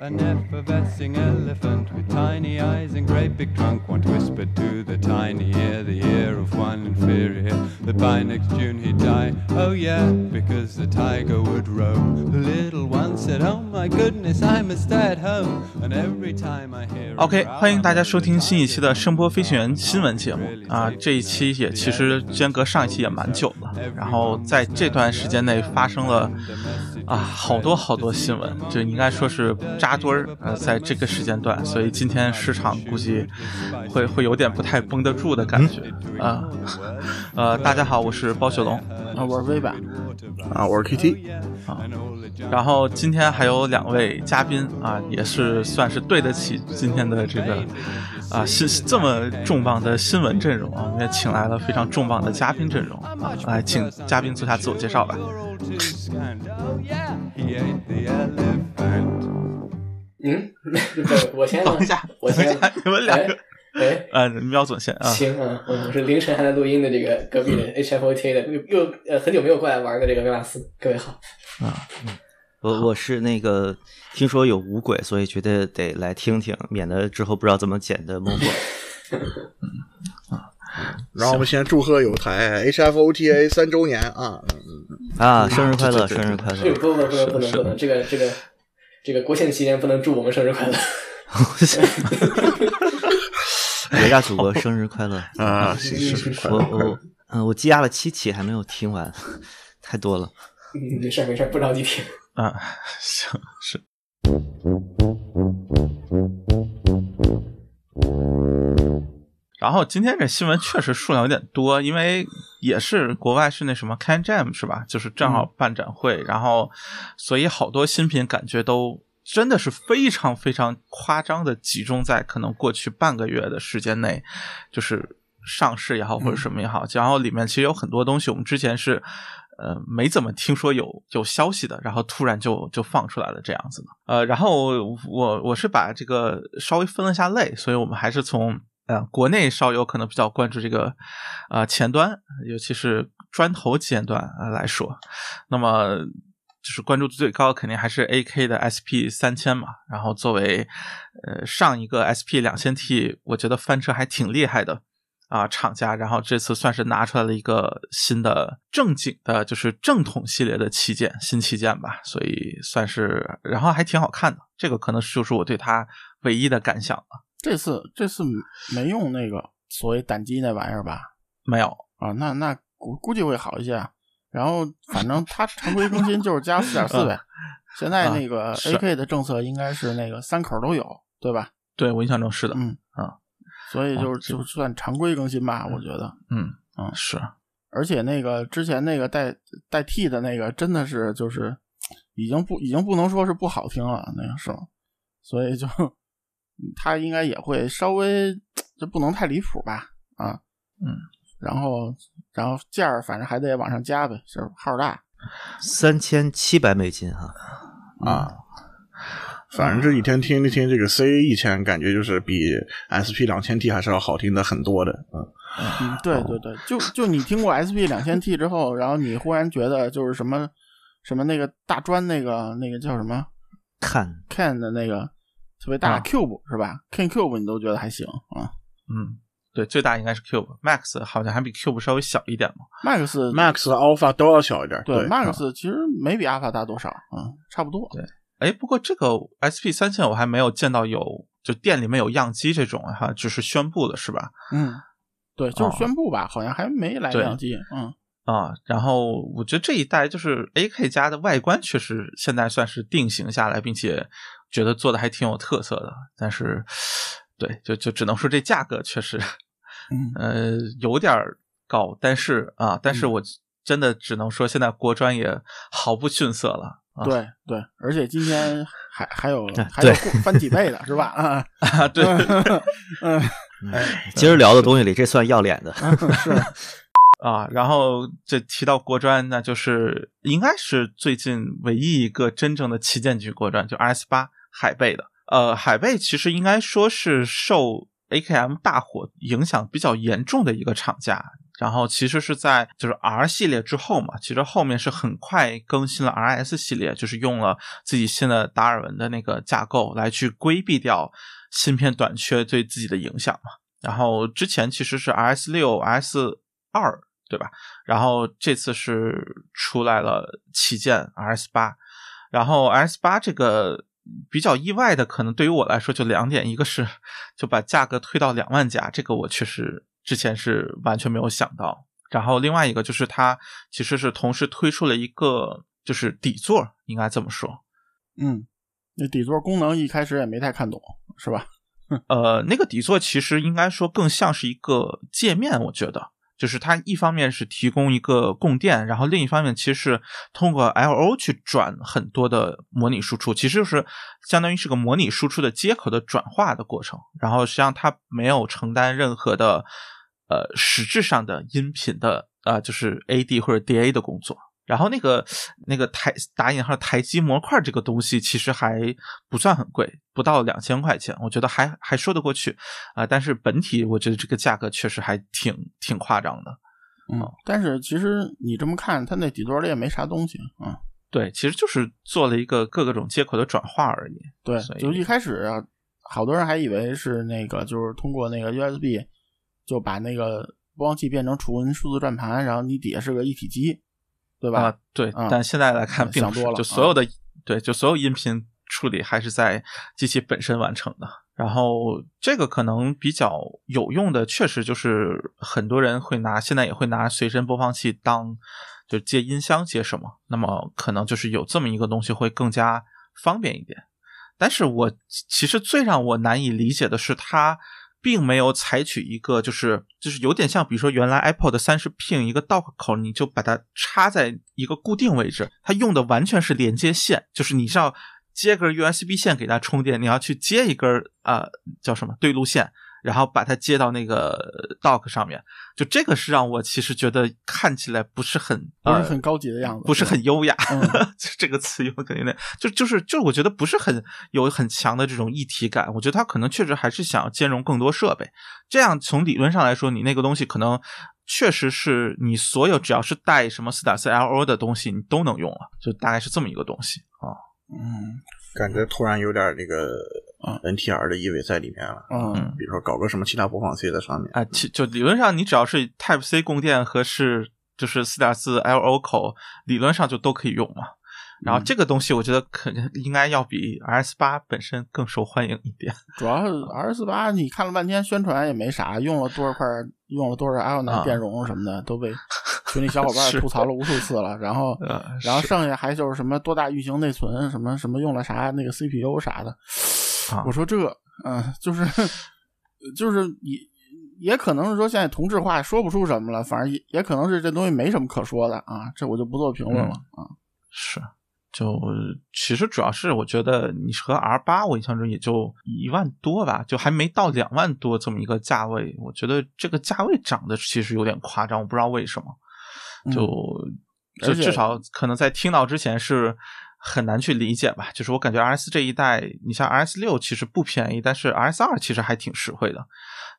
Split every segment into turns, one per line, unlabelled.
An effervescing elephant with tiny eyes and great big trunk once whispered to the tiny ear, the ear of one inferior, that by next June he'd die. Oh yeah, because the tiger would roam. The little one said, Oh my goodness, I must stay at home. And every time I hear.
OK，欢迎大家收听新一期的声波飞行员新闻节目啊！这一期也其实间隔上一期也蛮久了，然后在这段时间内发生了啊好多好多新闻，就应该说是扎堆儿呃，在这个时间段，所以今天市场估计会会有点不太绷得住的感觉啊、呃。呃，大家好，我是包雪龙，
啊，我是微版，
啊，我是 KT，
啊，然后今天还有两位嘉宾啊，也是算是对得起今天的这个啊新这么重磅的新闻阵容啊，我们也请来了非常重磅的嘉宾阵容啊，来请嘉宾做下自我介绍吧。
Oh,
嗯， 不我先呢
等一下，
我先呢
等一下 你们两个
哎
呃，喵总先
哎，
啊，
行啊，我我是凌晨还在录音的这个隔壁
嗯
的 HFOT 的，又又呃很久没有过来玩的这个维拉斯，各位好，
我我是那个听说有五鬼，所以觉得得来听听，免得之后不知道怎么剪的蒙混。
然后我们先祝贺有台 HFOTA 三周年啊！
啊，生日快乐，
对对对
生日快
这
乐
个！不能不能不
嗯
能
是
不能，这个这个这个国庆期间不能祝我们生日快乐，
伟大祖国生日快乐！
啊，新生日快
我
乐！
我嗯，我积压了七期还没有听完，太多了。
嗯，没事儿没事儿，不着急听，
啊，行是。 然后今天这新闻确实数量有点多，因为也是国外是那什么 Can Jam 是吧？就是正好办展会，然后所以好多新品感觉都真的是非常非常夸张的集中在可能过去半个月的时间内，就是上市也好或者什么也好，然后里面其实有很多东西我们之前是呃没怎么听说有有消息的，然后突然就就放出来了这样子的。呃，然后我我是把这个稍微分了一下类，所以我们还是从呃国内稍有可能比较关注这个呃前端，尤其是砖头前端、呃、来说，那么就是关注度最高肯定还是 AK 的 SP 三千嘛。然后作为呃上一个 SP 两千 T，我觉得翻车还挺厉害的啊、厂家。然后这次算是拿出来了一个新的正经的，就是正统系列的旗舰新旗舰吧，所以算是然后还挺好看的。这个可能就是我对它唯一的感想了。
这次这次没用那个所谓胆机那玩意儿吧，
没有，
啊，那那估估计会好一些。啊然后反正它常规更新就是加四点四呗。现在那个
啊是
AK 的政策应该是那个三口都有，对吧？
对我印象中是的，
嗯
啊，
所以就
啊
是就算常规更新吧，我觉得。
嗯
嗯
是
而且那个之前那个代代替的那个真的是就是已经不已经不能说是不好听了那个声，所以就他应该也会稍微就不能太离谱吧啊
嗯，
然后然后价儿反正还得往上加呗，就是号儿大
三千七百美金哈、
啊。反正这几天听了听这个 C 一千，感觉就是比 SP 两千 T 还是要好听的很多的。嗯，
嗯，对
哦
对对，就就你听过 SP 两千 T 之后，然后你忽然觉得就是什么什么那个大砖那个那个叫什么
看
Can 的那个特别大
啊
Cube、是吧？Can Cube 你都觉得还行啊
嗯。对，最大应该是 Cube Max，好像还比 Cube 稍微小一点嘛。
，Max
Max 和 Alpha 都要小一点。
对
对
嗯
Max 其实没比阿法大多少啊，差不多。
哎，不过这个 SP 三千我还没有见到有，就店里面有样机这种哈，只是宣布了是吧？
嗯，对，就是
哦
宣布吧，好像还没来
对
两季。嗯，
啊，然后我觉得这一代就是 AK 家的外观确实现在算是定型下来，并且觉得做的还挺有特色的，但是对，就就只能说这价格确实，
嗯
呃，有点儿高，但是啊，但是我真的只能说现在国专也毫不逊色了。 啊
对对，而且今
啊
天还 还有
哎
还有
对
过翻几倍的是吧？啊，
啊，对，
嗯，
今
嗯
儿聊的东西里，这算要脸的。
是，
啊，然后这提到国专，那就是应该是最近唯一一个真正的旗舰级国专，就 RS 八海贝的。呃，海贝其实应该说是受 AKM 大火影响比较严重的一个厂家。然后其实是在就是 R 系列之后嘛，其实后面是很快更新了 RS 系列，就是用了自己新的达尔文的那个架构来去规避掉芯片短缺对自己的影响嘛。然后之前其实是 RS 六、RS 二对吧？然后这次是出来了旗舰 RS 八，然后 RS 八这个。比较意外的，可能对于我来说就两点，一个是就把价格推到两万加，这个我确实之前是完全没有想到。然后另外一个就是它其实是同时推出了一个就是底座，应该这么说。
嗯，那底座功能一开始也没太看懂，是吧？
呃，那个底座其实应该说更像是一个界面，我觉得。就是它一方面是提供一个供电，然后另一方面其实是通过 L O 去转很多的模拟输出，其实就是相当于是个模拟输出的接口的转化的过程。然后实际上它没有承担任何的呃实质上的音频的啊、呃，就是 A D 或者 D A 的工作。然后那个那个台打引号台基模块这个东西其实还不算很贵，不到两千块钱，我觉得还还说得过去啊、呃。但是本体我觉得这个价格确实还挺挺夸张的。哦
嗯，但是其实你这么看，它那底座里也没啥东西啊、嗯。
对，其实就是做了一个各个种接口的转化而已。
对，
所以
就一开始、啊、好多人还以为是那个，就是通过那个 USB 就把那个播放器变成纯数字转盘，然后你底下是个一体机。对吧？
啊，对，
嗯、
但现在来看并不是，
想多了
就所有的、嗯、对，就所有音频处理还是在机器本身完成的。然后这个可能比较有用的，确实就是很多人会拿，现在也会拿随身播放器当就接音箱接什么，那么可能就是有这么一个东西会更加方便一点。但是我其实最让我难以理解的是它。并没有采取一个就是就是有点像，比如说原来 Apple 的三十 pin 一个 dock 口，你就把它插在一个固定位置，它用的完全是连接线，就是你是要接根 USB 线给它充电，你要去接一根啊、呃、叫什么对路线，然后把它接到那个 dock 上面，就这个是让我其实觉得看起来不是很呃
不是很高级的样子，
不是很优雅，
嗯
这个词用的肯定有点就就是就是我觉得不是很有很强的这种一体感，我觉得它可能确实还是想兼容更多设备，这样从理论上来说，你那个东西可能确实是你所有只要是带什么四点四 L O 的东西，你都能用了，就大概是这么一个东西啊。
嗯，
感觉突然有点那个
啊
NTR 的意味在里面了。
嗯，
比如说搞个什么其他播放器在上面
啊，其就理论上你只要是 Type C 供电和是就是四点四 L O 口，理论上就都可以用嘛。然后
嗯
这个东西我觉得可应该要比 RS 八本身更受欢迎一 点。
主要是
啊
RS 八，你看了半天宣传也没啥，用了多少块，用了多少 L 南电容什么的，都被群里小伙伴
啊 是
吐槽了无数次了。然后，
呃
然后剩下还就是什么多大运行内存，什么什么用了啥那个 CPU 啥的。
啊
我说这，嗯、就是就是也也可能是说现在同质化说不出什么了，反正也也可能是这东西没什么可说的啊，这我就不做评论了、
嗯
啊。
是，就其实主要是我觉得你和 R 八，我印象中也就一万多吧，就还没到两万多这么一个价位。我觉得这个价位涨的其实有点夸张，我不知道为什么。就、就
嗯而且
至少可能在听到之前是很难去理解吧。就是我感觉 R S 这一代，你像 R S 六其实不便宜，但是 R S 二其实还挺实惠的。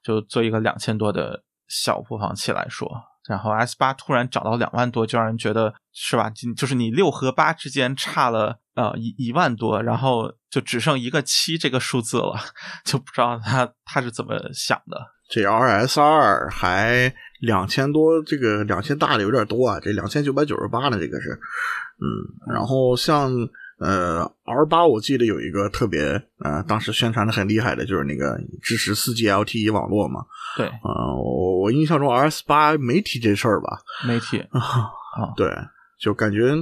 就做一个两千多的小播放器来说，然后 S 八突然涨到两万多，就让人觉得是吧？就就是你六和八之间差了呃一一万多，然后就只剩一个七这个数字了， 就不知道他他是怎么想的。
这 RS 二还两千多，这个两千大的有点多啊，这两千九百九十八呢，这个是，嗯，然后像呃 R 八，我记得有一个特别呃，当时宣传的很厉害的，就是那个支持四 G LTE 网络嘛，
对，
啊、我我印象中 RS 八没提这事儿吧，
媒体
啊， 对，就感觉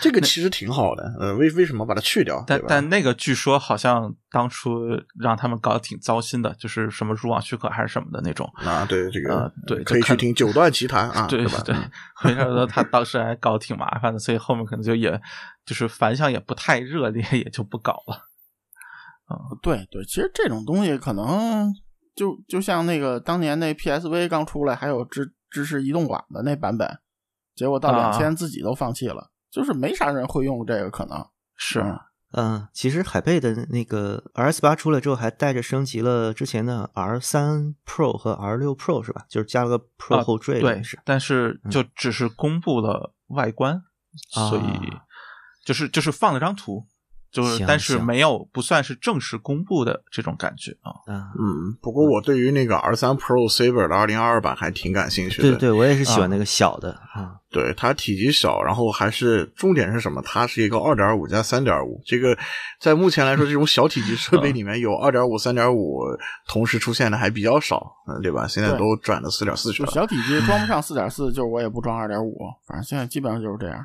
这个其实挺好的，呃，为为什么把它去掉？
但
对吧
但那个据说好像当初让他们搞得挺糟心的，就是什么入网许可还是什么的那种。
啊，对这个、
呃对
可以
就看
去听九段奇谈啊，
对
吧？
对，回头说他当时还搞得挺麻烦的，所以后面可能就也就是反响也不太热烈，也就不搞了。
对对，其实这种东西可能就就像那个当年那 PSV 刚出来，还有支支持移动管的那版本，结果到
啊
两千自己都放弃了，就是没啥人会用这个可能。
是
嗯
嗯，其实海贝的那个 R S 八出来之后，还带着升级了之前的 R 三 Pro 和 R 六 Pro 是吧？就是加了个 Pro
啊
后缀，
对
是，嗯
但是就只是公布了外观，所以
啊
就是就是放了张图，就是
行
但是
行
没有不算是正式公布的这种感觉啊。
啊，
嗯，不过我对于那个 R 三 Pro Saber 的二零二二版还挺感兴趣的。
对对，我也是喜
啊
欢那个小的啊，
对它体积小，然后还是重点是什么？它是一个二点五加三点五，这个在目前来说，这种小体积设备里面有二点五、三点五同时出现的还比较少，嗯，对吧？现在
对
都转到四点四去
就
了。
小体积装不上四点四，就是我也不装二点五，反正现在基本上就是这样。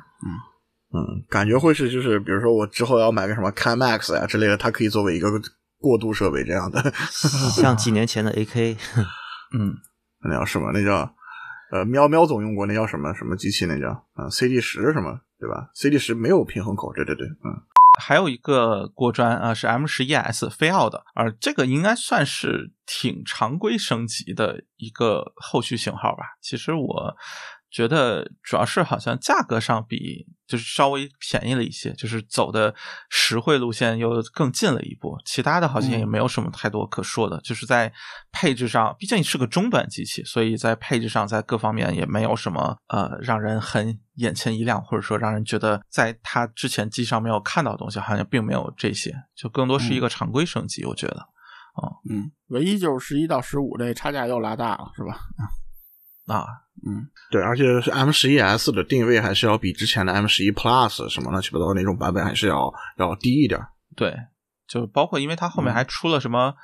嗯，感觉会是就是，比如说我之后要买个什么 Can Max 呀之类的，它可以作为一个过渡设备这样的，
啊像几年前的 A K
嗯，
那叫什么？那叫呃，喵喵总用过那叫什么什么机器？那叫啊、c D 十什么对吧？CD 十没有平衡口，对对对，嗯。
还有一个锅砖啊是 M 十一 S 飞奥的，而这个应该算是挺常规升级的一个后续型号吧。其实我觉得主要是好像价格上比就是稍微便宜了一些，就是走的实惠路线又更近了一步。其他的好像也没有什么太多可说的，就是在配置上，毕竟是个中端机器，所以在配置上在各方面也没有什么呃让人很眼前一亮，或者说让人觉得在它之前机上没有看到的东西，好像并没有这些，就更多是一个常规升级，我觉得。
嗯，唯一就是十一到十五这差价又拉大了，是吧？
啊，
嗯，
对，而且是 M 十一 S 的定位还是要比之前的 M 十一 Plus 什么乱七八糟那种版本还是要要低一点儿。
对，就包括因为它后面还出了什么，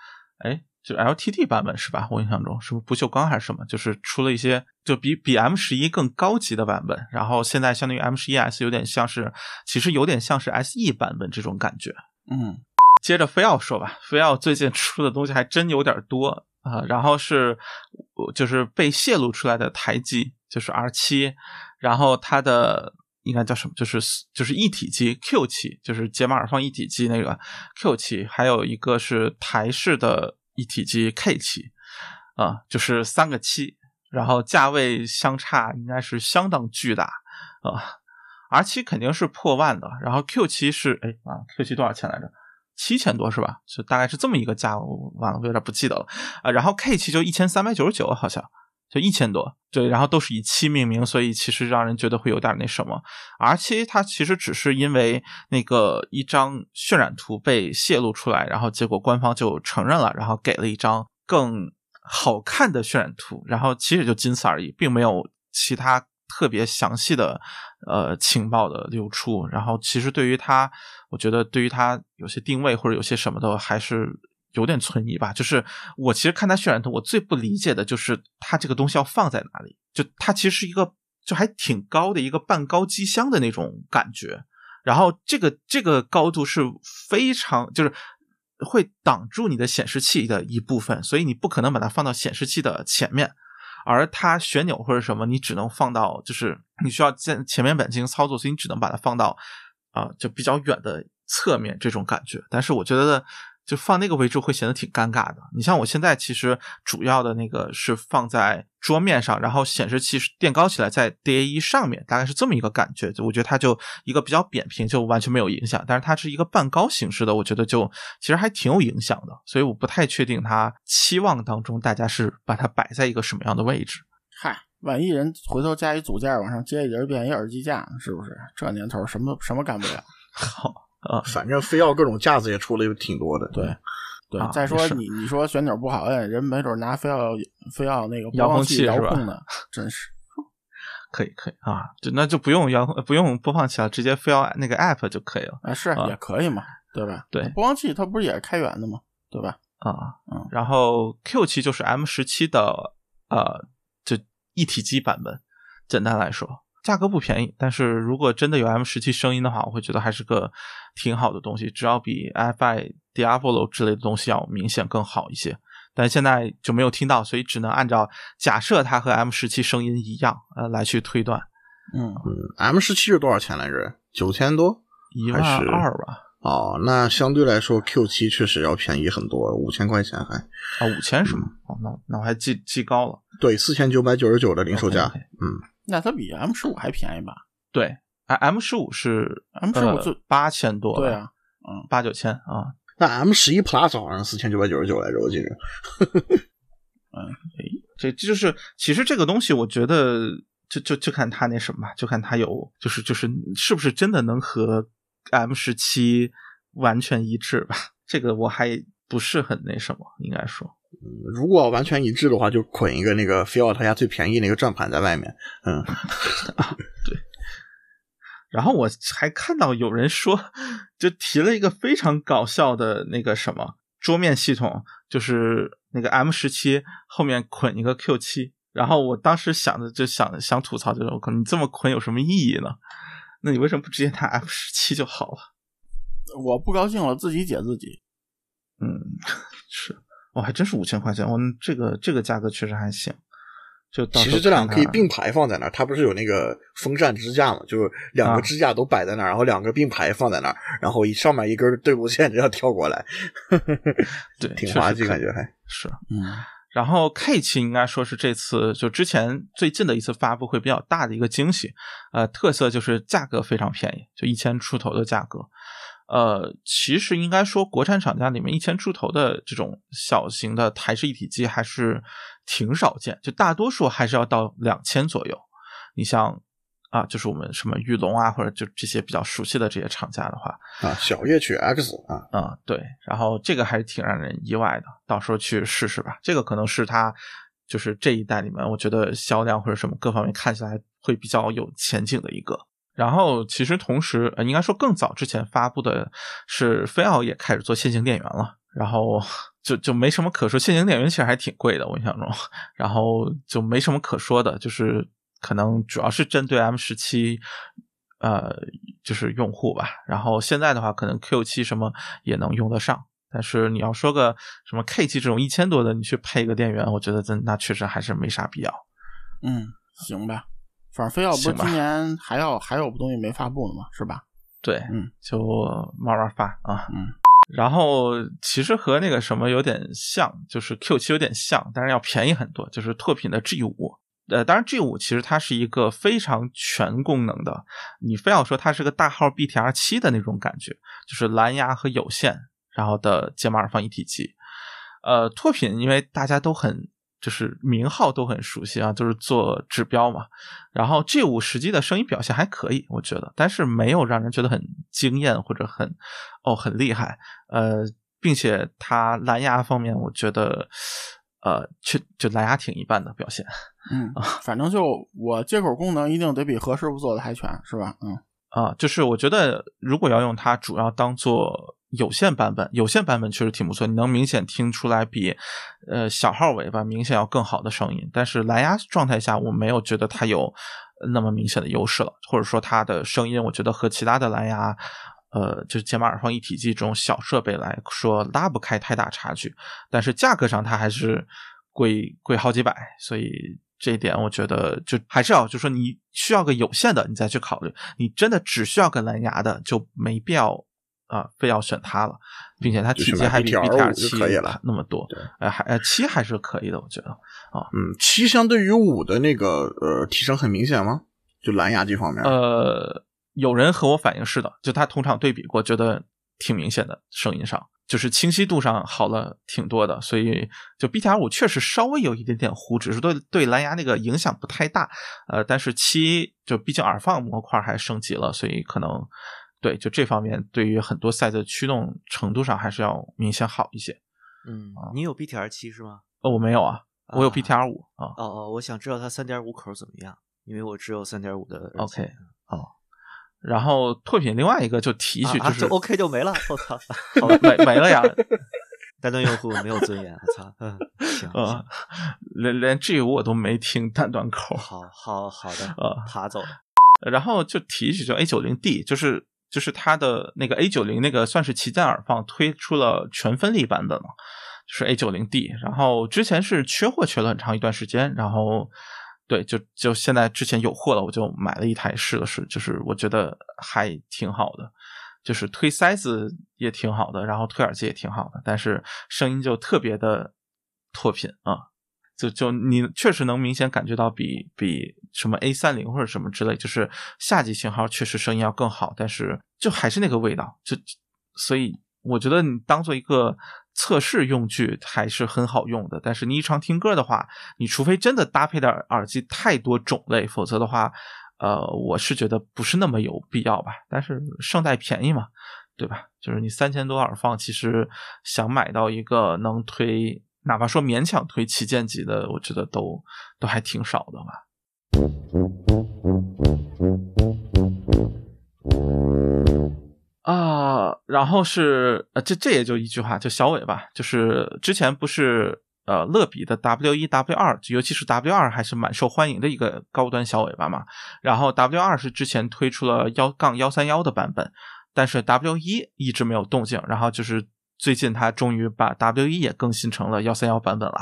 哎、就 LTD 版本是吧？我印象中是不是不锈钢还是什么？就是出了一些就比比 M 十一更高级的版本，然后现在相当于 M 十一 S 有点像是，其实有点像是 SE 版本这种感觉。
嗯，
接着非要说吧，非要最近出的东西还真有点多啊、然后是呃就是被泄露出来的台机，就是 R 七，然后它的应该叫什么？就是就是一体机 Q 七，就是解码放一体机那个 Q 七，还有一个是台式的一体机 K 七，啊、就是三个七，然后价位相差应该是相当巨大啊。R 七肯定是破万的，然后 Q 七是哎啊 Q 七多少钱来着？七千多是吧？就大概是这么一个价，我忘了，我有点不记得了啊、然后 K 七就一千三百九十九，好像就一千多，对，然后都是以七命名，所以其实让人觉得会有点那什么。R 七它其实只是因为那个一张渲染图被泄露出来，然后结果官方就承认了，然后给了一张更好看的渲染图，然后其实也就仅此而已，并没有其他特别详细的呃情报的流出。然后其实对于它，我觉得对于它有些定位或者有些什么的，还是。有点存疑吧，就是我其实看它渲染图，我最不理解的就是它这个东西要放在哪里。就它其实是一个就还挺高的一个半高机箱的那种感觉，然后这个这个高度是非常就是会挡住你的显示器的一部分，所以你不可能把它放到显示器的前面，而它旋钮或者什么你只能放到就是你需要在前面板进行操作，所以你只能把它放到啊、就比较远的侧面这种感觉。但是我觉得就放那个位置会显得挺尴尬的。你像我现在其实主要的那个是放在桌面上，然后显示器是垫高起来在 DA 一上面，大概是这么一个感觉。就我觉得它就一个比较扁平，就完全没有影响。但是它是一个半高形式的，我觉得就其实还挺有影响的。所以我不太确定它期望当中大家是把它摆在一个什么样的位置。
嗨，万一人回头加一组件往上接一节变一耳机架呢，是不是？这年头什么什么干不了？
好，
反正非要各种架子也出了挺多的。
对对，
啊
再说
也是
你你说旋钮不好摁，人没准拿非要非要那 个
遥控
控
器是
遥
吧
控呢，真是。
可以可以啊，就那就不用遥控不用播放器了，直接非要那个 app 就可以了。
啊，是
啊
也可以嘛，对吧？
对
播放器它不是也是开源的嘛，对吧？
啊，
嗯
然后 Q 七就是 M 十七的呃，就一体机版本。简单来说，价格不便宜，但是如果真的有 M 十七声音的话，我会觉得还是个挺好的东西，只要比 FI Diablo 之类的东西要明显更好一些。但现在就没有听到，所以只能按照假设它和 M 十七声音一样，呃，来去推断
嗯，
M 十七是多少钱来着？九千多
一万
还是
二吧，
哦，那相对来说 Q 七确实要便宜很多，五千块钱还
啊，五千是吗？
嗯
哦，那那我还记记高了。
对四千九百九十九的零售价。
OK，OK
嗯，
那它比 M 十五还便宜吧
对，啊，M 十五是
M15 最
八千多吧，
对啊嗯，
八九千啊，
那 M 十一 Plus 好像四千九百九十九来着，我记着。
这这就是其实这个东西，我觉得就就就看它那什么吧，就看它有就是就是是不是真的能和 M 十七完全一致吧。这个我还不是很那什么，应该说，
如果完全一致的话，就捆一个那个菲奥特家最便宜那个转盘在外面。嗯，
啊然后我还看到有人说，就提了一个非常搞笑的那个什么桌面系统，就是那个 M 十七后面捆一个 Q 七。然后我当时想的就想想吐槽，就是我靠，你这么捆有什么意义呢？那你为什么不直接拿 M 十七就好了？
我不高兴了，自己解自己。
嗯，是，我、还真是五千块钱，我这个这个价格确实还行。就到时
其
候
实这两个
看
可以
看啊
并排放在那儿，它不是有那个风扇支架嘛，就是两
啊
个支架都摆在那儿，然后两个并排放在那儿，然后一上面一根对流线这样跳过来，
对，
挺
确
滑
实
稽，
可
感
以
觉还。
是。
嗯，
然后 K 七应该说是这次就之前最近的一次发布会比较大的一个惊喜，呃，特色就是价格非常便宜，就一千出头的价格。呃，其实应该说，国产厂家里面一千出头的这种小型的台式一体机还是挺少见，就大多数还是要到两千左右。你像啊，就是我们什么玉龙啊，或者就这些比较熟悉的这些厂家的话，
啊，小夜曲 X 啊，
嗯，对，然后这个还是挺让人意外的，到时候去试试吧。这个可能是它就是这一代里面，我觉得销量或者什么各方面看起来会比较有前景的一个。然后其实同时，呃，应该说更早之前发布的是飞奥也开始做线性电源了，然后就就没什么可说，线性电源其实还挺贵的，我印象中，然后就没什么可说的，就是可能主要是针对 M 十七。呃，就是用户吧。然后现在的话，可能 Q 七什么也能用得上，但是你要说个什么 K 七这种一千多的，你去配个电源，我觉得真那确实还是没啥必要。
嗯，行吧，反正非要不是
行吧
今年还要还有东西没发布呢嘛，是吧？
对，
嗯，
就慢慢发啊。
嗯。
然后其实和那个什么有点像，就是 Q 七有点像，但是要便宜很多，就是拓品的 G 五。呃，当然 G 五其实它是一个非常全功能的，你非要说它是个大号 BTR 七的那种感觉，就是蓝牙和有线，然后的解码耳放一体机。呃，拓品因为大家都很就是名号都很熟悉啊，就是做指标嘛，然后 G 五实际的声音表现还可以，我觉得，但是没有让人觉得很惊艳或者很哦很厉害。呃，并且它蓝牙方面，我觉得呃，确就蓝牙挺一般的表现。
嗯，
啊
反正就我接口功能一定得比何师傅做的还全，是吧？嗯
啊，就是我觉得如果要用它，主要当做有线版本，有线版本确实挺不错，你能明显听出来比呃小号尾巴明显要更好的声音。但是蓝牙状态下，我没有觉得它有那么明显的优势了，或者说它的声音，我觉得和其他的蓝牙。呃，就是解码耳放一体机这种小设备来说，拉不开太大差距，但是价格上它还是贵贵好几百，所以这一点我觉得就还是要，就说你需要个有线的，你再去考虑。你真的只需要个蓝牙的，就没必要啊、非要选它了，并且它
就
体
去
积
买
还比
BTR5
BTR
就
七
可以了
那么多
对，
呃，还呃七还是可以的，我觉得。
嗯，七相对于五的那个呃提升很明显吗？就蓝牙这方面，
呃，有人和我反映是的，就他同场对比过，觉得挺明显的，声音上就是清晰度上好了挺多的，所以就 BTR 五确实稍微有一点点糊，只是对对蓝牙那个影响不太大。呃，但是七就毕竟耳放模块还升级了，所以可能对就这方面对于很多赛的驱动程度上还是要明显好一些。
嗯，你有 BTR 七是吗？
呃，我没有啊，我有
啊
BTR 五啊。
哦哦，我想知道它三点五口怎么样，因为我只有三点五的耳机
OK 哦然后拓品另外一个就提一句，
啊啊
就是、
就 OK 就没了，我操，
好 了没没了呀，
单端用户没有尊严，我操， 嗯，行，
呃
行，
连连 G 五我都没听单端口，
好好好 的
呃，
爬走了，
然后就提一句，就 A 九零 D，就是就是它的那个 A 九零那个算是旗舰耳放推出了全分离版本了，就是 A 九零 D，然后之前是缺货缺了很长一段时间，然后。对，就就现在之前有货了，我就买了一台试了试，就是我觉得还挺好的，就是推塞子也挺好的，然后推耳机也挺好的，但是声音就特别的脱贫啊、就就你确实能明显感觉到比比什么 A 三零或者什么之类，就是夏季型号确实声音要更好，但是就还是那个味道，就所以我觉得你当做一个测试用具还是很好用的。但是你日常听歌的话，你除非真的搭配的耳机太多种类，否则的话，呃，我是觉得不是那么有必要吧。但是胜在便宜嘛，对吧？就是你三千多耳放，其实想买到一个能推，哪怕说勉强推旗舰级的，我觉得都都还挺少的吧。啊，然后是呃，这这也就一句话，就小伟吧，就是之前不是呃，乐比的 W 一 W 二，尤其是 W 二还是蛮受欢迎的一个高端小尾巴嘛。然后 W 二是之前推出了幺杠幺三幺的版本，但是 W 一一直没有动静。然后就是最近他终于把 W 一也更新成了幺三幺版本了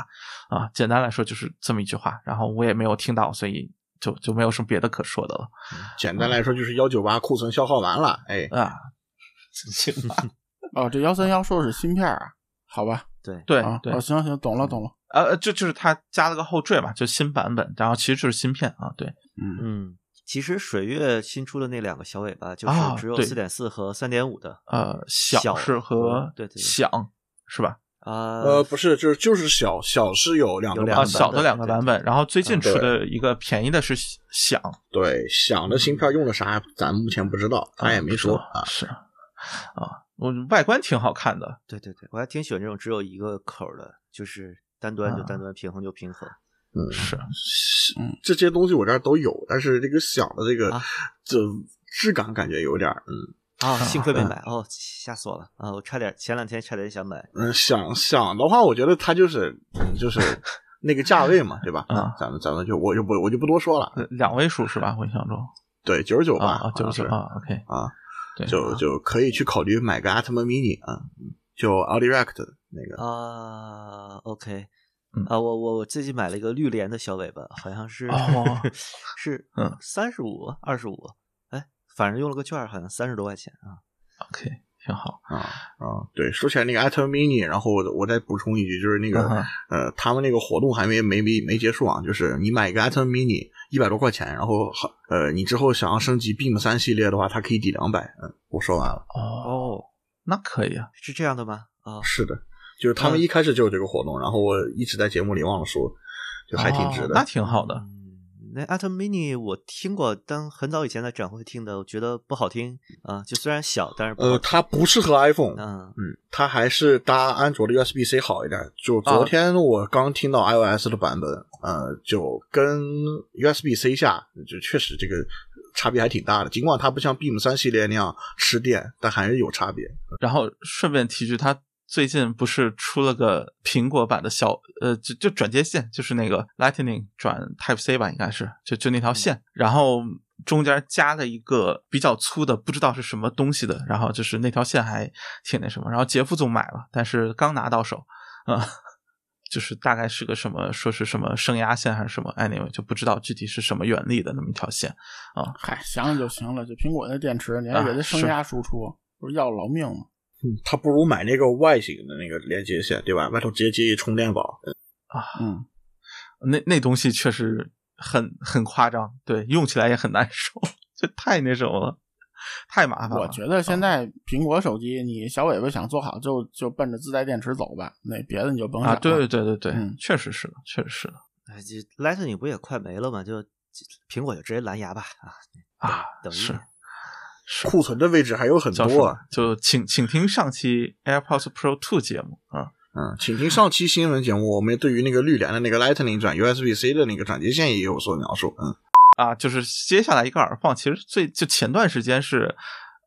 啊。简单来说就是这么一句话。然后我也没有听到，所以就就没有什么别的可说的了。
简单来说就是幺九八库存消耗完了，哎，
啊，行吧，
哦，这幺三幺说的是芯片啊，好吧，
对，
对
啊，
对
哦，，行行，懂了懂了，
呃，就就是它加了个后缀嘛，就新版本，然后其实就是芯片啊，对，
嗯，
嗯，其实水月新出的那两个小尾巴就是
啊
只有
对
四点四和三点五的啊
呃，小是和
对对对
响是吧？
啊，
呃，不是，就是就是小小是有两个
有
啊，
版
两个
本
版
小的
本
两个
对
版
对
本，然后最近
嗯
出
对
的一个便宜的是响，
对，想的芯片用的啥，咱目前不知道，他也没说啊。
嗯是啊，我外观挺好看的，
对对对，我还挺喜欢这种只有一个口儿的，就是单端就
啊
单端，平衡就 平衡。
嗯，
是
嗯
这些东西我这儿都有，但是这个小的这个
啊
这质感感觉有点儿，嗯
啊，幸亏没 买哦，吓死我了啊！我差点前两天差点想买，
嗯，想想的话，我觉得它就是嗯就是 那个价位嘛，对吧？
啊
咱们咱们就我就不我就不多说了，
呃两位数是吧？我印象中
对，九十九吧，
啊，
好
九
像
十
是
九啊，OK，
啊，
对，
就就可以去考虑买个 Atom Mini 啊，嗯就 Audirect 的那个
啊，OK，
嗯
啊，我我我最近买了一个绿联的小尾巴，好像是、
哦
是
嗯
三十五二十五，哎，反正用了个券儿，好像三十多块钱啊。
OK，挺好，
啊啊，对，说起来那个 Atom Mini，然后我我再补充一句，就是那个、
嗯哼
呃，他们那个活动还没没没没结束啊，就是你买一个 Atom Mini 一百多块钱，然后好呃，你之后想要升级 Beam 三系列的话，它可以抵两百。嗯，我说完了，
哦，
哦，
那可以啊，
是这样的吗？啊，
是的，就是他
嗯
们一开始就有这个活动，然后我一直在节目里忘了说，就还挺值
哦
的。
那挺好的，
嗯，那 Atom Mini 我听过，但很早以前在展会听的，我觉得不好听啊，就虽然小，但是不好
呃，
听
它不适合 iPhone，
嗯
嗯，它还是搭安卓的 USB-C 好一点。就昨天我刚听到 iOS 的版本，呃，就跟 USB-C 下，就确实这个差别还挺大的。尽管它不像 Beam 三系列那样吃电，但还是有差别。
然后顺便提句，他最近不是出了个苹果版的小呃，就就转接线，就是那个 Lightning 转 Type C 吧，应该是就就那条线，然后中间加了一个比较粗的，不知道是什么东西的，然后就是那条线还挺那什么，然后杰夫总买了，但是刚拿到手，啊、就是大概是个什么，说是什么升压线还是什么，anyway 就不知道具体是什么原理的那么一条线。
嗨，想想就行了，就苹果那电池，你
啊
还给它升
是
压输出，不是要了老命吗？
它不如买那个外形的那个连接线，对吧？外头直接接一充电宝。
嗯，
那那东西确实很很夸张，对，用起来也很难受，这太那什么了，太麻烦了。
我觉得现在苹果手机，你小尾巴想做好就就奔着自带电池走吧，那别的你就甭想
啊，
了。
对对对对，
嗯
确实是的，确实是的
哎，这 Lightning 不也快没了吗？就苹果就直接蓝牙吧啊，
啊，
等一
是
年
是
库存的位置还有很
叫什
多
么
啊。？
就请请听上期 AirPods Pro Two 节目啊，
嗯，请听上期新闻节目，我们对于那个绿联的那个 Lightning 转 USB-C 的那个转接线也有所描述。嗯，
啊，就是接下来一个耳放，其实最就前段时间是，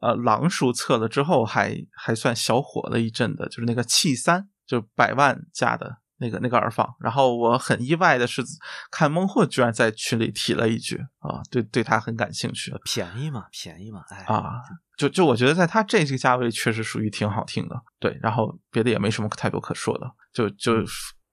呃，狼叔测了之后还还算小火了一阵的，就是那个 T 三，就是百万价的那个那个耳放。然后我很意外的是，看孟获居然在群里提了一句啊，对对他很感兴趣
便宜嘛，便宜嘛，哎
啊，就就我觉得在他这个价位确实属于挺好听的，对，然后别的也没什么太多可说的，就就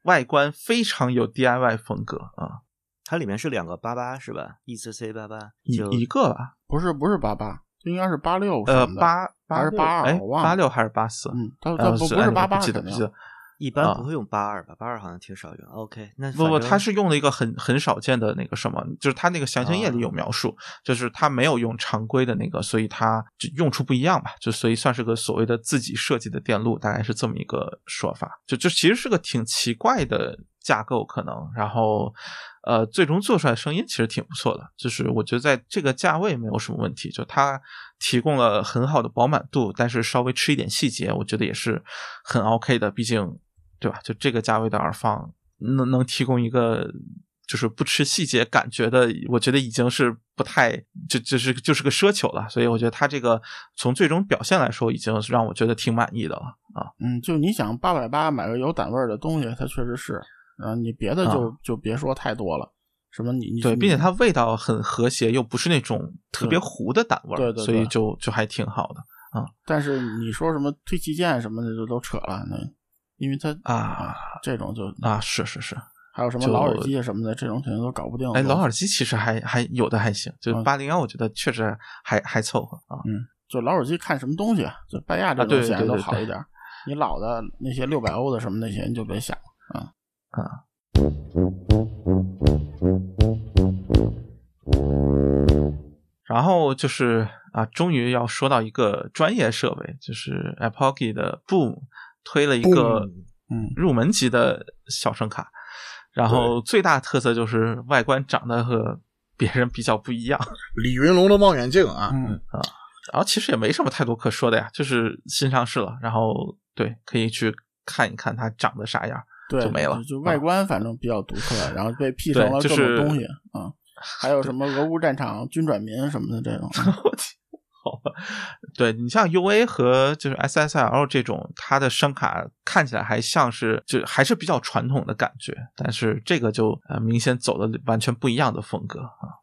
外观非常有 DIY 风格啊，
它里面是两个八八是吧？ECC 八八
一
就
一个吧，
不是不是八八，应该是八六
呃
什么的
八
还是
六
82
哎
我忘了
八六还是八四？
嗯，它
呃
它不
是
不
哎
是
我
八八
不记得
肯
不
定
记得。
一般不会用八二吧？八二好像挺少用。OK，那
啊不不，
反正
他是用了一个很很少见的那个什么，就是他那个详情页
啊
里有描述，就是他没有用常规的那个，所以他就用处不一样吧，就所以算是个所谓的自己设计的电路，大概是这么一个说法。就就其实是个挺奇怪的架构，可能，然后呃，最终做出来声音其实挺不错的，就是我觉得在这个价位没有什么问题，就它提供了很好的饱满度，但是稍微吃一点细节，我觉得也是很 OK 的，毕竟。对吧？就这个价位的耳放，能能提供一个就是不吃细节感觉的，我觉得已经是不太就就是就是个奢求了。所以我觉得它这个从最终表现来说，已经是让我觉得挺满意的了啊。
嗯，就你想八百八买个有胆味儿的东西，它确实是，嗯、你别的就、就别说太多了，什么你你
啊对，
你
并且它味道很和谐，又不是那种特别糊的胆味儿，
嗯对对对
所以就就还挺好的
但是你说什么推旗舰什么的就都扯了，那因为它
啊
这种就
啊，是是是。
还有什么
就
老耳机什么的，这种肯定都搞不定。
哎，老耳机其实还还有的还行，就
嗯
八零幺，我觉得确实还还凑合啊。
就老耳机看什么东西，就拜亚这
啊对
种显然
对
都
对
好
对
一点儿。你老的那些六百欧的什么那些，你就别想了。
然后就是啊，终于要说到一个专业设备，就是 Apple Key 的 Boom 推了一个
Boom
嗯
入门级的小声卡，然后最大特色就是外观长得和别人比较不一样。
李云龙的望远镜啊，
嗯，
然后其实也没什么太多可说的呀，就是新上市了，然后对，可以去看一看它长得啥样。
对，
就没了啊
就外观反正比较独特，然后 被 P
对
成了各
就
种
是
东西啊、嗯还有什么俄乌战场、军转民什么的 这种。
我天，好吧，对你像 U A 和就是 S S L 这种，它的声卡看起来还像是就还是比较传统的感觉，但是这个就呃明显走的完全不一样的风格啊。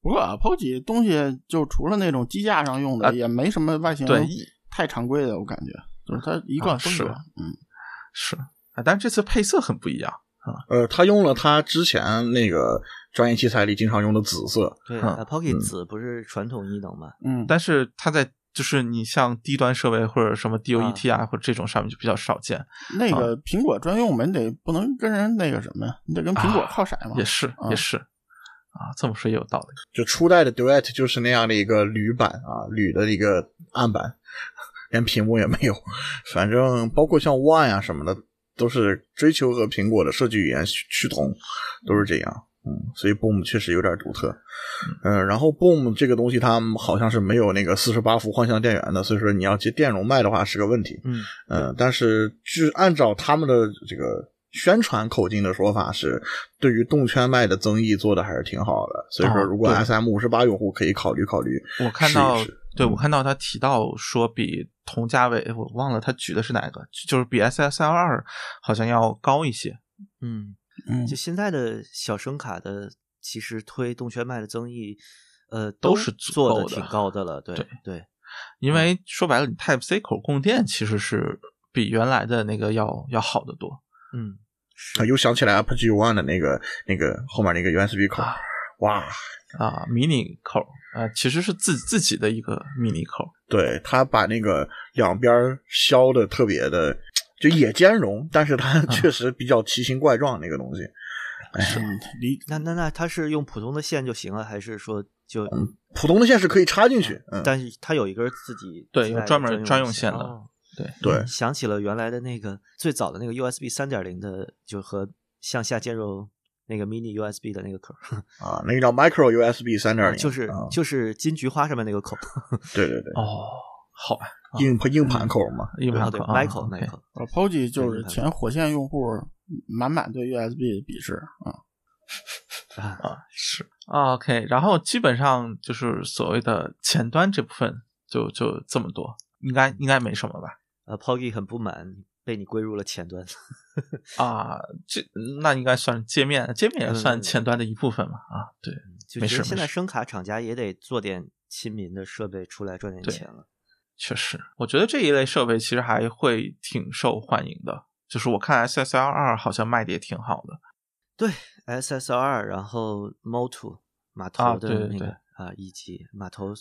不过 Apple 几东西就除了那种机架上用的，
啊
也没什么外形
对，
太常规的，我感觉就是它一贯
啊
风
是
格。
吧
嗯，
是啊，但是这次配色很不一样。
呃，他用了他之前那个专业器材里经常用的紫色，
对
嗯
啊，Pocket 紫不是传统异能吗？
嗯，
但是它在就是你像低端设备或者什么 D O E T 啊，或者这种上面就比较少见，
那个苹果专用门得不能跟人那个什么呀，你得跟苹果靠色嘛。
也是
啊
也是啊，这么说也有道理。
就初代的 Duet 就是那样的一个铝版啊，铝的一个暗板，连屏幕也没有。反正包括像 One 啊什么的，都是追求和苹果的设计语言趋趋同，都是这样。嗯，所以 Boom 确实有点独特。嗯、然后 Boom 这个东西它好像是没有那个四十八伏幻象电源的，所以说你要接电容卖的话是个问题。
嗯，
嗯，但是据按照他们的这个宣传口径的说法是，对于动圈麦的增益做的还是挺好的。所以说，
哦
如果
对
S M 五十八用户可以考虑考虑。
我看到，
试一试
对我看到他提到说比同价位，我忘了他举的是哪个，就是比 SSL 二好像要高一些。
嗯，
嗯
就现在的小声卡的，其实推动圈麦的增益，呃，
都
都
是足
做
够
的
的
挺高的了。对
对
对，
因为说白了，你 Type C 口供电其实是比原来的那个要要好得多。
嗯，
啊，又想起来 Apple G One 的那个那个后面那个 USB 口，
啊
哇，
啊，迷你口啊，其实是自自己的一个迷你口，
对他把那个两边削的特别的，就也兼容，但是它 确实比较奇形怪状那个东西。哎
嗯离
那那那它是用普通的线就行了，还是说就？
嗯
普通的线是可以插进去，嗯，
但是它有一根自己
对
自带
有
的
专门专用线的
哦
对，
想起了原来的那个最早的那个 USB 三点零的，就和向下兼容那个 mini USB 的那个口儿，
啊，那个叫 Micro USB 三点零，
就是
啊
就是金菊花上面那个口，
对对对，
哦，好吧，啊
硬硬盘口嘛，
硬
啊
盘
对
口
，Michael
啊 OK
那口，
呃 p o g i 就是
对
前火线用户满满对 USB 的鄙视啊。
啊，
啊，是啊 OK，然后基本上就是所谓的前端这部分就就这么多，应该应该没什么吧。
呃，Poggy 很不满，被你归入了前端。
啊，这那应该算是界面，界面也算
嗯
前端的一部分嘛。啊，对，
就
没
觉
事
得
没
现在
事
声卡厂家也得做点亲民的设备出来赚点
对
钱了。
确实，我觉得这一类设备其实还会挺受欢迎的。就是我看 SSL 二好像卖的也挺好的。
SSR，然后 Moto 码
啊
头
对
的
对
那
对
个啊，以及码头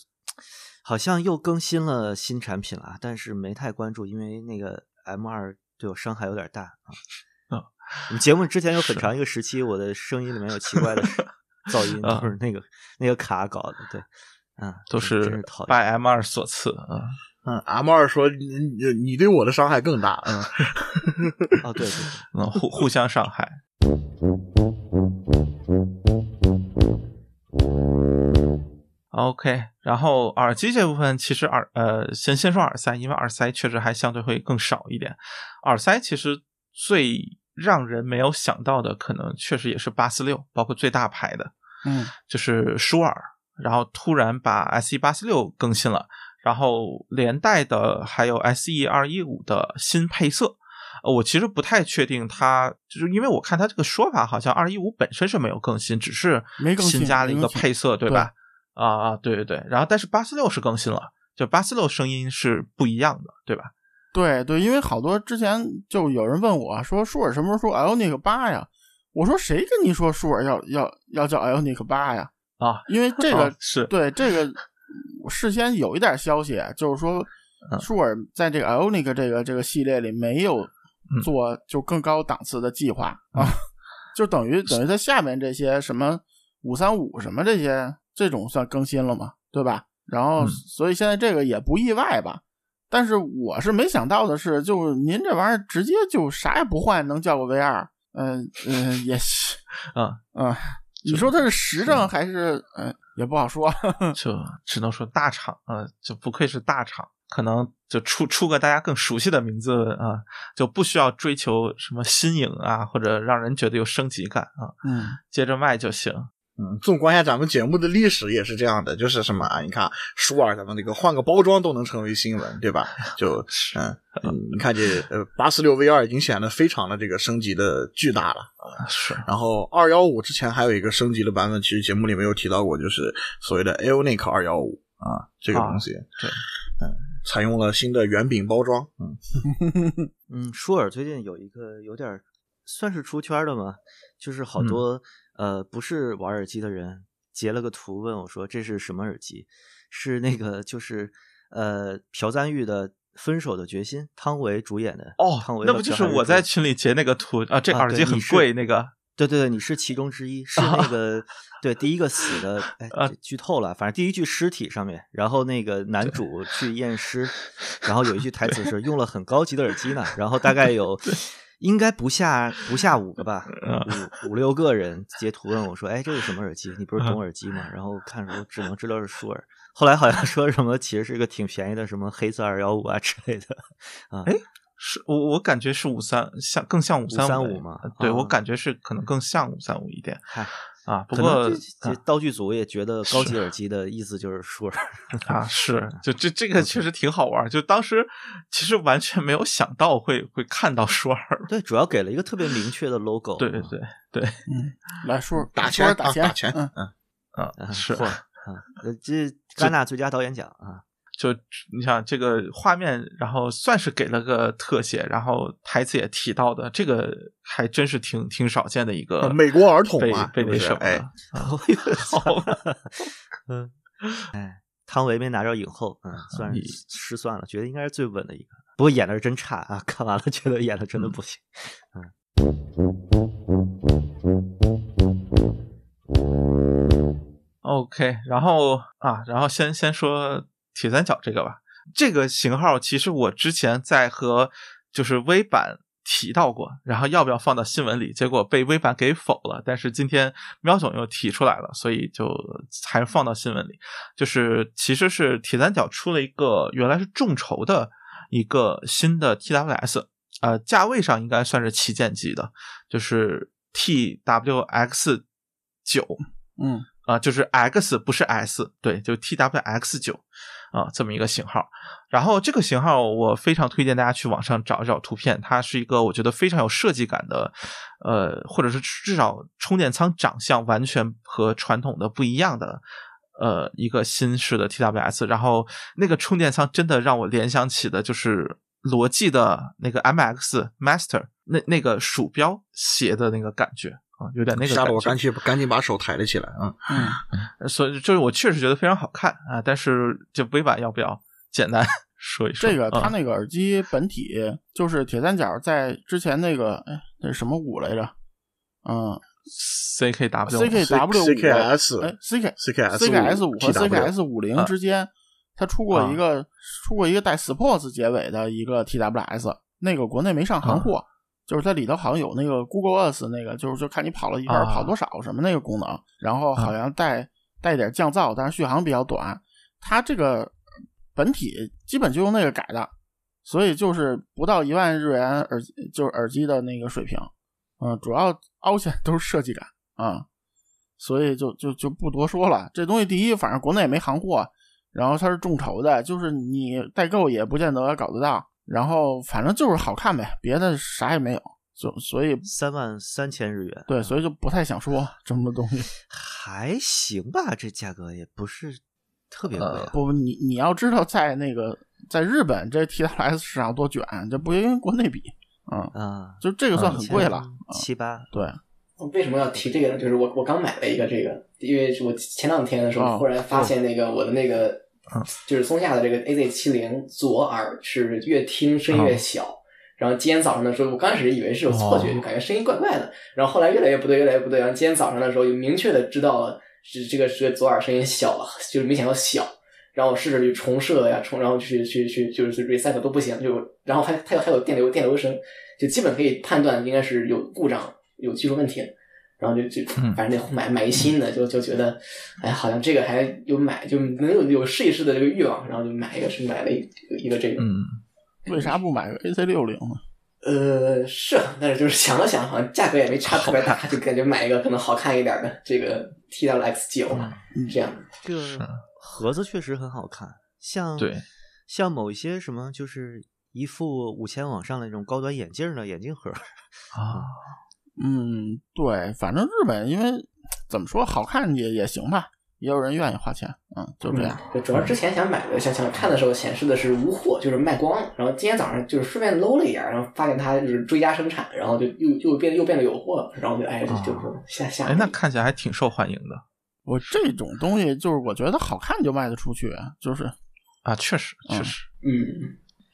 好像又更新了新产品了啊，但是没太关注，因为那个 M 二对我伤害有点大啊。
嗯
我们节目之前有很长一个时期，我的声音里面有奇 怪的噪音，
啊
都是那个那个卡搞的，对，啊，
都
真真
是
是讨厌。
拜 M 二所赐啊。嗯
嗯，M 二说你你你对我的伤害更大。嗯，
哦，对对对。
嗯，互互相伤害。OK，然后耳机这部分其实耳呃，先先说耳塞，因为耳塞确实还相对会更少一点。耳塞其实最让人没有想到的，可能确实也是八四六，包括最大牌的，
嗯，
就是舒尔，然后突然把 S E 八四六更新了，然后连带的还有 S E 二一五的新配色。呃我其实不太确定它，就是因为我看它这个说法，好像二一五本身是没有更新，只是
没更新
新加了一
没
个
更新
配色，对
对
吧？啊啊，对对对。然后但是八四六是更新了，就八四六声音是不一样的，对吧？
对对，因为好多之前就有人问我说舒尔什么时候出 Ionic 八呀？我说谁跟你说舒尔要要要叫 Ionic 八呀？
啊，
因为这个、
啊是
对这个我事先有一点消息，就是说
嗯
舒尔在这个 Ionic 这个这个系列里没有
嗯
做就更高档次的计划、啊，就等于等于它下面这些什么五三五什么这些这种算更新了嘛，对吧？然后
嗯
所以现在这个也不意外吧。但是我是没想到的是，就是您这玩意儿直接就啥也不换，能叫个 V 二？嗯嗯，也行。
啊，
嗯，你说它是实证还是嗯，也不好说。
就只能说大厂啊、呃就不愧是大厂，可能就出出个大家更熟悉的名字啊、呃就不需要追求什么新颖啊，或者让人觉得有升级感啊，
嗯，
接着卖就行。呃
嗯，纵观一下咱们节目的历史也是这样的，就是什么啊？你看舒尔，咱们那个换个包装都能成为新闻，对吧？ 就嗯，嗯你看这呃八四六 V 二已经显得非常的这个升级的巨大了。
是，
然后二幺五之前还有一个升级的版本，其实节目里没有提到过，就是所谓的 Aonic 二幺五啊，这个东西，
对
嗯，采用了新的圆饼包装，嗯，
嗯，舒尔最近有一个有点儿算是出圈儿的嘛，就是
嗯
好多、呃不是玩耳机的人截了个图问我说这是什么耳机？是那个就是呃朴赞玉的《分手的决心》，汤唯主演的
哦
汤唯，
那
和
不就是
朴赞玉
我
主演
在群里截那个图啊？这
啊
耳
对
机很
你是
贵，那个
对对对，你是其中之一，是那个对第一个死的，哎
哦 啊，
这剧透了，反正第一具尸体上面，然后那个男主去 验尸，然后有一句台词是用了很高级的耳机呢，然后大概有应该不下不下五 个吧，
嗯
五五六个人截图问我说，哎，这是什么耳机？你不是懂耳机吗？然后看说只能知道是舒尔，后来好像说什么其实是个挺便宜的什么黑色二幺五啊之类的，
是我我感觉是五三像更像五五
535嘛
对、
啊
我感觉是可能更像五三五一点
嗨。
啊，不
可能
过
这这道具组也觉得高级耳机的意思就是舒尔。
啊，是，就这这个确实挺好玩儿。就当时其实完全没有想到会会看到舒尔，
对，主要给了一个特别明确的 logo。啊
对对对对，
来舒尔
嗯打
舒尔
钱
打
钱
钱
打钱，
嗯，
嗯，
啊，
啊是
错，啊，呃 这戛纳最佳导演奖啊，
就你想这个画面，然后算是给了个特写，然后台词也提到的，这个还真是挺挺少见的一个
呃美国儿童
被
嘛
被
是不
那
是
什么
哎
的，
啊
好， 嗯，哎，汤唯没拿着影后，嗯，算是
你
失算了，觉得应该是最稳的一个，不过演的是真差啊，看完了觉得演的真的
嗯
不行。
OK，然后啊，然后先先说铁三角这个吧。这个型号其实我之前在和就是微版提到过，然后要不要放到新闻里，结果被微版给否了。但是今天喵总又提出来了，所以就还是放到新闻里。就是其实是铁三角出了一个原来是众筹的一个新的 TWS，呃，价位上应该算是旗舰级的，就是 TWX 九。
嗯
啊、就是 X 不是 S，对，就 TWX 九啊、这么一个型号。然后这个型号我非常推荐大家去网上找一找图片，它是一个我觉得非常有设计感的，呃，或者是至少充电仓长相完全和传统的不一样的。呃，一个新式的 TWS，然后那个充电仓真的让我联想起的就是罗技的那个 MX Master 那那个鼠标斜的那个感觉啊、有点那个感
吓得
觉。
我赶紧赶紧把手抬了起来，嗯，
嗯，
呃所以就是我确实觉得非常好看啊，但是就微版要不要简单 说一说
这个它
嗯
那个耳机本体就是铁三角在之前那个哎那是什么五来着？嗯
CKW
，CKW 五
CKS
哎 CK
CKS
CKS 五和
TW
CKS 五零之间，它出过一个出过一个带 Sports 结尾的一个 TWS，那个国内没上行货，就是它里头好像有那个 Google Earth 那个，就是就看你跑了一圈
啊
跑多少什么那个功能，然后好像带带一点降噪，但是续航比较短。它这个本体基本就用那个改的，所以就是不到一万日元耳机就是耳机的那个水平，嗯，主要凹陷都是设计感啊、所以就就就不多说了。这东西第一，反正国内也没行货，然后它是众筹的，就是你代购也不见得搞得到，然后反正就是好看呗，别的啥也没有，就所以
三万三千日元，啊
对，所以就不太想说这么多东西。
还行吧，这价格也不是特别贵啊、
呃不不，你你要知道，在那个在日本这 TWS 市场多卷，这不跟国内比，嗯，
啊，
就这个算很贵了，啊
七八。
对。
为什么要提这个呢？就是我我刚买了一个这个，因为是我前两天的时
哦
候忽然发现那个我的那个
嗯
就是松下的这个 AZ 七零左耳是越听声音越小。然后今天早上的时候，我刚开始以为是有错
哦
觉，
哦
就感觉声音怪怪的。然后后来越来越不对，越来越不对。然后今天早上的时候，就明确的知道了是这个这个左耳声音小了，就是没想到小。然后我试着去重设呀，重然后去去去就是 reset 都不行，就然后还它有还有电流电流声，就基本可以判断应该是有故障有技术问题了。然后就就
嗯
反正得买买一新的，就就觉得哎，好像这个还有买就能有有试一试的这个欲望，然后就买一个是买了一个一个这个。
嗯，
啊为啥不买个 AC 六零呢？
呃，是，但是就是想了想，好像价格也没差特别大， 就感觉买一个可能好看一点的这个 T W X 九
嗯
这样。
这个盒子确实很好看，像
对，
像某一些什么就是一副五千往上的那种高端眼镜的眼镜盒，
啊，
嗯，对，反正日本因为怎么说好看也也行吧，也有人愿意花钱，嗯，就这样。
对，主要之前想买的，想想看的时候显示的是无货，就是卖光了。然后今天早上就是顺便搂了一眼，然后发现它就是追加生产，然后就又又变又变得有货了，然后就哎就
啊
就是下下。
哎，那看起来还挺受欢迎的
我这种东西就是我觉得好看就卖得出去，就是
啊，确实
嗯
确实，
嗯，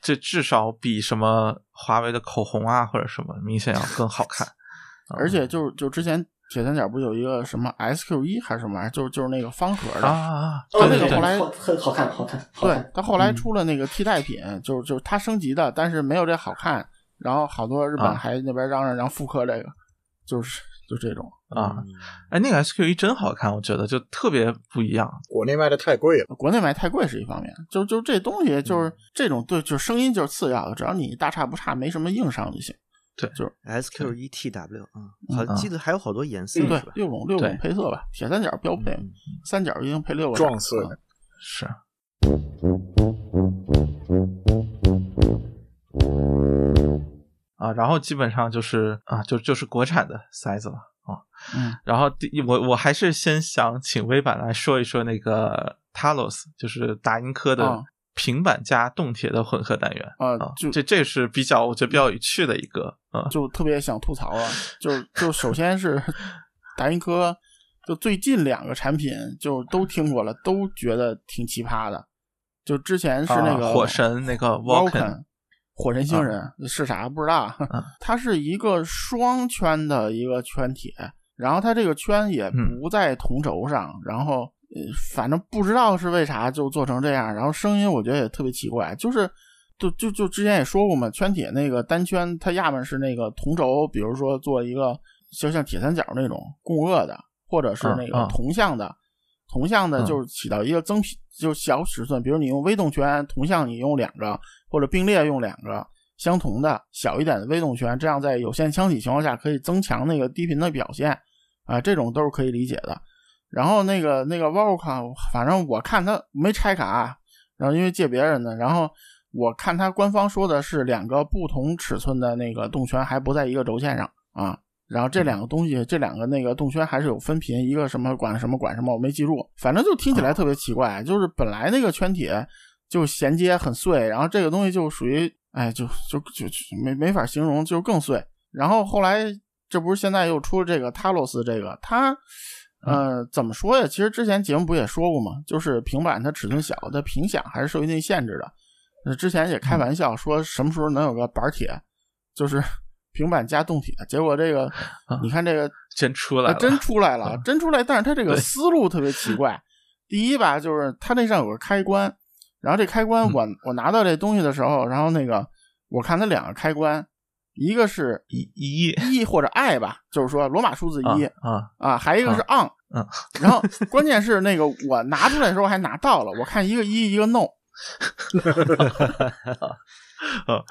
这至少比什么华为的口红啊或者什么明显要更好看，啊
而且就是就之前铁三角不有一个什么 SQ 一还是什么玩意儿，就是就是那个方盒的。
啊哦啊，啊
哦，
对
那
对
个
对，
后来
好很好看，好看，好
对
看。
它
嗯
后来出了那个替代品，就是就是它升级的，但是没有这好看。然后好多日
啊
本还那边嚷嚷让复刻这个，就是就这种。
啊
嗯，
哎，那个 SQ 一真好看，我觉得就特别不一样，
国内卖的太贵了，
国内买太贵是一方面，就就这东西就是、这种对，就是声音就是次要的，只要你大差不差，没什么硬伤就行。
SQ 一 TW 啊，好像记得还有好多颜色
嗯
对
是吧，？
六种六种
嗯对
配色吧，铁三角标配，
嗯
三角一定配六个
撞色
嗯
是。啊，然后基本上就是啊，就就是国产的塞子了啊。
嗯，
然后第一我我还是先想请微版来说一说那个 Talos，就是达音科的
啊
平板加动铁的混合单元嗯
啊就
哦这这是比较我觉得比较有趣的一个啊，
就特别想吐槽啊，就就首先是 达音科，就最近两个产品就都听过了，都觉得挺奇葩的。就之前是那个、
啊火神那个 Vulcan
Vulcan，火神星人、是啥不知道， 它是一个双圈的一个圈铁，然后它这个圈也
嗯
不在同轴上，然后呃，反正不知道是为啥就做成这样，然后声音我觉得也特别奇怪，就是。就就就之前也说过嘛，圈铁那个单圈，它要么是那个同轴，比如说做一个就像铁三角那种共轭的，或者是
嗯
那
嗯
个同向的，同向的
嗯
就是起到一个增频，就是小尺寸，比如你用微动圈，同向你用两个，或者并列用两个相同的小一点的微动圈，这样在有限腔体情况下可以增强那个低频的表现啊、这种都是可以理解的。然后那个那个 v o c a 反正我看它没拆卡，啊然后因为借别人的，然后我看它官方说的是两个不同尺寸的那个动圈还不在一个轴线上啊。然后这两个东西，这两个那个动圈还是有分频，一个什么管什么管什么，我没记住，反正就听起来特别奇怪。就是本来那个圈铁就衔接很碎，然后这个东西就属于，哎，就就就就没没法形容，就更碎。然后后来这不是现在又出了这个 Talos 这个，它呃怎么说呀？其实之前节目不也说过嘛，就是平板它尺寸小，它频响还是受一定限制的。呃之前也开玩笑说什么时候能有个板铁，就是平板加动铁。结果这个，你看这个
真啊出来
啊
了，
真出来了，真出来。但是它这个
对
思路特别奇怪。第一吧，就是它那上有个开关，然后这开关
嗯
我、我拿到这东西的时候，然后那个我看它两个开关，一个是
一一
e 或者 i 吧，就是说罗马数字
啊
一、
啊，
啊，还有一个是 on，
嗯，
然后关键是那个我拿出来的时候还拿到了，我看一个一一个 no，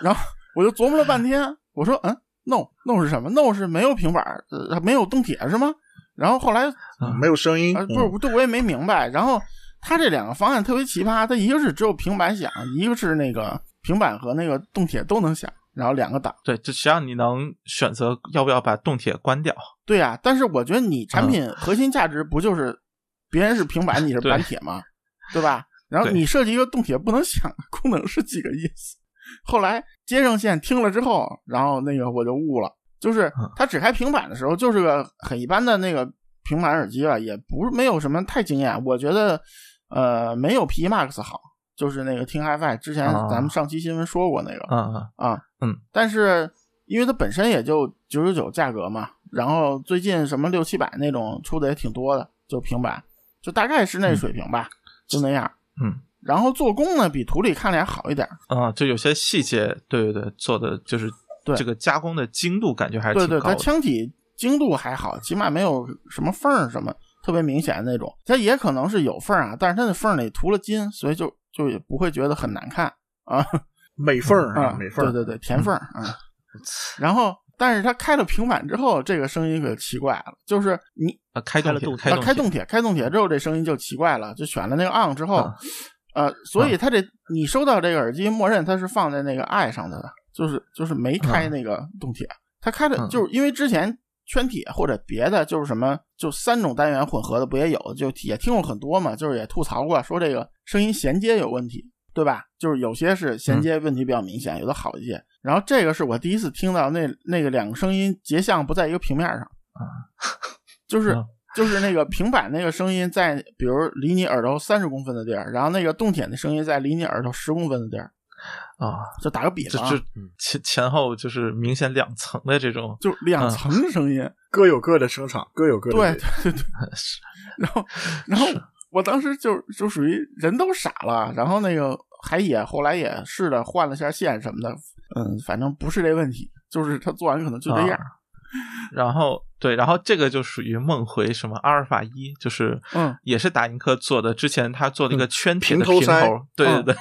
然后我就琢磨了半天，我说嗯 no no 是什么？no 是没有平板儿，呃，没有动铁是吗？然后后来
没有声音，嗯
啊，不是，对我也没明白。然后它这两个方案特别奇葩，它一个是只有平板响，一个是那个平板和那个动铁都能响，然后两个档。
对，就只要你能选择要不要把动铁关掉，
对呀、但是我觉得你
嗯
产品核心价值不就是别人是平板，你是板铁吗？对吧？然后
对
你设计一个动铁不能响的功能是几个意思？后来接上线听了之后，然后那个我就悟了，就是
嗯
它只开平板的时候，就是个很一般的那个平板耳机了，也不是没有什么太惊艳。我觉得呃没有 P Max 好，就是那个听 HiFi 之前
啊
咱们上期新闻说过那个，
嗯嗯
啊，
嗯，
但是因为它本身也就九九九价格嘛，然后最近什么六七百那种出的也挺多的，就平板，就大概是那水平吧，就那样。
嗯，
然后做工呢比图里看来好一点，
嗯，就有些细节，对对对，做的就是
对
这个加工的精度感觉还是
对
挺
对，
高
它
的。
腔体精度还好，起码没有什么缝儿什么特别明显的那种。它也可能是有缝儿啊，但是它那缝儿里涂了金，所以就就也不会觉得很难看啊。
美缝儿
啊
啊，，美缝儿，
对对对，填缝儿啊。然后，但是它开了平板之后，这个声音可奇怪了，就是你
啊开动铁，
啊开
动
动铁，开动铁之后，这声音就奇怪了，就选了那个 on 之后
啊，
呃，所以它这你收到这个耳机，默认它是放在那个 i 上的，就是就是没开那个动铁，它开的
嗯
就是因为之前。圈铁或者别的就是什么，就三种单元混合的不也有？就也听过很多嘛，就是也吐槽过，说这个声音衔接有问题，对吧？就是有些是
嗯
衔接问题比较明显，有的好一些。然后这个是我第一次听到那那个两个声音结像不在一个平面上，就是、
啊嗯
就是那个平板那个声音在，比如离你耳朵三十公分的地儿，然后那个动铁的声音在离你耳朵十公分的地儿。
啊，
就打个比
这
方啊，
这前前后就是明显两层的这种，
就两层声音，
各有各的声场，各有各的
对
美。
对对对。然后然后我当时就就属于人都傻了，然后那个还也后来也试了换了下线什么的，嗯，反正不是这问题，就是他做完可能就这样。嗯
然后对，然后这个就属于梦回什么阿尔法一，就是
嗯
也是达尼克做的，之前他做了一个圈铁的
平头
平
塞
头，对对
嗯
对，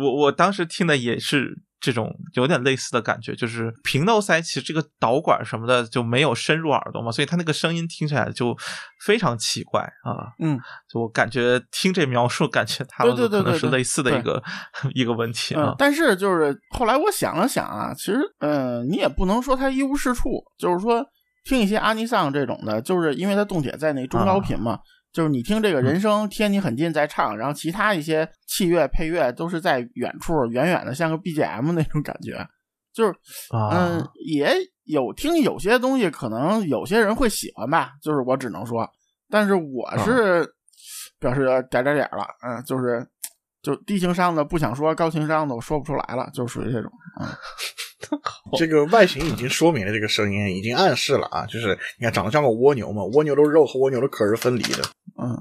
我我当时听的也是这种有点类似的感觉，就是平头塞其实这个导管什么的就没有深入耳朵嘛，所以他那个声音听起来就非常奇怪啊，
嗯，
就我感觉听这描述，感觉他们
对对对
可能
对
是
对
类似的
对
一个一个问题
嗯
啊，，
但是就是后来我想了想啊，其实嗯，你也不能说它一无是处，就是说听一些阿尼桑这种的，就是因为它动铁在那中高频嘛，就是你听这个人声贴你很近在唱，然后其他一些器乐配乐都是在远处远远的，像个 BGM 那种感觉，就是
啊
嗯，也有听有些东西，可能有些人会喜欢吧，就是我只能说，但是我
嗯
是表示点儿点儿点儿了，嗯，就是就低情商的不想说，高情商的我说不出来了，就属于这种，
这个外形已经说明了这个声音，已经暗示了啊，就是你看长得像个蜗牛嘛，蜗牛的肉和蜗牛的壳是分离的，
嗯，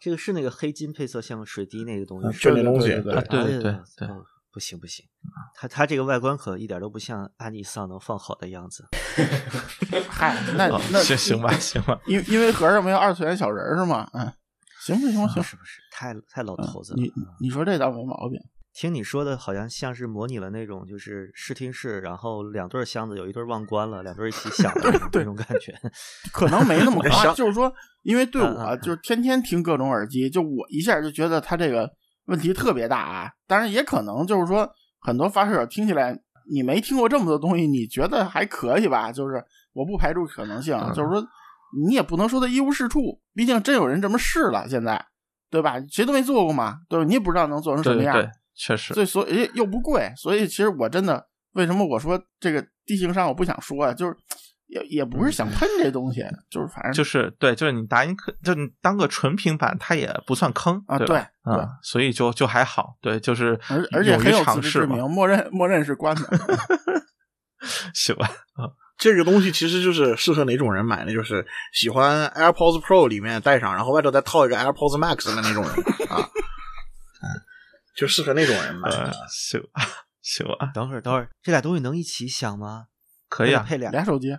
这个是那个黑金配色像水滴那个东
嗯
西，
就
吗
那东西
对对对
啊对对
哎
对
呀
对
哦不行不行，它它这个外观可一点都不像阿尼桑能放好的样子。
嗨，那
啊
那
行行吧， 行吧，
因因为和尚没有二次元小人儿是吗？嗯，行不
啊
行行，
是不是太太老
嗯
头子了？
你你说这倒没毛病，
听你说的，好像像是模拟了那种，就是视听室，然后两对儿箱子，有一对儿忘关了，两对儿一起响的那种那种感觉。
可能没那 么夸，
想
就是说，因为对
嗯嗯
我
嗯
就是天天听各种耳机，就我一下就觉得它这个问题特别大啊。当然也可能就是说，很多发烧友听起来你没听过这么多东西，你觉得还可以吧？就是我不排除可能性，
嗯
就是说你也不能说它一无是处，毕竟真有人这么试了，现在对吧？谁都没做过嘛，对吧？你也不知道能做成什
对
么
对
样，
对，确实，
所以所以又不贵，所以其实我真的为什么我说这个低情商我不想说啊，就是也也不是想喷这东 西，就是反正
就是对，就是你打印可，就你当个纯平板，它也不算坑
啊，
对
对
吧，
对
嗯，所以就就还好，对，就是
而而且
勇于
很有自
尝
知
试
之
嘛
明，，默认默认是关的。
行吧，
这个东西其实就是适合哪种人买呢？就是喜欢 AirPods Pro 里面戴上，然后外头再套一个 AirPods Max 的那种人啊，嗯就适合那种
哎
人买。
呃，行吧，行吧，
等会儿，等会儿，这俩东西能一起响吗？
可以
那得
啊，
配俩
俩手机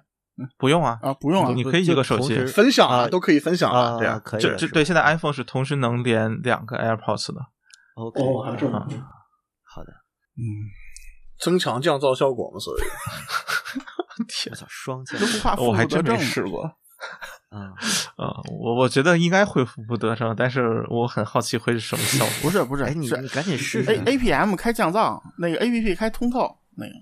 不用啊，
啊，不用啊
你
不
可以
就
一个手
同
机
时
分享啊，
啊
都可以分享啊，对
啊，
啊，
可以
就
了，
就是
吧
对，现在 iPhone 是同时能连两个 AirPods 的，
，OK，
哦，还有这种
啊， 好的，
嗯，
增强降噪效果嘛，所以
我操，双降
就不啊怕负
我还
负
真
得
没
正。
试过。
啊，
嗯，我我觉得应该会负不得正，但是我很好奇会是什么效果。
不是不是，
哎，你
是哎
你赶紧试
A
试，
A P M 开降噪，那个 A P P 开通透，那个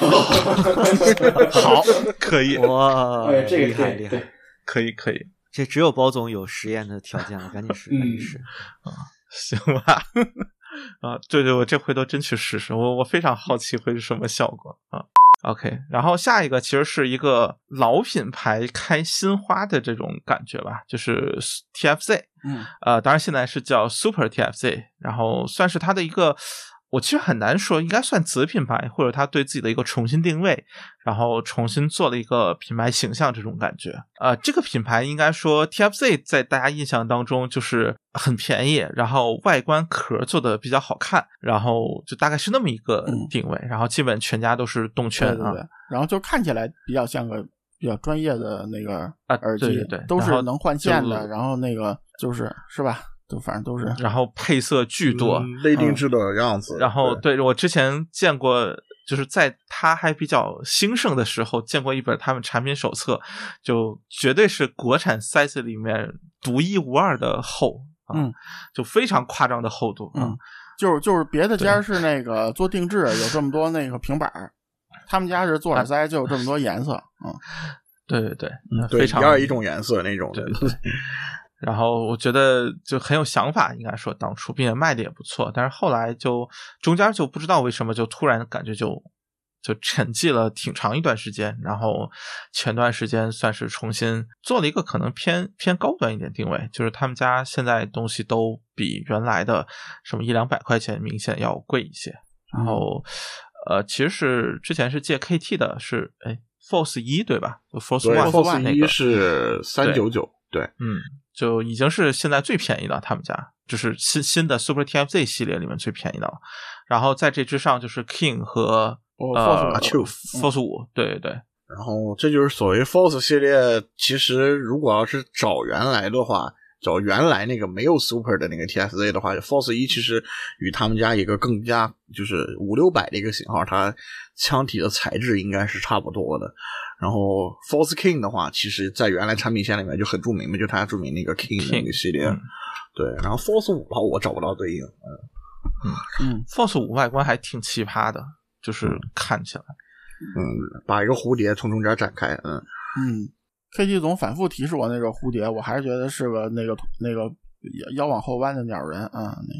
嗯 好，可以，
哇，
哎，这个
厉害
对
厉
对
害，
可以，可以，
这只有包总有实验的条件了，赶紧试，赶紧
嗯
试，
行吧。 啊，对对，我这回头真去试试，我我非常好奇会是什么效果啊。OK，然后下一个其实是一个老品牌开新花的这种感觉吧，就是 TFZ。
嗯
呃，当然现在是叫 Super TFC，然后算是它的一个，我其实很难说，应该算子品牌，或者它对自己的一个重新定位，然后重新做了一个品牌形象这种感觉。呃，这个品牌应该说 TFC 在大家印象当中就是很便宜，然后外观壳做的比较好看，然后就大概是那么一个
嗯
定位，然后基本全家都是动圈
对
啊，
对对，然后就看起来比较像个比较专业的那个
啊
耳机，
对对对
都
然后
是能换线的，
就
然后那个就是是吧？就反正都是
然后配色巨多，
嗯内定制的样子。
然后
对
对我之前见过，就是在它还比较兴盛的时候，见过一本他们产品手册，就绝对是国产 size 里面独一无二的厚啊，
嗯
就非常夸张的厚度啊。
嗯就是就是别的家是那个做定制有这么多那个平板儿，他们家是做耳塞就有这么多颜色，嗯，
对对对，
嗯对
非
一
常
样一种颜色那种的
对，对对。然后我觉得就很有想法，应该说当初，并且卖的也不错，但是后来就中间就不知道为什么就突然感觉就就沉寂了挺长一段时间，然后前段时间算是重新做了一个可能偏偏高端一点定位，就是他们家现在东西都比原来的什么一两百块钱明显要贵一些，然后呃其实是之前是借 KT 的是哎 Force 一对吧就？Force
对
One
，Force
那
一
个
是三九九，对，
嗯，就已经是现在最便宜的，他们家就是新新的 Super TFZ 系列里面最便宜的了。然后在这之上就是 King 和、
哦
呃
Force 五
Force 五，对对对，
然后这就是所谓 Force 系列，其实如果要是找原来的话，找原来那个没有 Super 的那个 TSZ 的话，Force 一其实与他们家一个更加就是五六百的一个型号，它枪体的材质应该是差不多的。然后 Force King 的话，其实在原来产品线里面就很著名嘛，就它著名那个 King 的那个系列。
嗯
对，然后 Force 五的话，我找不到对应。
Force 五外观还挺奇葩的，就是看起来，
嗯，把一个蝴蝶从中间展开。嗯，
嗯，KT 总反复提示我那个蝴蝶，我还是觉得是个那个那个腰往后弯的鸟人啊。那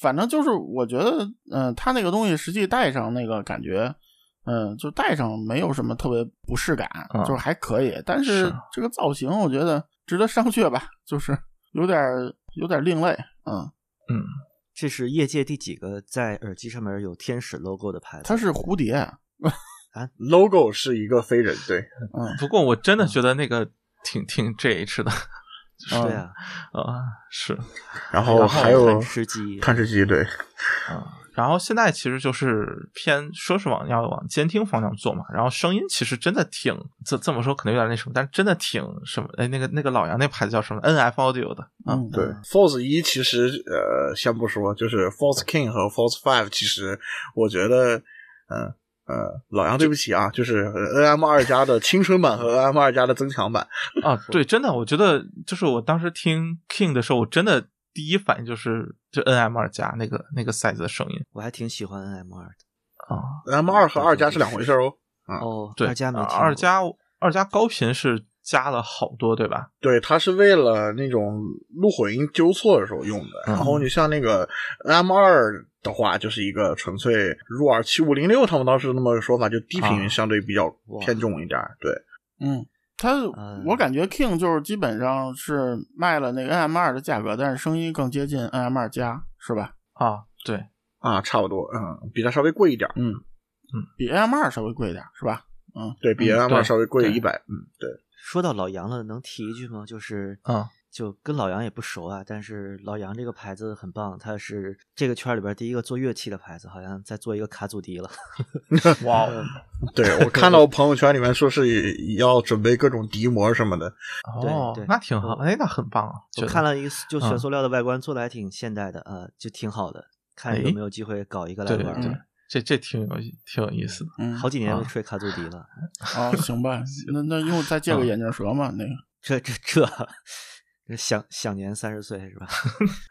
反正就是我觉得，嗯、他那个东西实际戴上那个感觉，嗯、就戴上没有什么特别不适感，
嗯
就是还可以。但是
是
这个造型，我觉得值得商榷吧，就是有点有点另类，嗯。
嗯，
这是业界第几个在耳机上面有天使 logo 的牌子？
它是蝴蝶，
logo 是一个飞人，对，
嗯，
不过我真的觉得那个挺挺 JH 的，
是呀，
啊、是。
然后哦还有
碳吃鸡，
探视机，对，
然后现在其实就是偏说是往要往监听方向做嘛，然后声音其实真的挺这这么说可能有点那什么，但是真的挺什么哎那个那个老杨那牌子叫什么 NF Audio 的啊，
嗯
对，Force 一其实呃，先不说，就是 Force King 和 Force Five，其实我觉得，嗯呃老杨对不起啊，就是 NM 二加的青春版和 NM 二加的增强版，
啊对，真的我觉得就是我当时听 King 的时候，我真的第一反应就是就 NM 二加那个那个 size 的声音
我还挺喜欢 NM 二的。
啊，
NM 二和二加是两回事哦。啊
哦，
对，
二加没听过
二加二加高频是加了好多对吧？
对，它是为了那种录混音纠错的时候用的。
嗯
然后你像那个 NM 二的话，就是一个纯粹入耳七五零六，他们当时那么个说法，就低频
啊
相对比较
哇
偏重一点儿。对，
嗯，他
嗯
我感觉 King 就是基本上是卖了那个 NM 二的价格，但是声音更接近 NM 二加，是吧？
啊， 对，
啊，差不多，嗯，比它稍微贵一点，嗯，
比 NM 二稍微贵一点，是吧？嗯，
对比
嗯
M
对
二稍微贵
对
一百，嗯，对，
说到老杨了，能提一句吗？就是
嗯，
就跟老杨也不熟啊，但是老杨这个牌子很棒，它是这个圈里边第一个做乐器的牌子，好像在做一个卡祖笛了。
哇
嗯
哦，
嗯对我看到朋友圈里面说是要准备各种笛膜什么的，
对
哦
对，
那挺好，
我
哎，那很棒啊！觉
我
得
看了一个，就
嗯
选塑料的外观做的还挺现代的，呃，就挺好的。看有
哎
没有机会搞一个来
对
玩
对对
儿。，啊
这这挺有意挺有意思的。
嗯，
好几年
啊
没吹卡祖笛了，
哦，行吧，那那用再借个
嗯
眼镜蛇嘛，那个
这这这这享享年三十岁是吧？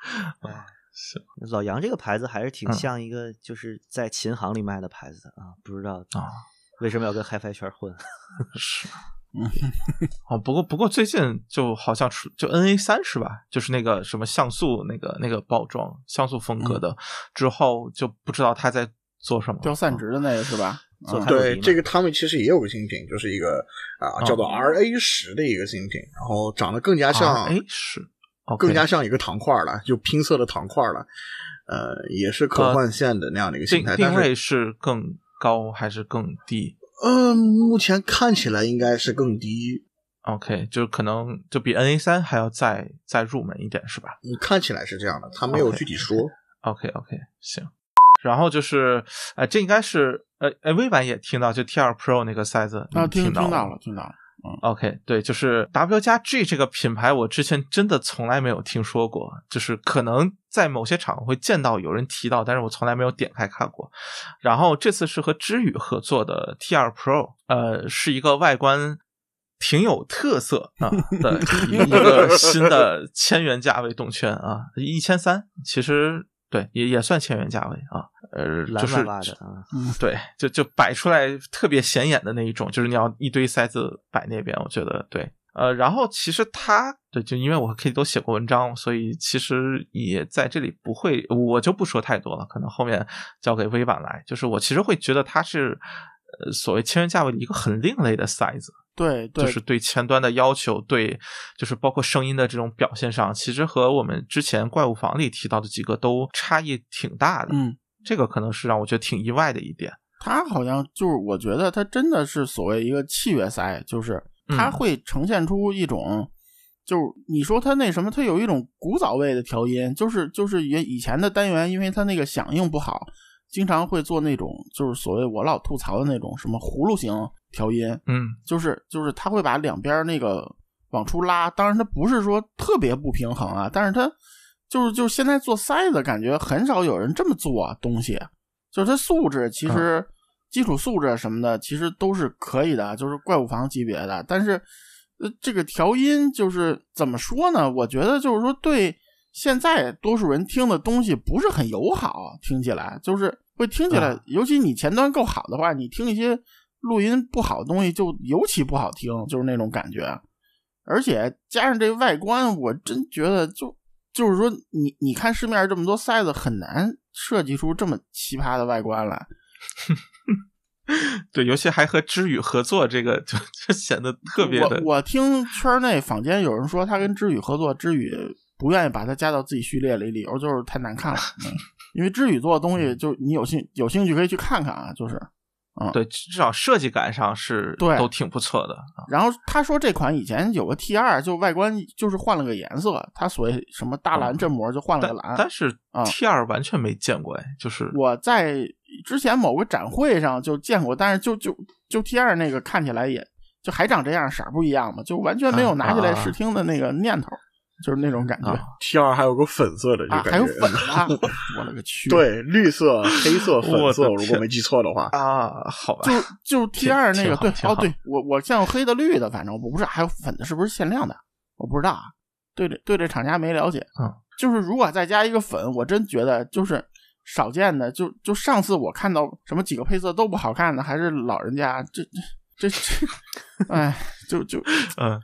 哎
是
老杨这个牌子还是挺
嗯
像一个就是在琴行里卖的牌子的啊，不知道
啊
为什么要跟 HiFi 圈混。
是
嗯，
哦，不过不过最近就好像出就 N A 三是吧？就是那个什么像素那个那个包装像素风
嗯
格的，之后就不知道他在做什么了。哦
掉散值的那个是吧？
做
嗯
卡
对，这
个
个他们其实也有个新品，就是一个啊
嗯
叫做 RA 十的一个新品，然后长得更加像
哎是，OK
更加像一个糖块了，就拼色的糖块了，呃，也是可换线的那样的一个形
啊定
态，
定
但是
位是更高还是更低
嗯，目前看起来应该是更低，
？OK，就是可能就比 N A 三还要再再入门一点是吧？
嗯看起来是这样的，他没有
OK
具体说。
OK OK，行。然后就是，呃，这应该是，呃，呃，微版也听到，就 T 2 Pro 那个塞子，
啊，
你
听
嗯到
听到
了
了，。听到了。
嗯
OK，对，就是 W 加 G 这个品牌，我之前真的从来没有听说过，就是可能在某些场合会见到有人提到，但是我从来没有点开看过。然后这次是和知宇合作的 T 2 Pro，呃，是一个外观挺有特色 啊的一一个新的千元价位动圈啊，一千三，其实对也也算千元价位啊，呃，就
蓝
是
哇哇的啊，
对，就就摆出来特别显眼的那一种，就是你要一堆塞子摆那边，我觉得对。呃，然后其实它对，就因为我和 K 都写过文章，所以其实也在这里不会，我就不说太多了，可能后面交给微版来。就是我其实会觉得它是，呃，所谓千元价位的一个很另类的塞子，
对对，
就是对前端的要求，对，就是包括声音的这种表现上，其实和我们之前怪物房里提到的几个都差异挺大的。
嗯，
这个可能是让我觉得挺意外的一点。
它好像就是，我觉得它真的是所谓一个器乐塞，就是它
嗯
会呈现出一种，就是你说它那什么，它有一种古早味的调音，就是就是也以前的单元，因为它那个响应不好，经常会做那种就是所谓我老吐槽的那种什么葫芦形调音，
嗯，
就是就是它会把两边那个往出拉，当然它不是说特别不平衡啊，但是它就是就是现在做塞子，感觉很少有人这么做啊东西，就是它素质其实、基础素质什么的其实都是可以的，啊就是怪物房级别的，但是呃这个调音就是怎么说呢？我觉得就是说对现在多数人听的东西不是很友好，听起来就是会听起来，尤其你前端够好的话，你听一些录音不好的东西就尤其不好听，就是那种感觉。啊而且加上这外观，我真觉得就就是说你你看市面上这么多塞子，很难设计出这么奇葩的外观来。
对，尤其还和知宇合作，这个就就显得特别的
我我听圈内坊间有人说，他跟知宇合作，知宇不愿意把它加到自己序列里，理由就是太 难看了。嗯因为知宇做的东
嗯
西，就你有兴有兴趣可以去看看啊，就是。
对，至少设计感上是
对
都挺不错的啊。
然后他说这款以前有个 T 二，就外观就是换了个颜色，它所谓什么大蓝振膜就换
嗯
了
但
个蓝。
但是
啊
T 二完全没见过哎，就是
我在之前某个展会上就见过，但是就就就 T 二那个看起来也就还长这样，色儿不一样嘛，就完全没有拿起来试听的那个念头，就是那种感觉
啊
T 二还有个粉色的，就
啊，
感觉
还有粉
嗯
啊，我勒个去！，
对绿色、黑色、粉
我的
色，
天
如果没记错的话，
啊，好吧，
就就 T
挺
二那
挺
个
好
对
挺好
哦，对我我见过黑的、绿的，反正我不知道还有粉的，是不是限量的？我不知道啊，对这对这厂家没了解。
嗯，
就是如果再加一个粉，我真觉得就是少见的，就就上次我看到什么几个配色都不好看的，还是老人家这这这 这，哎，就就
嗯，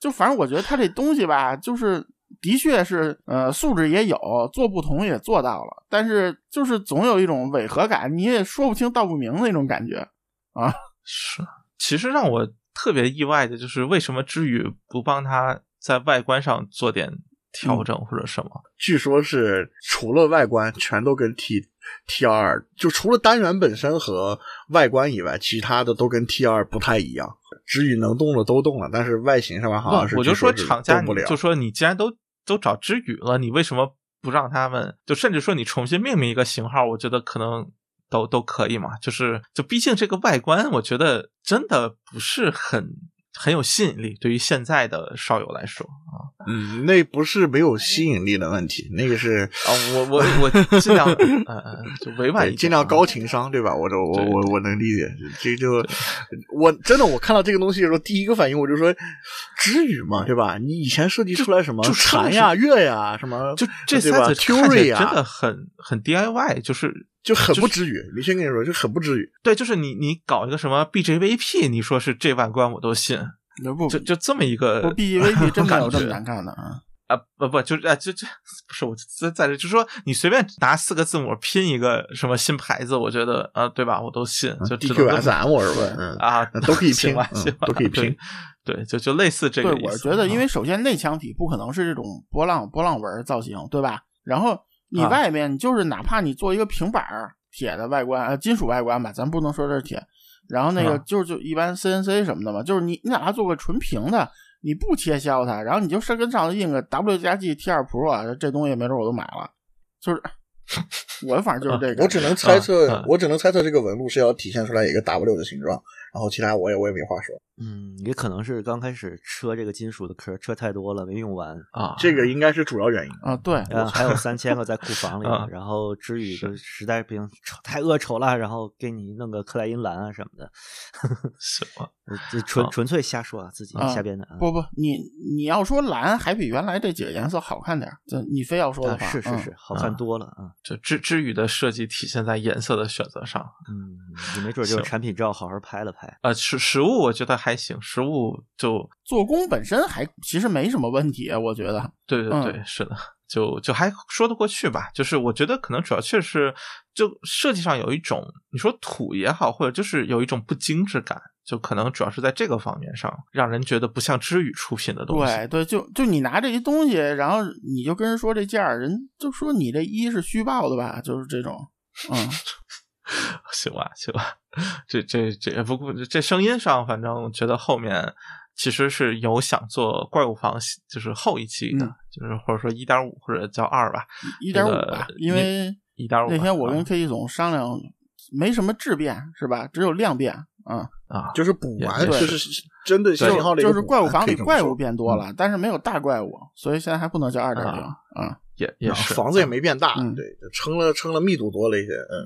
就反正我觉得他这东西吧，就是的确是呃素质也有，做不同也做到了，但是就是总有一种违和感，你也说不清道不明的那种感觉。
是。其实让我特别意外的就是为什么知宇不帮他在外观上做点
嗯
调整或者什么？
据说是除了外观，全都跟 T T 二就除了单元本身和外观以外，其他的都跟 T 二不太一样。至于能动的都动了，但是外形上面好像啊是
嗯不我就
说
厂家
动
你
不了，
就说你既然都都找知宇了，你为什么不让他们？就甚至说你重新命名一个型号，我觉得可能都都可以嘛。就是就毕竟这个外观，我觉得真的不是很很有吸引力，对于现在的少友来说。
嗯，那不是没有吸引力的问题，那个是
啊，我我我尽 量，嗯嗯，就委婉一
对，
点，
尽量高。情商，对吧？我这我
对
我我能理解，这就 我真的我看到这个东西的时候，第一个反应我就说，知语嘛，对吧？你以前设计出来什么
就真的
蝉
是
呀、月呀、什么，
就这
对
三
吧啊
次看起
Fury
来真的
呀，
很很 DIY，就是
就很
就
不
是
知语。明确跟你说，就很不知语。
对，就是你你搞一个什么 BJVP，你说是这万关我都信，
那不
就就这么一个
不 BJVP 真没有这么
呃感觉
难看的啊！
啊，不不，就是啊，就 这不是我在在这，就说你随便拿四个字母拼一个什么新牌子，我觉得啊，对吧？我都信，
嗯
就只能这么
DQSM 我是问，嗯
啊，
都可 以
行
拼
吧
嗯
行吧
都可以
对
拼
对，就就类似这个
对
意，思。
我觉得，因
啊
为首先内腔体不可能是这种波浪波浪纹儿造型，对吧？然后你
啊
外面就是哪怕你做一个平板儿铁的外观，呃，金属外观吧，咱不能说这是铁。然后那个
啊
就是就一般 CNC 什么的嘛，就是你你哪怕做个纯平的，你不切削它，然后你就上跟上头印个 W 加 G T 二 Pro 啊，这东西没准我都买了。就是我反正就是这个，
啊我只能猜测，
啊啊
我只能猜测这个纹路是要体现出来一个 W 的形状，然后其他我也我也没话说。
嗯，也可能是刚开始车这个金属的壳车太多了，没用完。
啊，
这个应该是主要原因。
啊，对，
嗯，还有三千个在库房里
啊
呢，然后知宇就实在不行，丑太恶丑了，然后给你弄个克莱因蓝啊什么的，
行吧
呃这纯
啊
纯粹瞎说啊，自己
啊
瞎编的啊。
不不，你你要说蓝还比原来这几个颜色好看点儿，这你非要说的
啊，
话，
是是
嗯
是，好看
啊
多了啊。
就之之语的设计体现在颜色的选择上，
嗯，你没准儿就
行
产品照好好拍了拍。
呃，食食物我觉得还行，食物就
做工本身还其实没什么问题，啊我觉得。
对对
嗯
对，是的，就就还说得过去吧。就是我觉得可能主要确实就设计上有一种，你说土也好，或者就是有一种不精致感，就可能主要是在这个方面上，让人觉得不像知宇出品的东西。
对对，就就你拿这些东西，然后你就跟人说这价儿，人就说你这一是虚报的吧，就是这种。嗯，
行吧，行吧，这这这不过这声音上，反正我觉得后面其实是有想做怪物房，就是后一期的，
嗯
就是或者说一点五或者叫二吧，
一
那
点五
个
吧，因为
一点五。
那天我跟
啊
K 总商量，没什么质变是吧？只有量变啊，
啊
就是补完，
也
就
对
是针对型号的一个啊
就是
补
怪物
完
房
可以
里
这么
怪
说
物变多了，但是没有大怪物，所以现在还不能叫二点零啊。
也也是
房子也没变大，
嗯
对，就撑了撑了密度多了一些，嗯，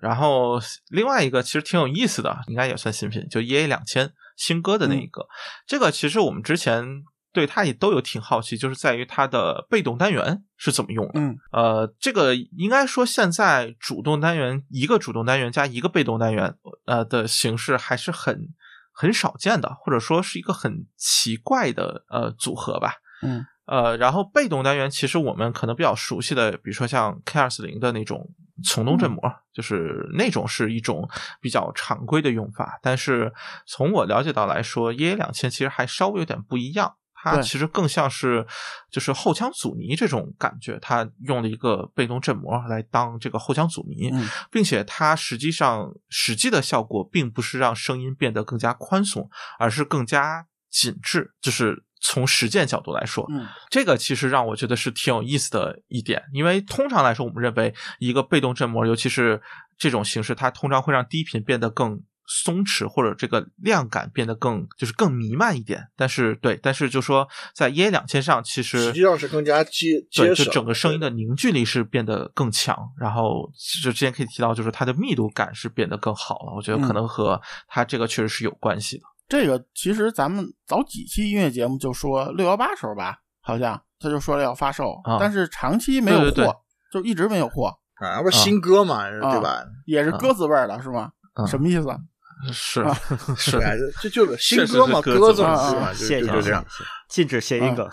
然后另外一个其实挺有意思的，应该也算新品，就 E A 两千新歌的那一个。这个其实我们之前对它也都有挺好奇，就是在于它的被动单元是怎么用的。
嗯，
呃，这个应该说现在主动单元一个主动单元加一个被动单元，呃的形式还是很很少见的，或者说是一个很奇怪的呃组合吧。
嗯，
呃，然后被动单元其实我们可能比较熟悉的，比如说像 K 二四零的那种从动
嗯
振膜，就是那种是一种比较常规的用法。但是从我了解到来说，EA 两千其实还稍微有点不一样，它
对
其实更像是就是后腔阻尼这种感觉，它用了一个被动振膜来当这个后腔阻尼。
嗯
并且它实际上实际的效果并不是让声音变得更加宽松，而是更加紧致。就是从实践角度来说，
嗯
这个其实让我觉得是挺有意思的一点，因为通常来说，我们认为一个被动振膜，尤其是这种形式，它通常会让低频变得更松弛，或者这个量感变得更就是更弥漫一点。但是对，但是就说在 EA 两千上，其实
实际上是更加结
对，
结
就
实，
整个声音的凝聚力是变得更强，然后就之前可以提到，就是它的密度感是变得更好了。我觉得
嗯
可能和它这个确实是有关系的。
这个其实咱们早几期音乐节目就说六幺八时候吧，好像他就说了要发售，
啊
但是长期没有货，
对对对
就一直没有货，
啊，不是新歌嘛，
啊
对吧？
也是鸽子味儿的是吗？
啊
什么意思？
是、
啊
是
对 啊，这就是新
确实
歌
是
嘛，
鸽子
鸽子
嘛
嘛，
啊
对
啊
吧？就
谢
就
谢
就
啊，
这样。嗯
谢谢禁止谐音梗。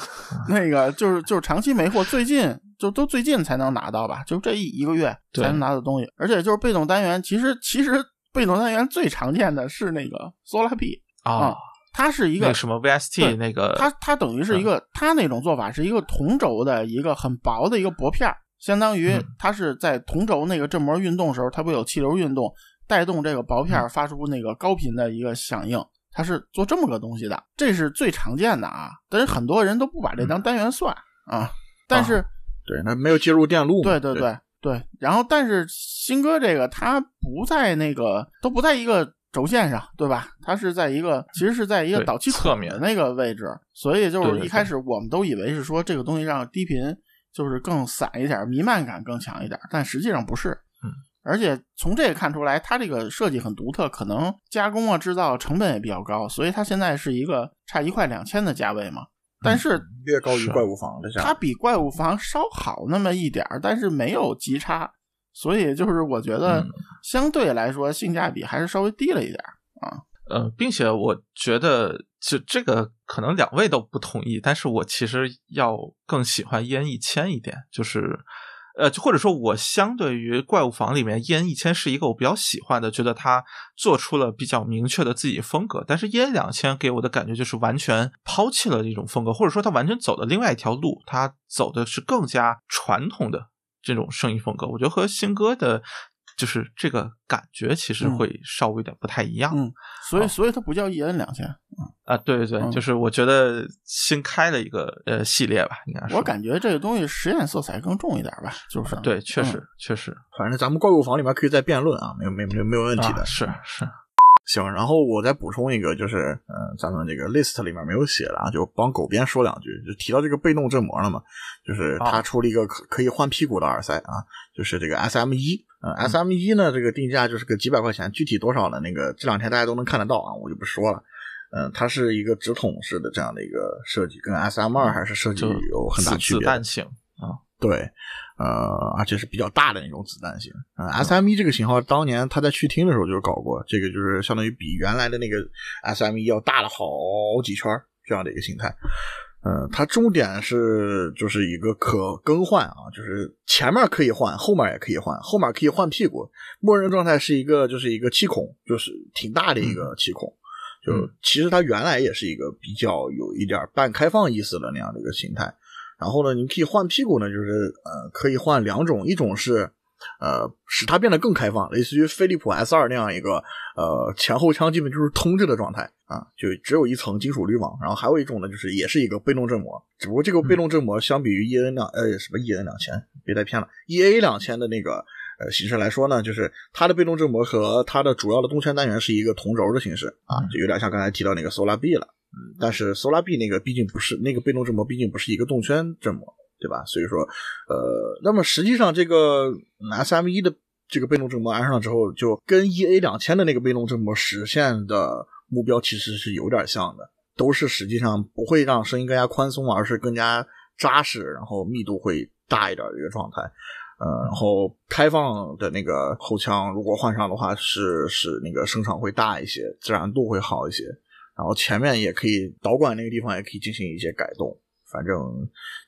那个就是就是长期没货，最近就都最近才能拿到吧，就这一一个月才
对
能拿到东西，而且就是被动单元，其实其实被动单元最常见的是那个 Solar P
啊
啊，它是一
那
个
什么
对
VST 那个，
它它等于是一个，它那种做法是一个同轴的一个很薄的一个薄片儿，相当于
嗯
它是在同轴那个振膜运动时候，它不有气流运动带动这个薄片儿发出那个高频的一个响应，它是做这么个东西的，这是最常见的啊，但是很多人都不把这当单元算啊，但是
对，那没有接入电路嘛，
对对对对。然后，但是新歌这个它不在那个都不在一个轴线上，对吧？它是在一个其实是在一个
对
导气
侧
孔
面
的那个位置，所以就
对
是
对
一开
对
始我们都以为是说这个东西让低频就是更散一点，弥漫感更强一点，但实际上不是。
嗯
而且从这个看出来，它这个设计很独特，可能加工啊、制造成本也比较高，所以它现在是一个差一块两千的价位嘛。
嗯
但是
略高于
是
怪物房这下
它。比怪物房稍好那么一点儿，但是没有极差，所以就是我觉得
嗯
相对来说性价比还是稍微低了一点儿。
呃，并且我觉得就这个可能两位都不同意，但是我其实要更喜欢烟一千一点，就是。呃，就或者说我相对于怪物房里面烟一千是一个我比较喜欢的，觉得他做出了比较明确的自己风格。但是烟两千给我的感觉就是完全抛弃了这种风格，或者说他完全走了另外一条路，他走的是更加传统的这种声音风格。我觉得和新歌的，就是这个感觉其实
嗯
会稍微有点不太一样。
嗯所以，
好
所以它不叫一人两千，
啊，对对对，
嗯
就是我觉得新开了一个呃系列吧，应
啊
该是
我感觉这个东西实验色彩更重一点儿吧，就是
对，确
嗯
实、确实
反正咱们怪物房里面可以再辩论啊，没有没有没有没有问题的。
啊，是是，
行，然后我再补充一个，就是呃，咱们这个 list 里面没有写的啊，就帮狗边说两句，就提到这个被动振膜了嘛，就是
哦
它出了一个可可以换屁股的耳塞啊，就是这个 SM 一、呃、，SM 一呢这个定价就是个几百块钱，具体多少呢？那个这两天大家都能看得到啊，我就不说了。嗯，它是一个直筒式的这样的一个设计，跟 SM 二还是设计
嗯就
有很大
子
区
子
别的。
弹型
对，呃，而且是比较大的那种子弹型。呃 s m e 这个型号当年他在去听的时候就搞过，这个就是相当于比原来的那个 SME 要大了好几圈儿这样的一个形态。呃，它重点是就是一个可更换啊，就是前面可以换，后面也可以换，后面可以换屁股。默认状态是一个就是一个气孔，就是挺大的一个气孔。就
嗯
其实它原来也是一个比较有一点儿半开放意思的那样的一个形态。然后呢，你可以换屁股呢，就是呃，可以换两种，一种是呃使它变得更开放，类似于飞利浦 S 二那样一个呃前后腔基本就是通着的状态啊，就只有一层金属滤网。然后还有一种呢，就是也是一个被动振膜，只不过这个被动振膜相比于 E N 两呃什么 E N 两千，别带偏了，E A 两千的那个。呃，形式来说呢，就是它的被动振膜和它的主要的动圈单元是一个同轴的形式啊，就有点像刚才提到那个 Solar B 了。但是 Solar B 那个毕竟不是那个被动振膜，毕竟不是一个动圈振膜，对吧？所以说，呃，那么实际上这个 S M 一的这个被动振膜安上之后，就跟 E A 两千的那个被动振膜实现的目标其实是有点像的，都是实际上不会让声音更加宽松，而是更加扎实，然后密度会大一点的一个状态。呃，然后开放的那个后腔，如果换上的话，是是那个声场会大一些，自然度会好一些。然后前面也可以导管那个地方也可以进行一些改动，反正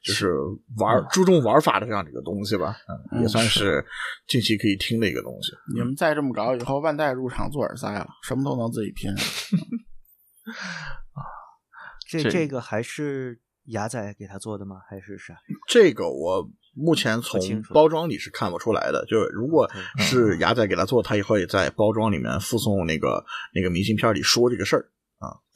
就是玩儿注重玩法的这样的一个东西吧，嗯，
嗯
也算是近期可以听的一个东西。
你们再这么搞，以后万代入场做耳塞了，什么都能自己 拼上。
这
这
这个还是牙仔给他做的吗？还是啥？
这个我目前从
不清楚
包装里是看不出来的，就是如果
嗯
是牙仔给他做，他也会在包装里面附送那个那个明信片里说这个事儿，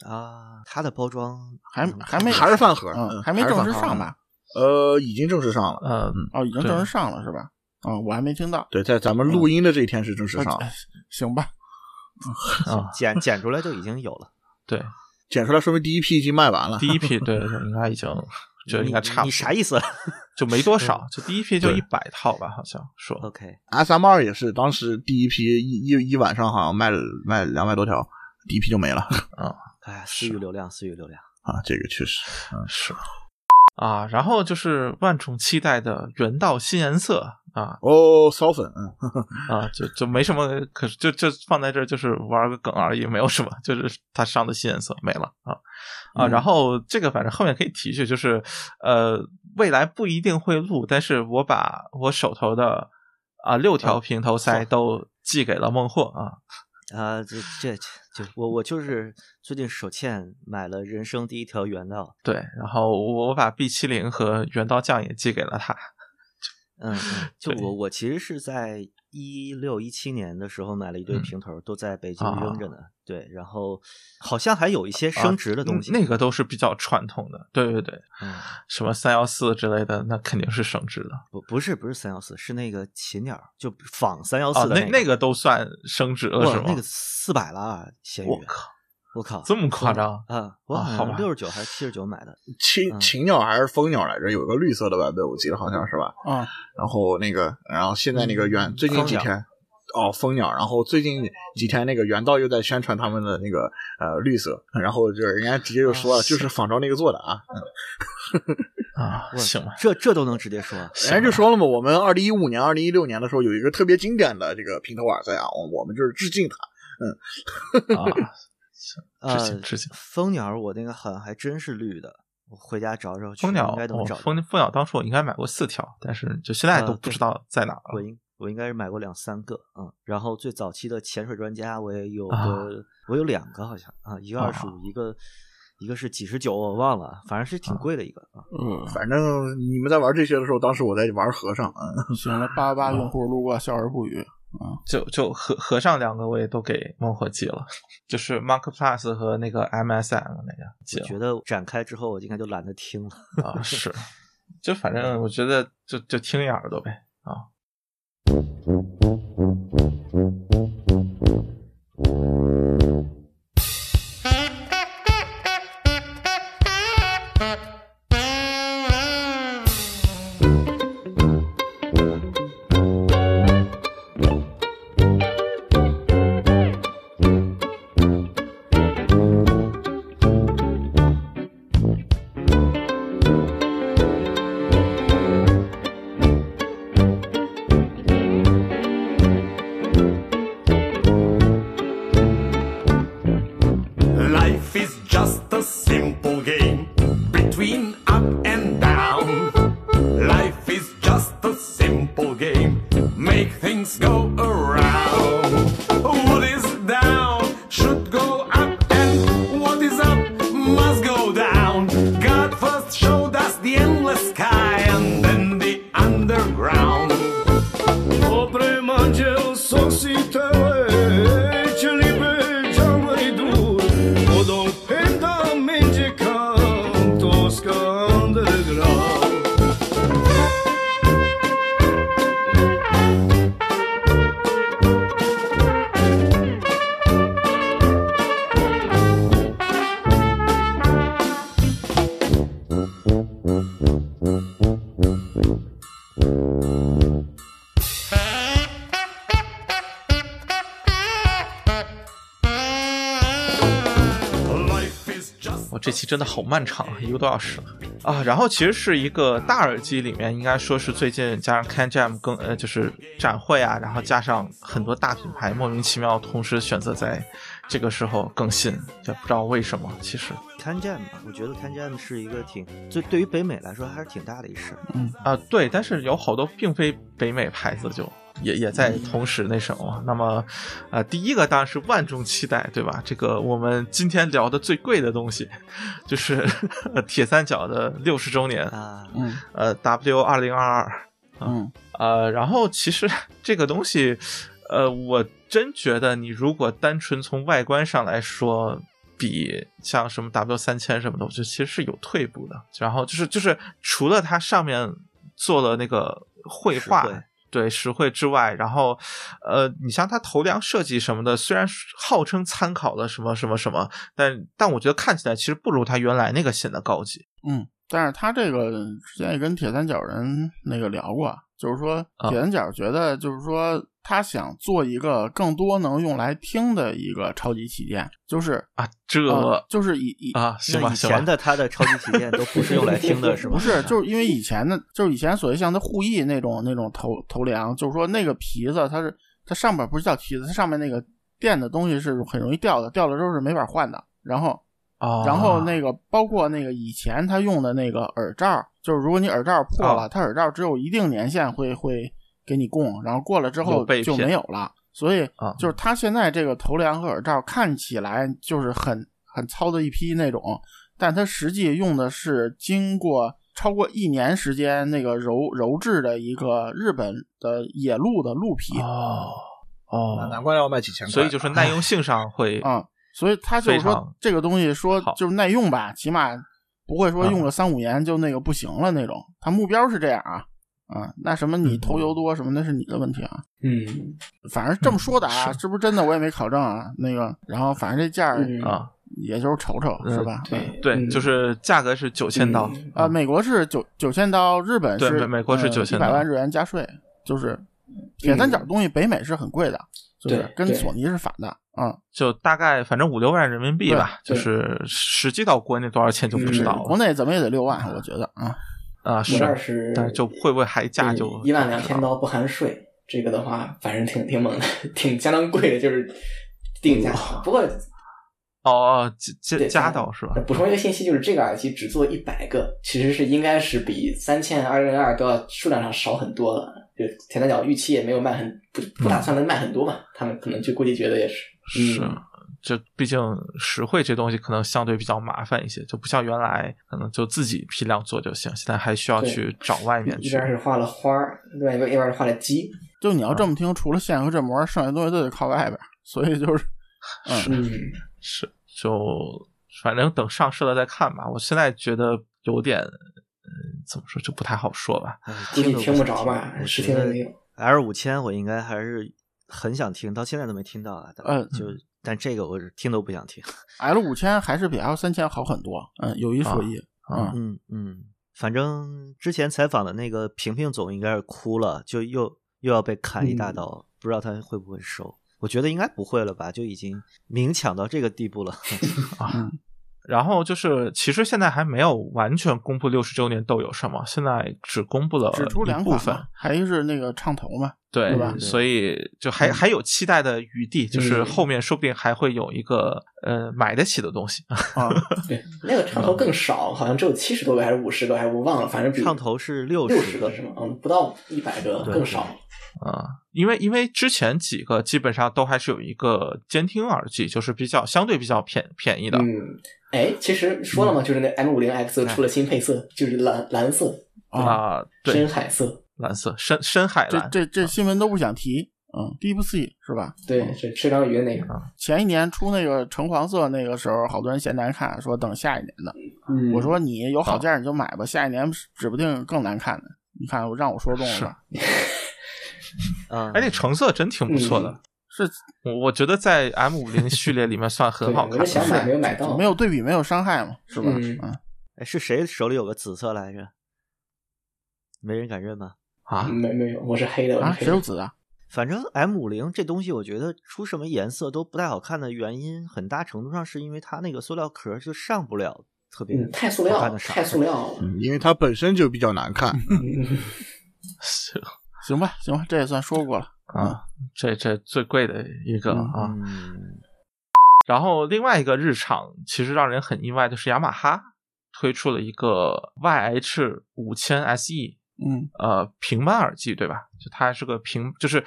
啊，它的包装
还
嗯
还没
还是饭盒，
嗯，
嗯
还没正式上？
还是饭盒
吧？
呃，已经正式上了。
呃
哦，已经正式上了是吧？啊，我还没听到。
对，在咱们录音的这一天是正式
嗯
上了，
行吧，
啊，
剪剪出来就已经有了。
对，
剪出来说明第一批已经卖完了。
第一批对对对，应该 已经觉得
你
应该差不多，
你啥意思 嗯
就没多少，就第一批就
对
一百套吧，好像说
？OK，
S M 二也是当时第一批一一一晚上好像卖了卖两百多条，第一批就没了
哎呀，私域流量，私域流量。
啊，这个确实
是啊，然后就是万众期待的原道新颜色啊
哦，骚粉，嗯，
啊，就就没什么，可是就就放在这儿就是玩个梗而已，没有什么， 就是他上的新颜色没了啊
嗯
啊，然后这个反正后面可以提一句，就是呃，未来不一定会录，但是我把我手头的啊六条平头塞都寄给了孟获啊，
啊，这这这，我我就是最近手欠买了人生第一条原道，
对，然后我我把 B 七零和原刀匠也寄给了他。
嗯，嗯就
对
我我其实是在一六一七年的时候买了一堆
嗯
平头，都在北京
啊
扔着呢。对，然后好像还有一些升值的东西。
嗯那个都是比较传统的，对对对，
嗯
什么三幺四之类的，那肯定是升值的。
不不是不是三幺四，是那个禽鸟，就仿三幺
哦
四，的
那那
个
个都算升值了是
哇
吗？，
那个四百了啊，咸鱼，
我靠，
我靠，
这么夸张？
啊！我
啊
好
好
像
吧
六十九还是七十九买的，
禽
嗯
禽鸟还是蜂鸟来着？有个绿色的版本，我记得好像是吧。
啊，
然后那个，然后现在那个原最近几
嗯蜂鸟
天，哦，蜂鸟。然后最近几天那个原道又在宣传他们的那个呃绿色，然后就是人家直接就说了，
啊
就是仿照那个做的啊。
啊，
我
行吧，
这这都能直接说，啊
人家就说了嘛，我们二零一五年、二零一六年的时候有一个特别经典的这个平头瓦塞啊，我我们就是致敬他。
啊，行
呃
致敬致敬。
蜂鸟，我那个好像还真是绿的，我回家找找去，
蜂鸟，
应该能
我
找到。
蜂蜂鸟当初我应该买过四条，但是就现在
啊
都不
对
知道在哪
我
了。
应我应该是买过两三个，嗯，然后最早期的潜水专家我也有个，
啊
我有两个好像啊，一个二十五，一个一个是几十九，我忘了，反正是挺贵的一个啊。
嗯，
反正你们在玩这些的时候，当时我在玩和尚啊。嗯
行了，八八八用户路过笑而不语。
就就合合上两个我也都给孟获寄了，就是 Mark Plus 和那个 MSM 那个寄了。
觉得展开之后，我应该就懒得听了。
啊，是，就反正我觉得就就听一耳朵呗啊。
Life is just a simple game between up and down. Life is just a simple game, make things go around. What is down should go up, and what is up must go down. God first showed us the endless sky and then the underground. Opremađel sok si tele, čelibe džama i dur, odom penta menđe kam, Toska underground. Life is just
我这期真的好漫长，啊，一个多小时了啊。然后其实是一个大耳机里面，应该说是最近加上 Can Jam 更呃就是展会啊，然后加上很多大品牌莫名其妙同时选择在这个时候更新，也不知道为什么。其实
Can Jam 吧，我觉得 Can Jam 是一个挺，就对于北美来说还是挺大的一事儿。
啊，对，但是有好多并非北美牌子就。也也在同时那什么，那么，呃，第一个当然是万众期待，对吧？这个我们今天聊的最贵的东西，就是 铁三角的六十周年，
啊，
嗯
呃，W 二零二二，
嗯
呃，然后其实 这个东西，呃，我真觉得你如果单纯从外观上来说，比像什么 W 三千什么的，我觉得其实是有退步的。然后就是就是除了它上面做了那个绘
实
画
惠。
对实惠之外，然后，呃，你像它头梁设计什么的，虽然号称参考了什么什么什么，但但我觉得看起来其实不如它原来那个显得高级。
嗯，但是他这个之前也跟铁三角人那个聊过，就是说
啊
铁三角觉得就是说他想做一个更多能用来听的一个超级旗舰，就是
啊，这
哦
呃就是以以
啊，行
那
吧，
以
行吧
前。的它的超级体验都不是用来听的，是吧？
不是，就是因为以前的，就是以前所谓像它护翼那种那种头头梁，就是说那个皮子，它是它上面不是叫皮子，它上面那个垫的东西是很容易掉的，掉了之后是没法换的。然后，
哦，
然后那个包括那个以前他用的那个耳罩，就是如果你耳罩破了，
啊
它耳罩只有一定年限会会给你供，然后过了之
有
后
被
就
骗哦
没有了。所以
啊
就是他现在这个头梁和耳罩看起来就是很很糙的一批那种，但他实际用的是经过超过一年时间那个揉揉制的一个日本的野鹿的鹿皮
哦
那
哦，
啊难怪要卖几千块。
所以就是耐用性上会
啊、所以他就是
非
说
常
这个东西说
好嗯
就是耐用吧，起码不会说用个三五年就那个不行了那种。他目标是这样啊，啊、那什么你
嗯
头油多什么那是你的问题啊，
嗯
反正这么说的啊，是不是真的我也没考证啊。那个，然后反正这价儿
嗯
啊，
也就是瞅瞅、
嗯
是吧？嗯
对
对，就是价格是九千刀
嗯
啊，美国是九九千刀，日本
对
是呃
美美国是
一
9000
百
刀
万日元加税，就是铁三角东西北美是很贵的，就
嗯
是
对
跟
对
索尼是反的啊。
就大概反正五六万人民币吧，
对
就
对
是实际到国内多少钱就不知道嗯
国
了
内怎么也得六万，我觉得啊，
啊，
我
是
这，儿是，
但是就会不会还价就啊
一万两千刀不含税，这个的话反正挺挺猛的， 挺相当贵的，就是定价。不过
哦哦加加
对
加到
啊
是吧？
补充一个信息，就是这个耳机只做一百个，其实是应该是比三千二零二都要数量上少很多了。就铁三角预期也没有卖很不不打算能卖很多
嗯
嘛，他们可能就估计觉得也是
是
嗯，
这毕竟实惠这东西可能相对比较麻烦一些，就不像原来可能就自己批量做就行，现在还需要
对嗯
去找外面
一
去
边。是画了花儿，另外一个一边是画了鸡，
就你要这么听，除了线和振膜，剩下的东西都得靠外边儿，所以就是
嗯，
是，就反正等上市了再看吧。我现在觉得有点，嗯，怎么说就不太好说吧。
哎
估计
都
听不
想
着吧
我
试
觉
听都
得
没有
L 五千我应该还是很想听，到现在都没听到啊。但
嗯
就但这个我是听都不想听。
L 五千还是比 L 三千好很多，嗯，有
啊
一说一，
啊
嗯，
嗯嗯，反正之前采访的那个平平总应该是哭了，就又又要被砍一大
嗯
刀，不知道他会不会收。我觉得应该不会了吧，就已经明抢到这个地步了。
然后就是，其实现在还没有完全公布六十周年都有什么，现在只公布了
只出
呃一
两
部
款
分
嘛，，还一是那个唱头嘛，
对
对吧嗯
所以就还、还有期待的余地，就是
嗯
后面说不定还会有一个呃买得起的东西。
啊，
对，那个唱头更少，好像只有七十多个还是五十个，还是我忘了，反正比
嗯唱头是六
六
十
十个是吗？嗯，不到一百个
对
更少。
啊、因为因为之前几个基本上都还是有一个监听耳机，就是比较相对比较便便宜的。
嗯，哎，其实说
嗯
了嘛，就是那 M 五零 X 出了新配色，就是蓝蓝色、
啊、对
深，海色，
蓝色深深海
嗯哦这
蓝，
这这新闻都不想提，嗯，Deep Sea 是吧？
对，是吃章鱼的那个。
前一年出那个橙黄色那个时候，好多人嫌难看，说等下一年的。
嗯
我说你有好价你就买吧，下一年指不定更难看呢。你看我让我说中了吧？
啊，
哎，那橙色真挺不错的。
嗯
是
我我觉得在 M 五零序列里面算很
对
好
我
看
就想
的，
买没有买到，
没有对比没有伤害嘛，是吧？
嗯
嗯，
哎是谁手里有个紫色来着？没人敢认吗？
啊，
没没有，我是黑的，我
啊，
是黑
谁
的
有紫啊？
反正 M 五零这东西，我觉得出什么颜色都不太好看的原因，很大程度上是因为它那个塑料壳就上不了特别
嗯，太塑
好
料
看
了，
的色
太塑料了。
嗯因为它本身就比较难看。
嗯
是
行吧，行吧，这也算说过了。
啊，这这最贵的一个
嗯
啊。
嗯，
然后另外一个日常其实让人很意外，就是雅马哈推出了一个 YH 五千 SE，
嗯，
呃平板耳机，对吧？就它是个平，就是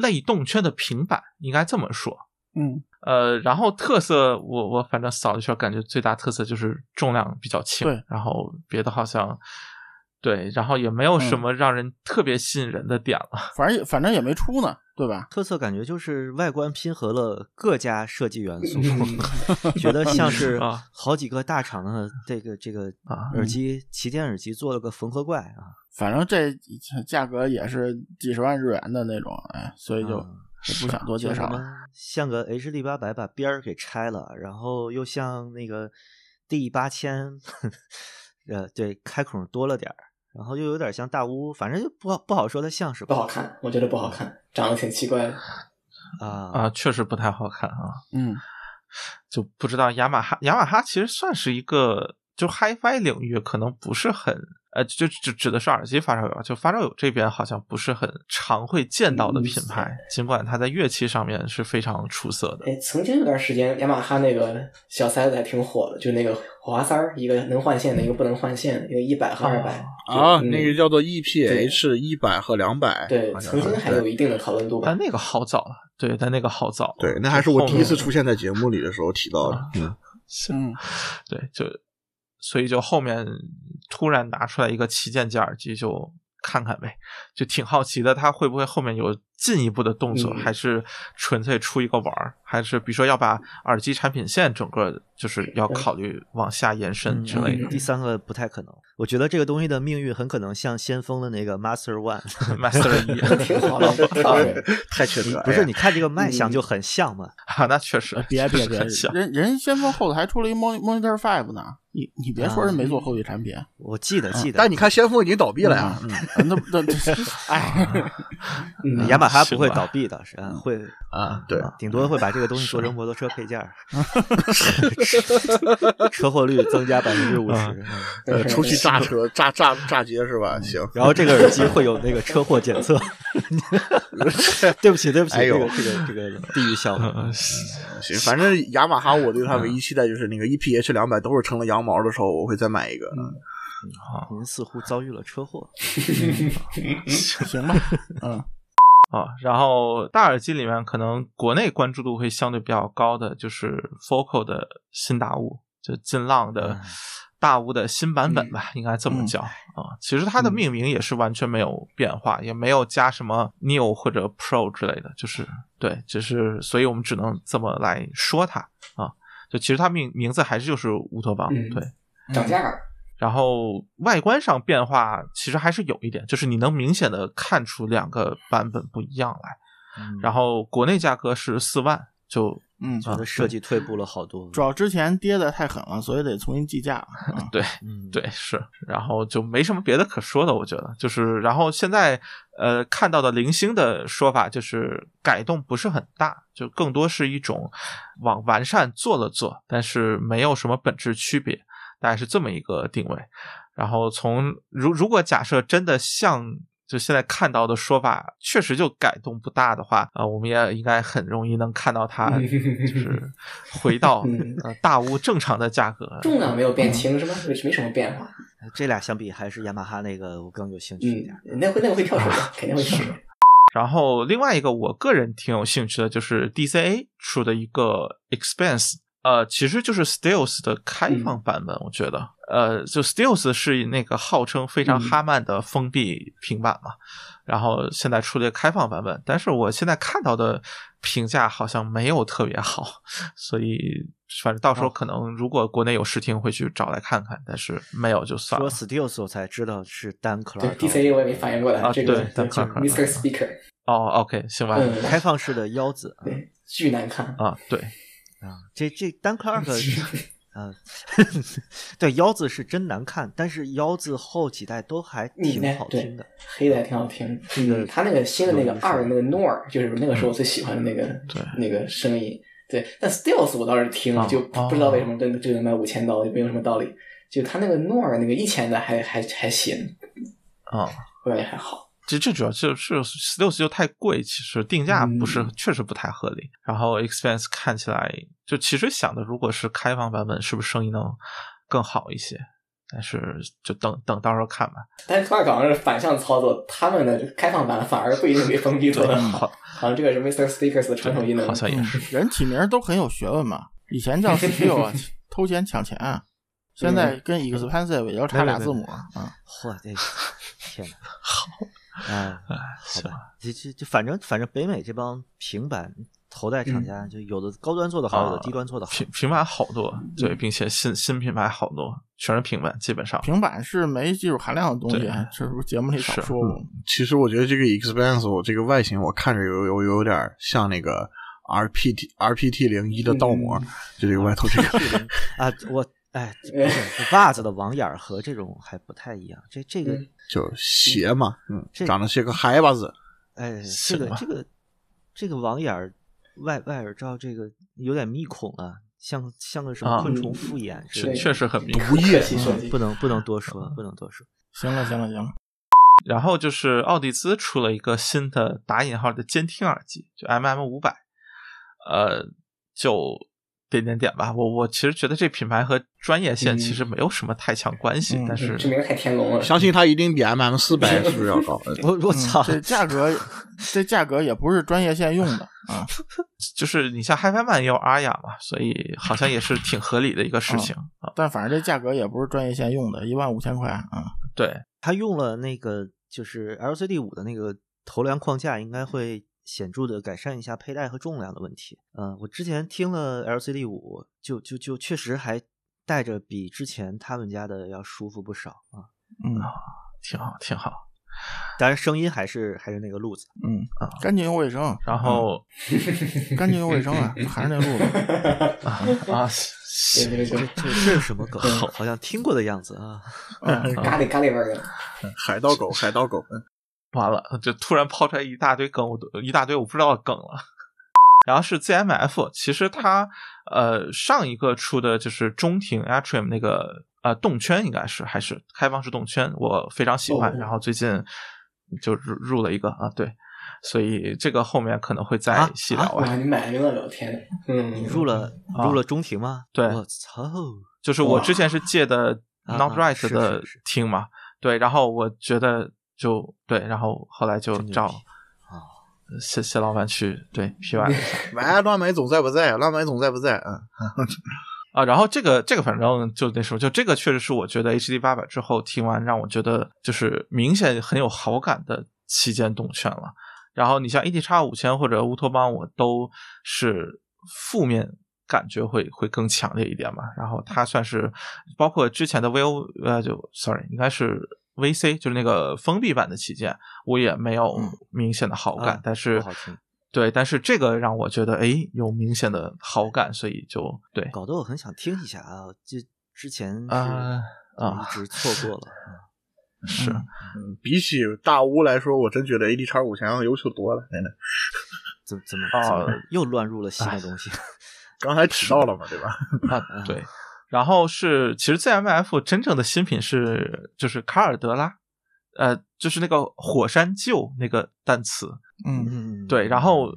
类动圈的平板，应该这么说。
嗯，
呃，然后特色，我我反正扫了一圈，感觉最大特色就是重量比较轻，
对
然后别的好像对，然后也没有
嗯
什么让人特别吸引人的点了。
反正也反正也没出呢，对吧？
特色感觉就是外观拼合了各家设计元素，
嗯
觉得像是
啊
好几个大厂的这个这个
啊
耳机旗舰耳机做了个缝合怪啊，
反正这价格也是几十万日元的那种，哎，所以就
嗯
也不想啊多介
叫
绍
什么
了。
像个 H D 八百把边儿给拆了，然后又像那个 D 八千，呃，对，开孔多了点儿，然后又有点像大屋，反正就不好不好说它像什
不
么
好看，我觉得不好看，长得挺奇怪的。
啊
啊，确实不太好看啊。
嗯，
就不知道雅马哈，雅马哈其实算是一个就 HiFi 领域可能不是很呃，就指指的是耳机发烧友，就发烧友这边好像不是很常会见到
嗯
的品牌，尽管它在乐器上面是非常出色的。
哎，曾经有段时间，雅马哈那个小塞子还挺火的，就那个滑塞儿，一个能换线的，一个不能换线的，一个一百和二百、
啊，
嗯
那个叫做 EPH 一百和两百，
对，
好像
曾经还有一定的讨论度吧
但。那个好早了，对，但那个好早，
对，那还是我第一次
出。
出现在节目里的时候提到的。
啊
嗯，
嗯，
对，就所以就后面突然拿出来一个旗舰级耳机，就看看呗，就挺好奇的，它会不会后面有进一步的动作，
嗯
还是纯粹出一个玩儿，还是比如说要把耳机产品线整个就是要考虑往下延伸之类的。
嗯第三个不太可能，我觉得这个东西的命运很可能像先锋的那个 Master One，
Master 一
嗯 挺 好的，跳水。
太缺德了。
嗯不
哎呀
是你看这个卖相就很像嘛，
啊，那确实，
别
确实
别别
很像。
人人先锋后头还出了一 Mon Monitor Five 呢，你你别说人没做后续产品，
我记得记
啊
得，
但你看先锋已经倒闭了呀。嗯
啊那那 那，哎，
嗯，
雅马哈不会
行吧
倒闭的，是啊会
啊，对，啊
顶多会把这个东西做成摩托车配 件儿，车祸率增加百分之五十。嗯
呃，出去
炸
炸车、炸炸炸街是
嗯
吧？行，
然后这个耳机会有那个车祸检 测，对不起，对不起，
哎
这
呦
个这个这个地域笑话，
嗯，
行，反正雅马哈我对它唯一
嗯
期待就是那个 EPH 两百都是成了羊毛的时候，我会再买一个。
嗯
嗯
您似乎遭遇了车祸。
行吧，嗯，
啊，然后大耳机里面可能国内关注度会相对比较高的就是 Focal 的新大雾，就劲浪的大雾的新版本吧，应该这么叫、啊。其实它的命名也是完全没有变化，也没有加什么 Neo 或者 Pro 之类的，就是对，只是所以我们只能这么来说它啊。就其实它名名字还是就是乌托邦，
嗯
对。
涨价儿，
然后外观上变化其实还是有一点，就是你能明显的看出两个版本不一样来。
嗯
然后国内价格是四万，就
嗯，
嗯觉得设计退步了好
嗯
多。
主要之前跌的太狠了，所以得重新计价啊。
对
嗯，
对是，然后就没什么别的可说的，我觉得就是，然后现在呃看到的零星的说法就是改动不是很大，就更多是一种往完善做了做，但是没有什么本质区别，大概是这么一个定位。然后从如如果假设真的像就现在看到的说法，确实就改动不大的话，啊、我们也应该很容易能看到它就是回到
嗯
呃大屋正常的价格。
重量没有变轻是吧？没没什么变化。
这俩相比还是雅马哈那个我更有兴趣一
嗯
点。，
那会那个会跳水的，肯定会跳水。
然后另外一个我个人挺有兴趣的，就是 DCA 出的一个 Expense，呃，其实就是 Steels 的开放版本，我觉得，呃，就 Steels 是那个号称非常
嗯
哈曼的封闭平板嘛，然后现在出了一个开放版本，但是我现在看到的评价好像没有特别好，所以反正到时候可能如果国内有试听会去找来看看，但是没有就算了
说。Steels 我才知道是单克
对
拉
DCA 我也没反应过来
啊，
这个
对但
就
看看
Mr. Speaker，
哦，OK，行吧，
嗯，
开放式的腰子
对，巨难看。
啊，对，
啊，这这单 Clark，嗯， 对腰子是真难看，但是腰子后几代都还挺好听的。
黑的还挺好听，
这个
嗯，他那个新的那个
有意思
二的那个 Nor，就是那个是我最喜欢的那个
嗯对
那个声音。对，但 Stills 我倒是听
啊，
就不不知道为什么这这个能卖五千刀，也没有什么道理。就他那
嗯
个 Nor 那个一千的还还还行，
啊、
我感觉还好。
其实这主要就是 Steels 就太贵，其实定价不是、确实不太合理。然后 Expense 看起来就其实想的，如果是开放版本，是不是生意能更好一些？但是就等等到时候看吧。
但是科尔港是反向操作，他们的开放版反而不一定比封闭做的好
好。
好像这个是 Mr. Speakers 的传
嗯
统
对
技能，
好像也是。
人起名都很有学问嘛，以前叫 Skill 啊，偷钱抢钱啊，现在跟 Expensive 也就差俩字母啊。
嚯， 这天哪！好，啊，好吧，这这这，反正反正北美这帮平板头戴厂家，就有的高端做的好，有的
啊
低端做的好
平。平板好多，对，并且新新品牌好多，全是平板，基本上。
平板是没技术含量的东西
对，
这不是节目里少
是
说过吗？
其实我觉得这个 Expense 我这个外形我看着有有有点像那个 RPT RPT 零
嗯
一的倒模，就这个外头这个。
啊，我 哎，不是袜子的网眼儿和这种还不太一样，这这个
嗯
就鞋嘛，嗯，
这
长得像个海巴子，
哎，这
什
个
么
这个这个网眼儿外外耳罩这个有点密孔啊，像像个什么
啊
昆虫复眼似
是
的，嗯
确实很明 嗯
不客气设计
不能不能多说，不能多说。
行了，行了，行了。
然后就是奥迪兹出了一个新的打引号的监听耳机，就 MM 五百，呃，就点点点吧。我我其实觉得这品牌和专业线其实没有什么太强关系，
嗯
但是
这名儿太天
嗯
龙了。
相信它一定比 MM 四百是不是要 高？
我我操，
嗯这价格，这价格也不是专业线用的啊。
就是你像 HiFi Man 也有阿雅嘛，所以好像也是挺合理的一个事情啊。
但反正这价格也不是专业线用的，一万五千块啊。
对，
他用了那个就是 LCD 五的那个头梁框架，应该会显著的改善一下佩戴和重量的问题。嗯，我之前听了 LCD 五，就就就确实还带着比之前他们家的要舒服不少啊。
嗯
挺好，挺好。
当然声音还是还是那个路子。
嗯，干净又卫生，
然后、
干净又卫 生啊，还是那路子。
啊，
对
行
对
这
对，
这这是什么梗？好像听过的样子啊。
咖喱咖喱味儿的，
海盗狗，海盗狗，
完了，就突然抛出来一大堆梗，我都一大堆我不知道的梗了。然后是 ZMF，其实它呃上一个出的就是中庭 Atrium 那个呃动圈，应该是还是开放式动圈，我非常喜欢。
哦
然后最近就入入了一个啊，对，所以这个后面可能会再
啊
细聊吧。
哇，你买了名字了，我天哪！嗯，
你入了
啊
入了中庭吗？
对
我操！
就是我之前是借的
哇
Not
啊啊
Right
是
的
是是
听嘛，对，然后我觉得就对，然后后来就
真牛
找呃
逼啊
谢谢老板去对 P Y
喂，乱买总在不在？乱买总在不在？啊，
啊，然后这个这个反正就那时候，就这个确实是我觉得 H D 八百之后听完让我觉得就是明显很有好感的旗舰动圈了。然后你像 E D X 五千或者乌托邦，我都是负面感觉会会更强烈一点嘛。然后它算是包括之前的 V O 呃就 sorry 应该是 V C 就是那个封闭版的旗舰，我也没有明显的好感，
嗯啊
但是
不好听
对，但是这个让我觉得哎有明显的好感，所以就对
搞得我很想听一下啊！就之前是
啊啊
一直错过了。啊
是。
嗯，比起大屋来说，我真觉得 AD 叉五强要优秀多了，真的。
怎么怎么
啊
怎么又乱入了新的东西？
刚才提到了嘛，对吧？
啊，对。然后是，其实 ZMF 真正的新品是就是卡尔德拉，呃，就是那个火山臼那个单词，
嗯，
嗯，
对。然后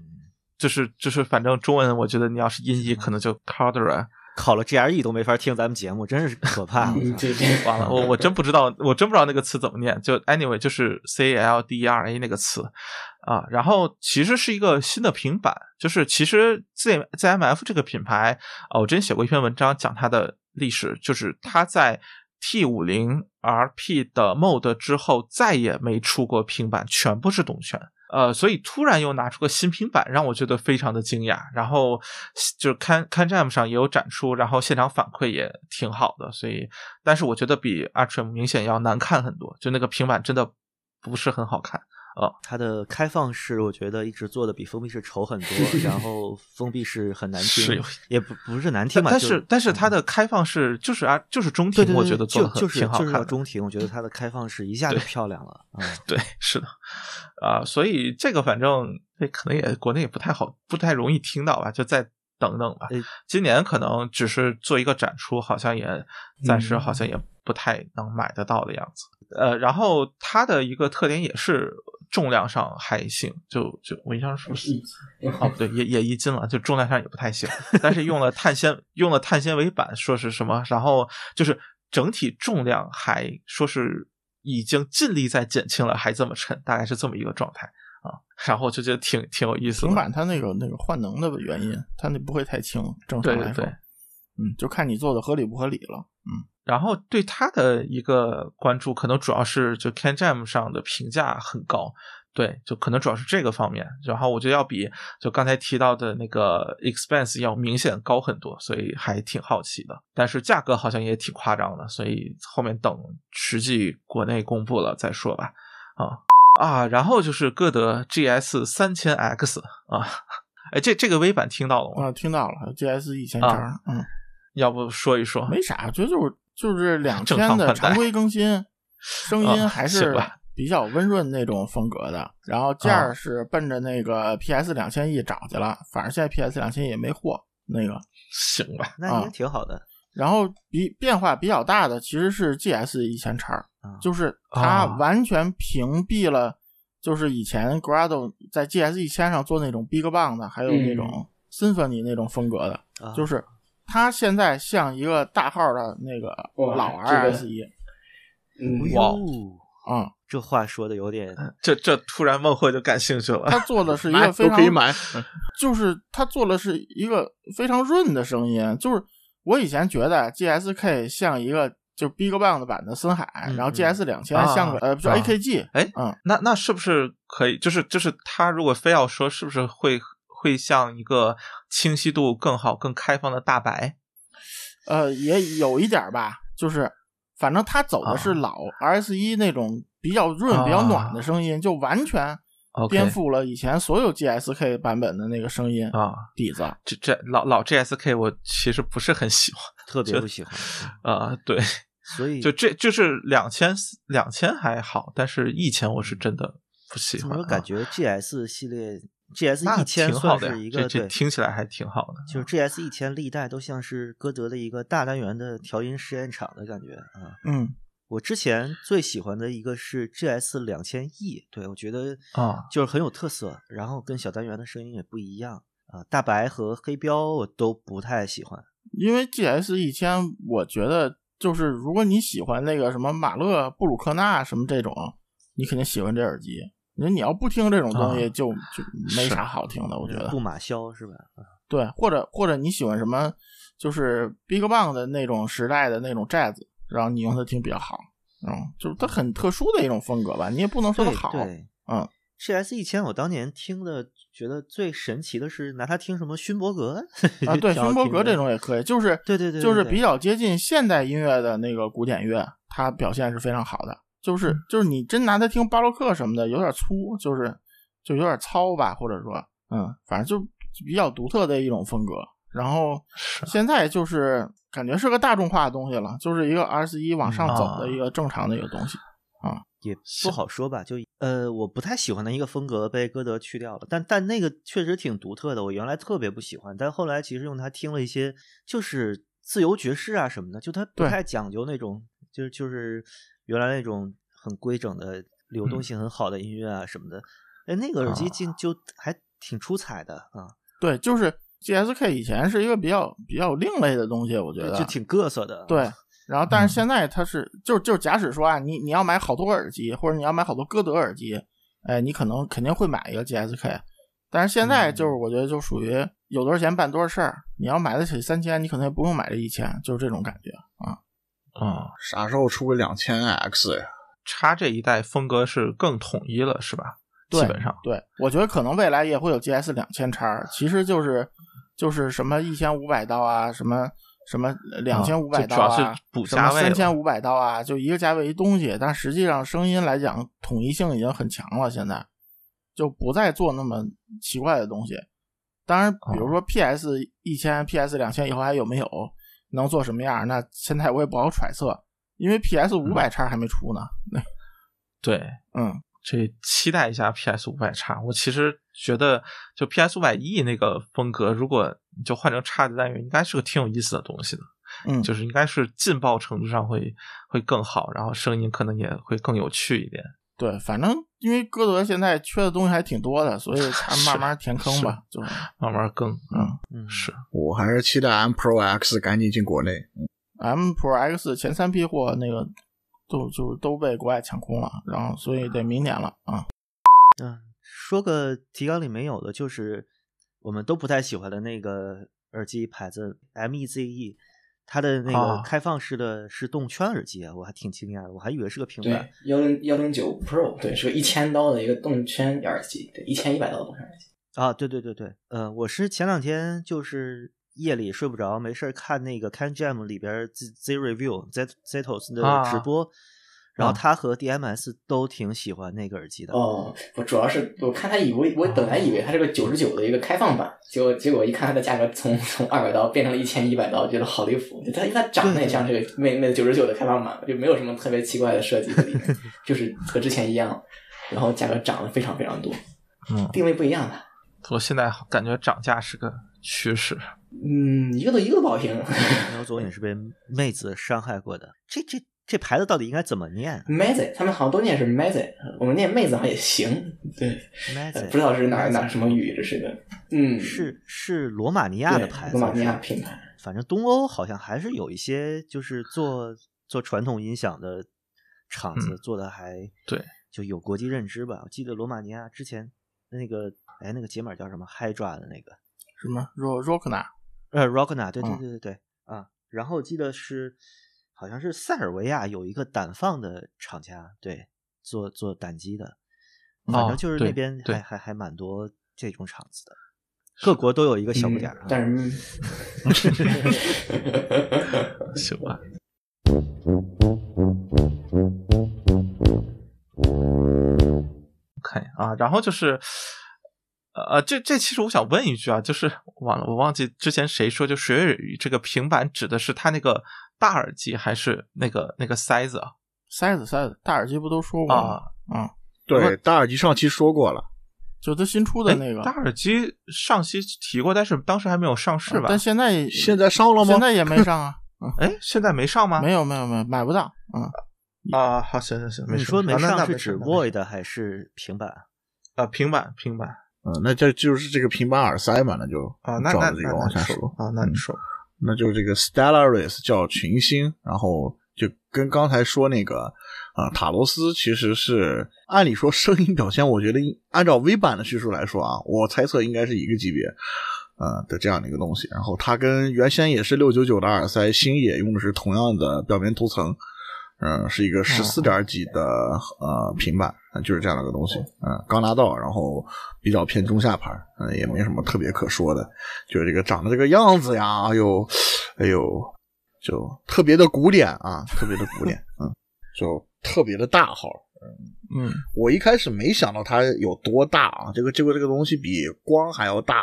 就是就是，反正中文我觉得你要是音译可能就 Cardera。
考了 GRE 都没法听咱们节目，真是可怕！我
嗯，
操
这这
完了，我我真不知道，我真不知道那个词怎么念。就 anyway，就是 C L D E R A 那个词啊。然后其实是一个新的平板，就是其实 Z Z M F 这个品牌啊，我之前写过一篇文章讲它的历史，就是它在 T 五零 R P 的 Mode 之后再也没出过平板，全部是动圈。呃，所以突然又拿出个新平板，让我觉得非常的惊讶。然后就是看看 Jam 上也有展出，然后现场反馈也挺好的，所以但是我觉得比 Atrium 明显要难看很多，就那个平板真的不是很好看。
它的开放式我觉得一直做的比封闭式丑很多，然后封闭式很难
是
听
有，
也不不是难听
但
吧？
但
就是嗯
但是它的开放式就是啊就是中
对
庭，
对对，
我觉得做的
就
很
就是
挺好
就
看
是
的
要中庭，我觉得它的开放式一下就
对
漂 亮了啊！
对，是的，啊、所以这个反正这可能也国内也不太好，不太容易听到吧，就再等等吧
哎。
今年可能只是做一个展出，好像也暂时
嗯
好像也不太能买得到的样子。呃，然后它的一个特点也是重量上还行，就就我印象是不是
嗯
哦，不对，也也一斤了，就重量上也不太行，但是用了碳纤用了碳纤维板，说是什么，然后就是整体重量还说是已经尽力在减轻了，还这么沉，大概是这么一个状态啊。然后我就觉得挺挺有意思的，
平板它那个那个换能的原因，它那不会太轻，正
对
常来
对
说，
对。
嗯，就看你做的合理不合理了。
然后对它的一个关注，可能主要是就 Can Jam 上的评价很高，对，就可能主要是这个方面。然后我觉得要比就刚才提到的那个 Expense 要明显高很多，所以还挺好奇的。但是价格好像也挺夸张的，所以后面等实际国内公布了再说吧。啊啊，然后就是歌德 GS 三千 X 啊，哎，这这个微版听到了吗？
啊，听到了，GS 一千
啊
叉，嗯，
要不说一说？
没啥，就就是就是两
正常
天
换
的
代
常规更新，声
啊
音还
行
是
吧
比较温润那种风格的。然后件
啊
儿是奔着那个 PS 两千亿找去了，反正现在 PS 两千亿也没货，那个
行吧，
那应该挺好的。
然后比变化比较大的其实是 GS 一千叉
啊，
就是它
啊
完全屏蔽了，就是以前 Grado 在 GS 一千上做那种 Big Bang 的，还有那种 Symphony 那种风格的，
啊
就是它现在像一个大号的那个
哇
老
这个
RS 一
嗯，
哇嗯
哦
啊，
这话说的有点
这这突然梦慧就感兴趣了，
它做的是一
买
个非
都
常
可以买，
嗯
就是它做的是一个非常润的声音，就是我以前觉得啊 GSK 像一个就 Big Bang 的版的森海，
嗯
然后
嗯
GS 两千
啊
像个、呃不是
啊
AKG，
哎
嗯，
那那是不是可以？就是就是他如果非要说，是不是会会像一个清晰度更好、更开放的大白？
呃也有一点儿吧，就是反正它走的是
啊
老 RS 一那种比较润、比较暖的声音，就完全
OK
颠覆了以前所有 GSK 版本的那个声音
啊，
底子。
这这老老 GSK 我其实不是很喜欢
特别
就
不 喜欢，嗯
啊、对，
所 以
就这就是两千两千还好，但是一千我是真的不喜
怎
欢、啊。啊
么感觉 GS 系列 GS
那
一千
挺好
算
的呀
是一，
这
个
这
对，
听起来还挺好的。
就是 GS 一千历代都像是歌德的一个大单元的调音实验场的感觉啊。
嗯，
我之前最喜欢的一个是 GS 两千 E，对我觉得
哦
啊
就是很有特色，然后跟小单元的声音也不一样啊。大白和黑标我都不太喜欢，
因为 GS 一千，我觉得就是如果你喜欢那个什么马勒、布鲁克纳什么这种，你肯定喜欢这耳机。你说你要不听这种东西
啊
就，就、没
是
啥好听的，我觉得
布。马萧是吧？
对，或者或者你喜欢什么，就是 Big Bang 的那种时代的那种 jazz，然后你用它听比较好。嗯，就是它很特殊的一种风格吧，你也不能说它
对
好。
对，
嗯。
GS 一千，我当年听的，觉得最神奇的是拿它听什么勋伯格
啊， 对，
挺好
勋伯
听
格
的
这种也可以，就是
对对对对
就是
对
比较接近现代音乐的那个古典乐，它表现是非常好的。
嗯
就是就是你真拿它听巴洛克什么的，有点粗，就是就有点糙吧，或者说，嗯，反正就比较独特的一种风格。然后
啊
是
现在就是感觉是个大众化的东西了，就是一个 R 四一往
嗯
上
啊
走的一个正常的一个东西。
也不好说吧，就呃，我不太喜欢的一个风格被歌德去掉了，但但那个确实挺独特的，我原来特别不喜欢，但后来其实用它听了一些，就是自由爵士啊什么的，就它不
对
太讲究那种，就是就是原来那种很规整的、流
嗯
动性很好的音乐啊什么的，哎，那个耳
啊
机进就还挺出彩的啊，
对，就是 GSK 以前是一个比较比较另类的东西，我觉得
就挺各色的，啊
对，然后但是现在它是，就就假使说啊，你你要买好多耳机，或者你要买好多歌德耳机，哎，你可能肯定会买一个 GSK。但是现在就是我觉得就属于有多少钱办多少事儿，你要买得起三千，你可能也不用买这一千，就是这种感觉。
啊，
啥时候出个两千 X 呀？
叉这一代风格是更统一了，是吧？
对
基本上
对，我觉得可能未来也会有 GS 两千叉，其实就是就是什么一千五百刀啊，什么什么两千五百
啊就主
刀
要
啊，
是补
什
价
么
位了
三千五百刀啊，就一个价位一东西，但实际上声音来讲统一性已经很强了，现在就不再做那么奇怪的东西。当然，比
啊
如说 PS 一千、PS 两千以后还有没有能做什么样，那现在我也不好揣测，因为 PS 五
嗯
百叉还没出呢。
对，
嗯，
这期待一下 PS 五百叉。我其实觉得，就 PS 五百 E 那个风格，如果你就换成叉的单元，应该是个挺有意思的东西的。
嗯
就是应该是劲爆程度上会会更好，然后声音可能也会更有趣一点。
对，反正因为歌德现在缺的东西还挺多 的，所以他慢慢填坑吧，就是
慢慢更，
嗯
嗯，
是
我还是期待 M Pro X 赶紧进国内。
M Pro X 前三批货那个都就都被国外抢空了，然后所以得明年了啊。
嗯，说个提纲里没有的，就是我们都不太喜欢的那个耳机牌子 MEZE，它 E，的那
啊
个开放式的是动圈耳机啊，我还挺惊讶的，我还以为是个平
对
板。，
幺零幺零九 Pro，对，是个一千刀的一个动圈耳机，对，一千一百刀的动圈耳机。
啊，对对对对，呃，我是前两天就是夜里睡不着，没事儿看那个 Can Jam 里边儿 Z Z Review Z Zetos 的直
啊
播，然后
啊
他和 DMS 都挺喜欢那个耳机的。
哦，我主要是我看他以为我本来以为它是个九十九的一个开放版，结果结果一看它的价格从 从二百刀变成了一千一百刀，觉得好离谱。它它长得也像这个妹妹九十九的开放版，就没有什么特别奇怪的设计在里 面，就是和之前一样，然后价格涨了非常非常多，
嗯，
定位不一样的。
我现在感觉涨价是个趋势。
嗯，一个都一个都不好听。
苗总也是被妹子伤害过的。这这这牌子到底应该怎么念
m a z y 他们好像都念是 m a z y 我们念妹子好像也行。对，
m
呃不知道是哪儿哪儿什么语，这是个嗯，
是是罗马尼亚的
对
牌子，
罗马尼亚
是吧
品牌。
反正东欧好像还是有一些就是做做传统音响的厂
嗯
子做的还
对，
就有国际认知吧。我记得罗马尼亚之前那个哎那个节码叫什么 Hydra 的那个
什么 Ro Rockna
呃 Rockna，对对
嗯
对对对、啊。然后我记得是好像是塞尔维亚有一个单放的厂家，对，做做单机的，反
哦
正就是
对
那边还、
对
还还蛮多这种厂子的。各国都有一个小不点儿、啊
嗯但是，嗯
行吧。看一眼啊，然后就是，呃，这这其实我想问一句啊，就是忘了我忘记之前谁说，就水尾鱼这个平板指的是它那个大耳机还是那个那个塞子啊？
size size 大耳机不都说过
啊
吗？嗯，
对，大耳机上期说过
嗯
了，
就它新出
哎
的那个，
大耳机上期提过，但是当时还没有上市吧
啊但？现在
现在上了吗
现？在也没上 啊，
哎，现在没上吗？
没有没有没有买不到，嗯，
啊，好，行行行，没
你
事
说没
啊那那
上是
没事
指
那没事
Void 还是平板？
啊，平板平板
嗯，那这就是这个平板耳塞嘛，那就
啊，那
照
那
着这
那
个往
那
下
你说啊，那你说
那就这个 Stellaris 叫群星，然后就跟刚才说那个啊、塔罗斯其实是按理说声音表现，我觉得应按照 V 版的叙述来说啊，我猜测应该是一个级别。呃的这样的一个东西，然后它跟原先也是六九九的耳塞，星野用的是同样的表面涂层，嗯、是一个十四点几的、呃平板，呃就是这样的一个东西，嗯、刚拿到，然后比较偏中下盘，嗯、也没什么特别可说的，就是这个长得这个样子呀，哎呦，哎呦，就特别的古典啊，特别的古典，嗯，就特别的大号。
嗯。
我一开始没想到它有多大啊，这个结果这个东西比光还要大，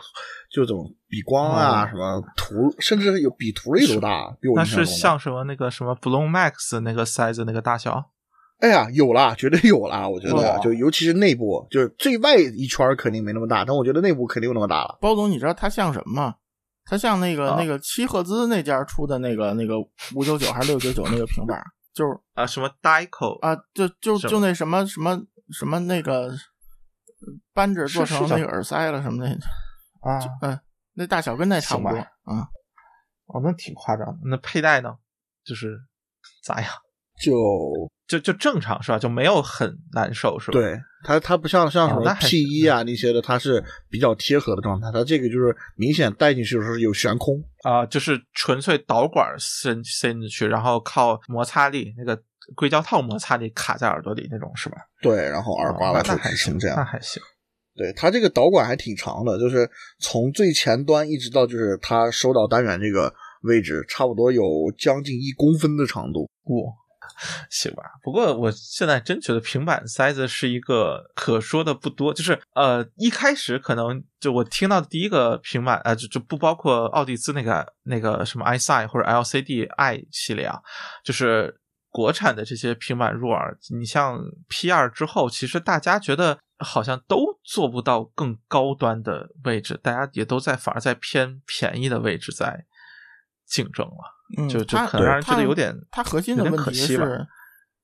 就这种比光啊、
哦
什么图，甚至有比图类都大，啊比我
那
印象中
是
的
像什么那个什么 Bloom Max 那个塞子那个大小？
哎呀，有啦，绝对有啦，我觉得啊、
哦
就尤其是内部，就是最外一圈儿肯定没那么大，但我觉得内部肯定有那么大了。
包总，你知道它像什么吗？它像那个、
啊
那个七赫兹那家出的那个那个五九九还是六九九那个平板儿，就是
啊，什么 Dico
啊，就就
什么
就那什么什么什么那个呃扳指做
是
成
是
那
叫
个耳塞了什么的，
啊，
嗯、那大小跟那差不多
行吧
啊。
哦，那挺夸张的。那佩戴呢？就是咋样？
就
就就正常是吧？就没有很难受是吧？
对它，它不像像什
哦
么
那还
P 一啊那些的，它是比较贴合的状态，它这个就是明显带进去的时候有悬空，
啊、就是纯粹导管伸伸进去，然后靠摩擦力那个硅胶套摩擦力卡在耳朵里那种是吧？
对，然后耳刮
哦
来
那
吹
那还
吹
行
成这样
那，还行。
对它这个导管还挺长的，就是从最前端一直到就是它收到单元这个位置，差不多有将近一公分的长度。
过，行吧。不过我现在真觉得平板塞子是一个可说的不多，就是呃，一开始可能就我听到的第一个平板，呃，就就不包括奥迪兹那个那个什么 i s i 或者 LCD i 系列啊，就是国产的这些平板入耳，你像 P 二之后，其实大家觉得好像都做不到更高端的位置，大家也都在反而在偏便宜的位置在竞争了，
嗯，
就就
它
可能让人觉
它
得有点
它核心的
有点
问
可
题
惜吧
是，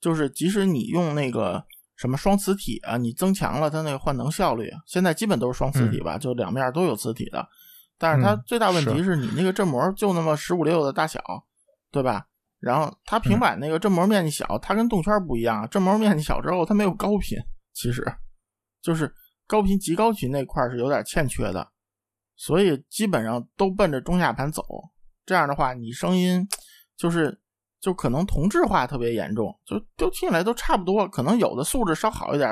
就是即使你用那个什么双磁体啊，你增强了它那个换能效率，现在基本都是双磁体吧，就两面都有磁体的。但是它
嗯
最大问题
是
是你那个振膜就那么十五六的大小，对吧？然后它平板那个振膜面积小，它跟动圈不一样，振膜面积小之后它没有高频，其实就是高频极高频那块儿是有点欠缺的，所以基本上都奔着中下盘走。这样的话，你声音就是就可能同质化特别严重，就就听起来都差不多，可能有的素质稍好一点，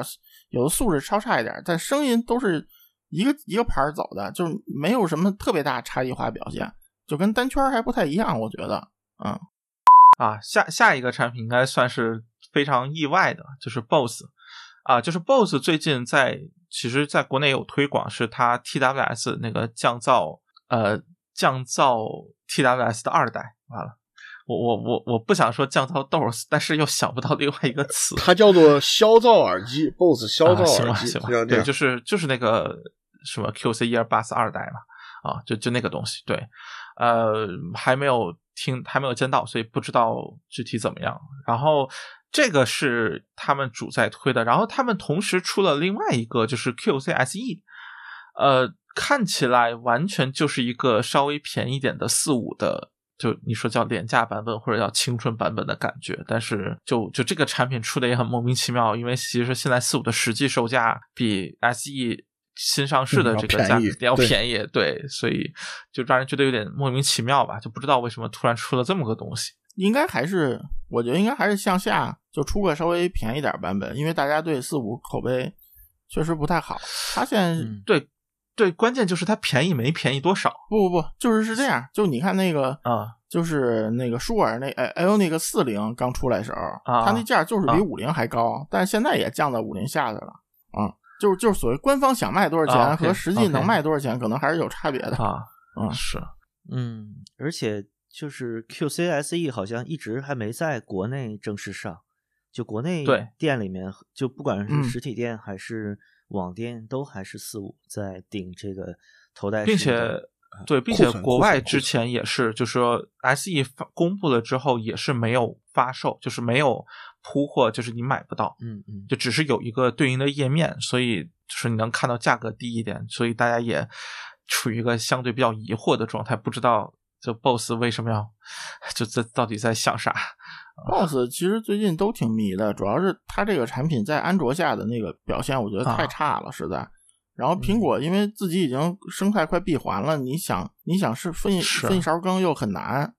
有的素质稍差一点，但声音都是一个一个盘儿走的，就是没有什么特别大差异化表现，就跟单圈儿还不太一样，我觉得。
啊，下下一个产品应该算是非常意外的，就是 BOSS 啊，就是 BOSS 最近在其实在国内有推广，是它 TWS 那个降噪呃降噪 TWS 的二代，完了。我我我我不想说降噪豆儿，但是又想不到另外一个词。
它 叫做消噪耳机，BOSS 消
啊，
噪
行
耳
吧
机，
行吧
就像，这
对，
样
就是就是那个什么 QC 一二八四二代嘛。啊，就就那个东西，对，呃，还没有听，还没有见到，所以不知道具体怎么样。然后这个是他们主在推的，然后他们同时出了另外一个就是 QC SE，呃，看起来完全就是一个稍微便宜一点的四五的。就你说叫廉价版本或者叫青春版本的感觉，但是就就这个产品出的也很莫名其妙，因为其实现在四五的实际售价比 SE 新上市的这个价
嗯
要
要便宜对
便宜，对所以就让人觉得有点莫名其妙吧，就不知道为什么突然出了这么个东西。
应该还是，我觉得应该还是向下就出个稍微便宜点儿版本，因为大家对四五口碑确实不太好。他现在、
对对，关键就是它便宜没便宜多少
不不不，就是是这样，就你看那个，
啊、
就是那个舒尔那哎 Ioniq 四零刚出来时候，
啊
它那价就是比
啊
五零还高，但是现在也降到五零下去了。嗯，就是就是所谓官方想卖多少
啊
钱
，OK，
和实际
OK
能卖多少钱，可能还是有差别的。
啊，
嗯
是
嗯，而且就是 QCSE E 好像一直还没在国内正式上，就国内
对
店里面，就不管
嗯
是实体店还是网店，都还是四五在顶这个头戴式
并
的，
且对，并
库
且
存
国
库
外
存库
之
存
前也是，就是说 SE 发公布了之后也是没有发售，就是没有铺货，就是你买不到，
嗯嗯，
就只是有一个对应的页面，所以就是你能看到价格低一点，所以大家也处于一个相对比较疑惑的状态，不知道就 BOSS 为什么要 就这到底在想啥？
Boss 其实最近都挺迷的，主要是它这个产品在安卓下的那个表现，我觉
啊
得太差了，实在。然后
嗯
苹果因为自己已经生态快闭环了，你想你想是分一
是
分一勺羹又很难，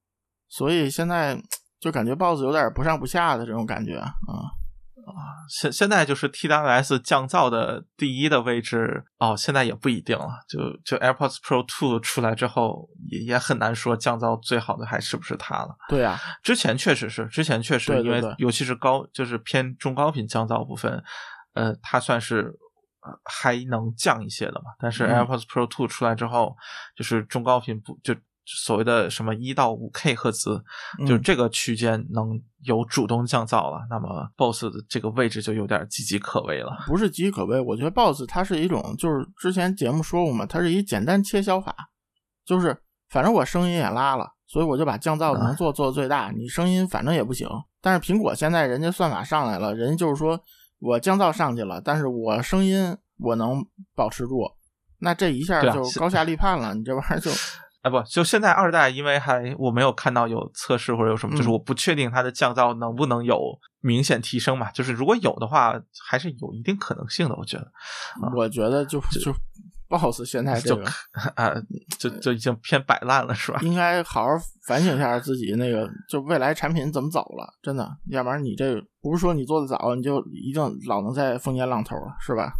所以现在就感觉 Boss 有点不上不下的这种感觉啊、
现现在就是 TWS 降噪的第一的位置哦，现在也不一定了。就就 AirPods Pro 2出来之后，也也很难说降噪最好的还是不是它了。
对呀、
之前确实是，之前确实
对
因
对
为
对
尤其是高就是偏中高频降噪部分，呃，它算是呃还能降一些的嘛。但是
嗯
AirPods Pro 2出来之后，就是中高频不就。所谓的什么一到五 K 赫兹，
嗯
就是这个区间能有主动降噪了，那么 BOSS 的这个位置就有点岌岌可危了。
不是岌岌可危。我觉得 BOSS 它是一种，就是之前节目说过嘛，它是一简单切削法，就是反正我声音也拉了，所以我就把降噪
嗯
能做做到最大，你声音反正也不行。但是苹果现在人家算法上来了，人家就是说我降噪上去了，但是我声音我能保持住，那这一下
对啊
就是高下立判了，你这玩意儿就
哎，不，就现在二代，因为还我没有看到有测试或者有什么，就是
嗯
我不确定它的降噪能不能有明显提升嘛。就是如果有的话，还是有一定可能性的，我觉得。
我觉得就就 BOSS 现在这
就
个。
啊、就就已经偏摆烂了，是吧？
应该好好反省一下自己那个，就未来产品怎么走了，真的，要不然你这不是说你做的早，你就一定老能在风尖浪头，是吧？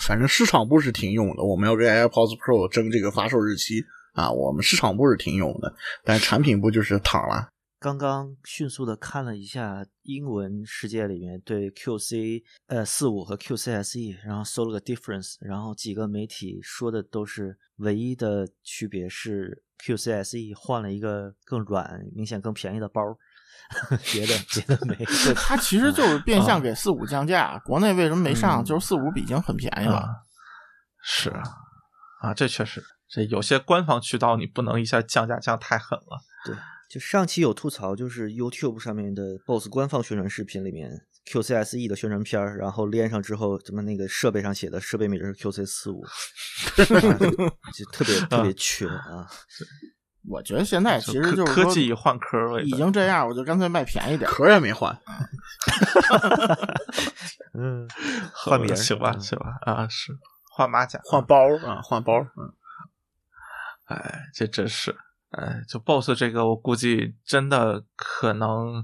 反正市场部是挺勇的，我们要跟 AirPods Pro 争这个发售日期啊，我们市场部是挺勇的，但产品部就是躺了。
刚刚迅速的看了一下英文世界里面对 QC 呃四五和 QCSE，然后 E，搜了个 difference，然后几个媒体说的都是唯一的区别是 QCSE E 换了一个更软、明显更便宜的包儿， 别的别的没 有。
对，它其 实就是变
嗯
相给四五降价，国内为什么没上？
嗯
就是四五已经很便宜
啊
了，
是啊，啊，这确实，这有些官方渠道你不能一下降价降太狠了。
就上期有吐槽，就是 YouTube 上面的 BOSS 官方宣传视频里面 QCSE E 的宣传片儿，然后连上之后，怎么那个设备上写的设备名是 QC 四五，就特别特别缺啊。
我觉得现在其实
科
就是
科
说
技换壳儿了嗯
已经这样，我就干脆卖便宜点。
壳也没换，
嗯， 换名儿
行吧，
嗯
行吧，啊，是换马甲，
换包啊，换包。嗯，
哎，这真是，哎，就 BOSS 这个，我估计真的可能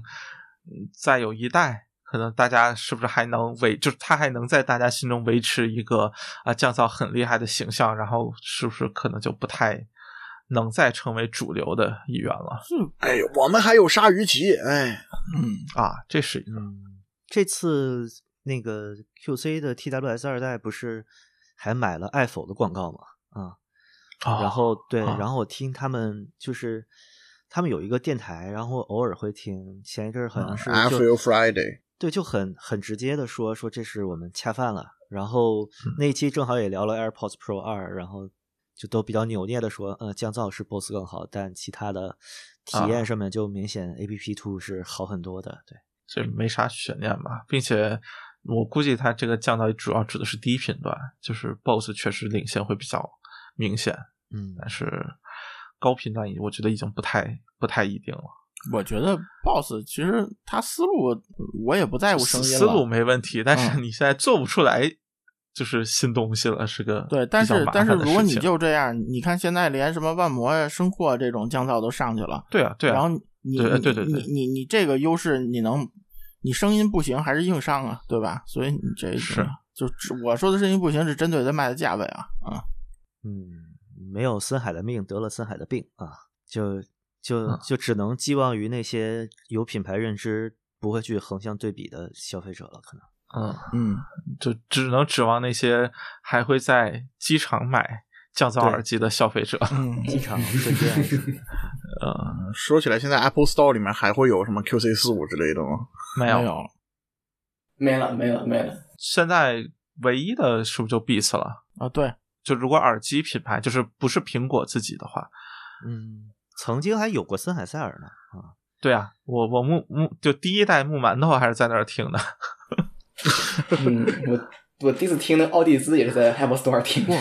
嗯再有一代，可能大家是不是还能维，就是他还能在大家心中维持一个啊降噪很厉害的形象，然后是不是可能就不太能再成为主流的一员了
哎，我们还有鲨鱼鳍，哎，
啊？这是一个
嗯，这次那个 QC 的 TWS 二代不是还买了爱否的广告吗？啊、
啊
然后对，
啊
然后我听他们就是他们有一个电台，然后偶尔会听。前一阵儿好像是
I
就
feel Friday
对，就很很直接的说
嗯
说这是我们恰饭了。然后那一期正好也聊了 AirPods Pro 二，然后就都比较扭捏的说，呃，降噪是 BOSS 更好，但其他的
啊
体验上面就明显 APP Two 是好很多的。对，
这没啥悬念吧，并且我估计它这个降噪主要指的是低频段，就是 BOSS 确实领先会比较明显，
嗯，
但是高频段已我觉得已经不太不太一定了。
我觉得 BOSS 其实他思路我也不在乎声音
思
了
思路没问题，但是
嗯
你现在做不出来就是新东西了，是个
对，但
比
是
较麻
但
烦
是
的
如果你
事情
就这样，你看现在连什么万魔呀、声阔这种降噪都上去了，
对啊对啊，
然后你
对
你
对对对
你你你这个优势你能，你声音不行还是硬上啊，对吧？所以你这啊
是
就只我说的声音不行是针对它卖的价位啊，啊、
嗯，没有森海的命，得了森海的病啊，就就
嗯
就只能寄望于那些有品牌认知、不会去横向对比的消费者了，可能。
嗯，
嗯，
就只能指望那些还会在机场买降噪
对
耳机的消费者。
嗯
机场瞬间
呃，
说起来，现在 Apple Store 里面还会有什么 QC 四五之类的吗？
没有，
没有，
没了没了没了。
现在唯一的是不是就 Beats 了？
啊，对，
就如果耳机品牌就是不是苹果自己的话，
嗯，曾经还有过森海塞尔呢啊，
对啊，我我木木就第一代木馒头还是在那儿听的，
嗯，我我第一次听的奥蒂兹也是在 Apple Store 听的，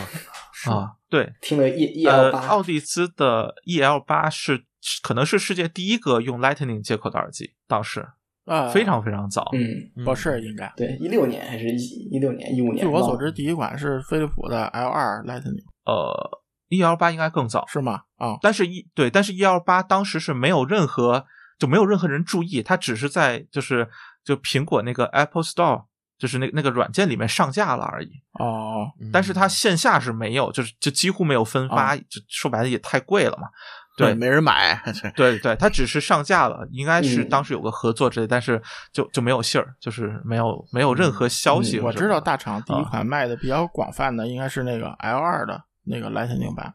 啊，对，
听了 E E
呃
L，八
奥。蒂兹的 EL 八是可能是世界第一个用 Lightning 接口的耳机，当时
啊，
非常非常早，
呃嗯，
不是应该。
对，一六年还是一一六年一五年？
据我
忘
所
了
知，第一款是飞利浦的 L 二 Lightning，
呃，EL 八应该更早，
是吗？啊，
但是一对，但是 E 二八当时是没有任何就没有任何人注意，它只是在就是就苹果那个 Apple Store 就是那那个软件里面上架了而已，
哦，
嗯
但是它线下是没有，就是就几乎没有分
哦
发，就说白了也太贵了嘛。对
没人买。 对
对对，它只是上架了，应该是
嗯
当时有个合作之类，但是就就没有信儿，就是没有没
嗯
有任何消息
我
或者
知
什么的。
道大厂第
啊
一款卖的比较广泛的应该是那个 L 二的那个 Lightning 版，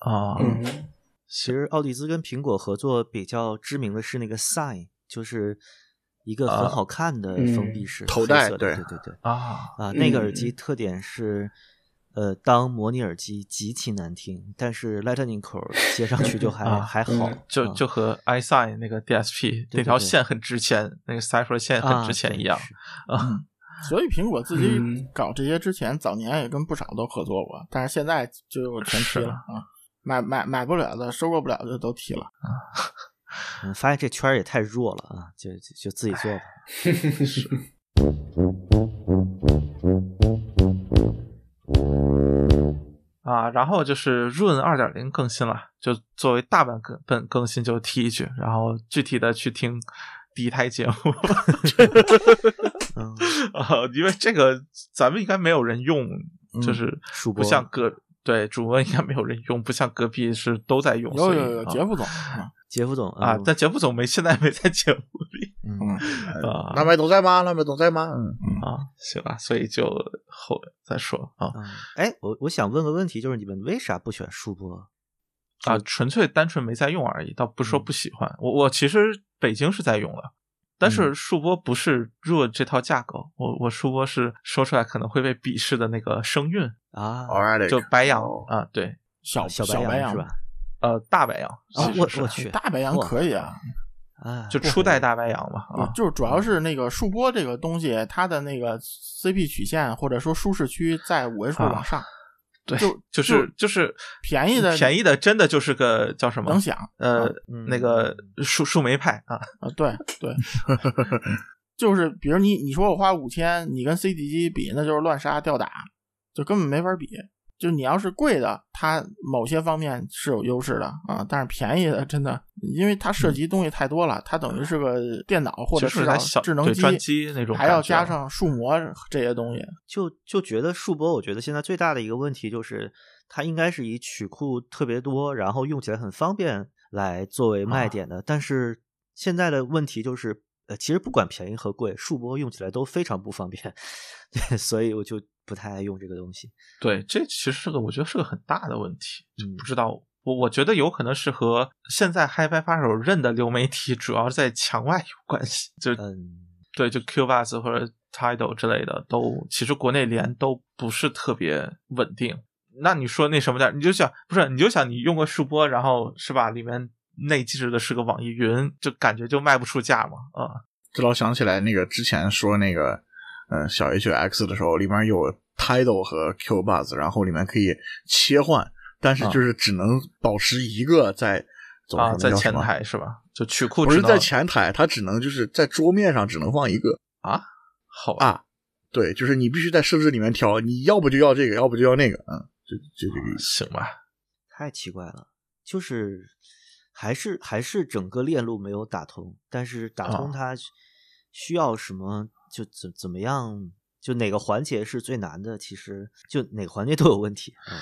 啊，
嗯，
其实奥迪兹跟苹果合作比较知名的是那个 Sign，就是一个很好看的
嗯
封闭式、
啊头戴
黑色的
对
对对对
啊，
啊，那个耳
嗯
机特点是，呃，当模拟耳机极其难听，但是 Lightning 口儿接上去就还、
啊
还好，
嗯
就
啊
就和 iSign 那个 DSP
对
那条
对
线很值钱，那个 Cipher 线很
啊
值钱
对嗯
一样
是
啊。
所以苹果自己
嗯
搞这些之前，早年也跟不少都合作过，但是现在就有全踢
是
了啊，买买买不了的、收购不了的都踢了。
嗯发现这圈儿也太弱了啊，就就就自己做吧。
啊
啊，然后就是 Run 二点零更新了，就作为大版更本更新就提一句，然后具体的去听第一台节目
嗯，
啊，因为这个咱们应该没有人用，就是
数
不
嗯播
像隔对主播应该没有人用，不像隔壁是都在用，
有
所以
有有，
啊
杰副总，啊
杰夫总
啊，但节目总没现在没在节目里
嗯
啊
蓝白总在吗？蓝白总在吗？嗯，
啊，行吧，所以就后再说啊
嗯，哎，我我想问个问题，就是你们为啥不选数播？
啊，
嗯
纯粹单纯没在用而已，倒不是说
嗯
不喜欢。我我其实北京是在用的，但
嗯
是数播不是 Rode 这套架构，我我数播是说出来可能会被鄙视的那个声韵，
啊，
a l right，
就白羊
哦
啊，对，
小
小
白
白
羊
是吧？？
呃，大白羊，
啊
是，
我
是
我
是
去，
大白羊
哇
可以啊，
啊，
就初代大白羊嘛啊，
就是主要是那个数波这个东西，它的那个 CP 曲线或者说舒适区在五位数
啊
往上，
对，
就
就是就是嗯
便宜的
便宜的，真的就是个叫什么
能想
呃
嗯
那个树树莓派啊，
啊，对对， 就是比如你你说我花五千，你跟 CD 机比，那就是乱杀吊打，就根本没法比。就你要是贵的，它某些方面是有优势的啊，但是便宜的真的，因为它涉及东西太多了，它等于是个电脑或者
就是
至
它
少
小
智能
对
机
专机那种
还要
感觉啊
加
了
上数模这些东西。
就就觉得数播，我觉得现在最大的一个问题就是，它应该是以曲库特别多，然后用起来很方便来作为
啊
卖点的。但是现在的问题就是，呃，其实不管便宜和贵，数播用起来都非常不方便， 对，所以我就不太爱用这个东西。
对，这其实是个我觉得是个很大的问题，就
嗯
不知道我我觉得有可能是和现在 HiFi 发手认的流媒体主要在墙外有关系，就
嗯，
对，就 Qbus 或者 Tidal 之类的都，其实国内连都不是特别稳定。那你说那什么点儿，你就想不是，你就想你用过数播，然后是吧？里面内置的是个网易云，就感觉就卖不出价嘛，啊、
这老想起来那个之前说那个，呃，小 H X 的时候，里面有 Tidal 和 Q Buzz，然后里面可以切换，但是就是只能保持一个在，怎么
啊，
说
在
那叫什
前
么
台是吧？就曲库
不
只
是
能
在前台，它只能就是在桌面上只能放一个
啊，好吧，
啊。对，就是你必须在设置里面挑，你要不就要这个，要不就要那个，嗯，就就这个意思。
行吧，
太奇怪了，就是还是还是整个链路没有打通，但是打通
啊
它需需要什么，就怎怎么样，就哪个环节是最难的，其实就哪个环节都有问题。嗯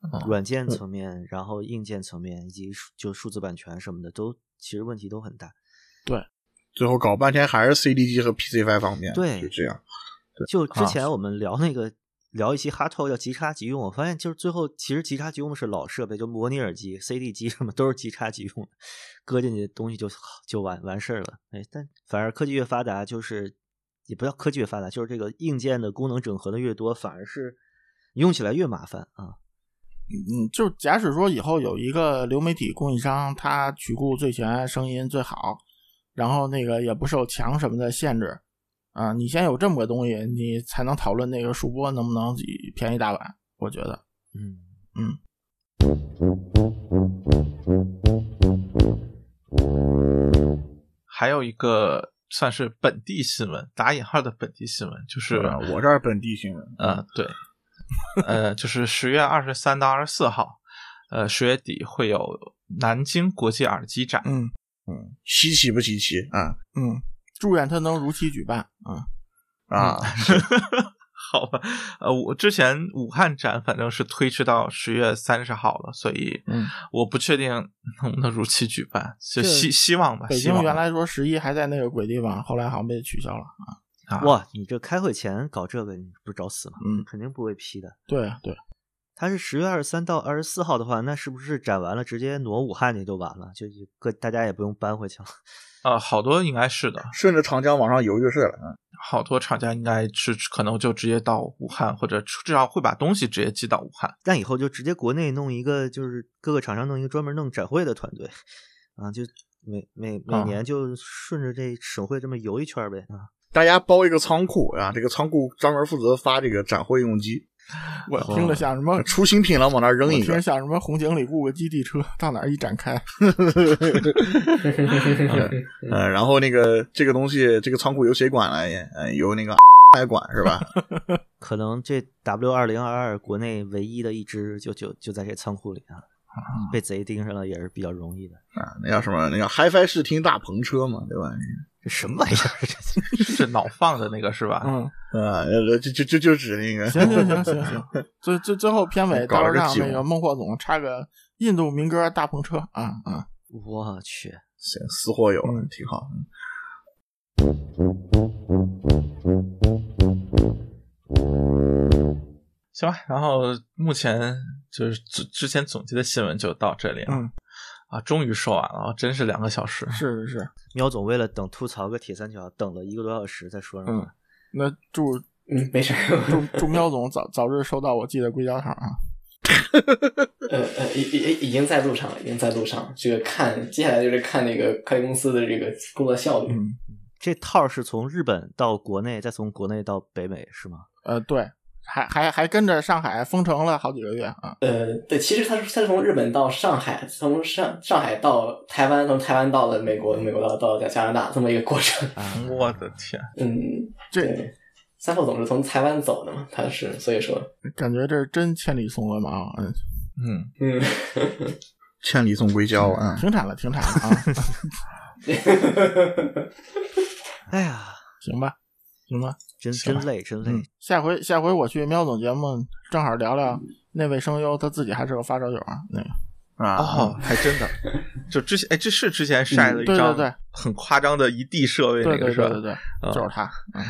啊
软件层面，然后硬件层面，以及数就数字版权什么的，都其实问题都很大。
最后搞半天还是 CD 机和 PC Five 方便，
对
就这样。
就之
啊
前我们聊那个、聊一期哈透叫即插即用，我发现就是最后其实即插即用的是老设备，就模拟耳机、CD 机什么都是即插即用的，搁进去东西就就完完事儿了。哎，但反而科技越发达，就是也不叫科技越发达，就是这个硬件的功能整合的越多，反而是用起来越麻烦啊。
嗯，就假使说以后有一个流媒体供应商，他曲库最全，声音最好，然后那个也不受墙什么的限制，啊，你先有这么个东西，你才能讨论那个数播能不能便宜大碗。我觉得，
嗯，
还有一个算是本地新闻，打引号的本地新闻，就是
吧我这儿本地新闻，
呃，对，呃，就是十月二十三到二十四号，呃，十月底会有南京国际耳机展。
嗯
嗯，稀奇不稀奇啊
嗯，祝愿他能如期举办。啊，
啊？
好吧，呃，我之前武汉展反正是推迟到十月三十号了，所以
嗯
我不确定能不能如期举办，就
这
希希望吧。
北
希
京
望
原来说十一还在那个鬼地方，后来好像被取消了。
啊
哇，你这开会前搞这个，你不是找死吗？
嗯，
肯定不会批的。
对对，
它是十月二十三到二十四号的话，那是不是展完了直接挪武汉去就完了？就一个大家也不用搬回去了。
呃，好多应该是的，
顺着长江往上游就是了。嗯
好多厂家应该是可能就直接到武汉，或者至少会把东西直接寄到武汉。
但以后就直接国内弄一个，就是各个厂商弄一个专门弄展会的团队，啊，就每每每
啊
年就顺着这省会这么游一圈儿呗，啊，
大家包一个仓库啊，这个仓库专门负责发这个展会用机，啊
我听着像什么，
出新品了往那儿
我
扔一
听着
个。
像什么红警里雇个基地车，到哪儿一展开，
呃，然后那个这个东西，这个仓库由谁管来？呃，由那个来管是吧？
可能这 W 二零二二国内唯一的一支就就就在这仓库里啊，被贼盯上了也是比较容易的。
啊，那叫什么？那叫 HiFi 视听大篷车嘛，对吧？
这什么玩意儿？这
是脑放的那个是吧？
嗯。
啊，呃就就就就指那个。
行行行行行，最最最后片尾，到
搞了
时候
个
让
酒
那个孟获总插个印度民歌大篷车啊啊！
我去，
行，私货有了
嗯，
挺好。嗯
行吧，然后目前就是之之前总结的新闻就到这里了。
嗯
啊，终于说完了，真是两个小时。
是是是，
喵总为了等吐槽个铁三角，等了一个多小时才说上话。
那祝
嗯，没事儿，
祝祝喵总早早日收到我寄的硅胶糖啊！
呃呃，已已已经在路上了，已经在路上了。这个看接下来就是看那个快递公司的这个工作效率。
嗯
这套是从日本到国内，再从国内到北美是吗？
呃对，还还还跟着上海封城了好几个月啊！
呃，对，其实它是它是从日本到上海，从上上海到台湾，从台湾到了美国，美国到到加拿大这么一个过程。
啊，
我的天，
嗯，
这
对，三号总是从台湾走的嘛，他是所以说，
感觉这是真千里送鹅毛，嗯，
嗯，
嗯，
千里送硅胶啊！嗯
停产了停产了啊！
哎呀，
行吧行吧，
真
行
真
吧
累，真累。
嗯，下回下回我去喵总节目，正好聊聊那位声优他自己还是个发烧友啊，嗯那个
哦
啊，，
还真的，就之前，哎，这是之前晒了一
对对
张
嗯对
很夸张的一地设备
对
那
对
个是吧
对？对对，
啊
就是他，嗯。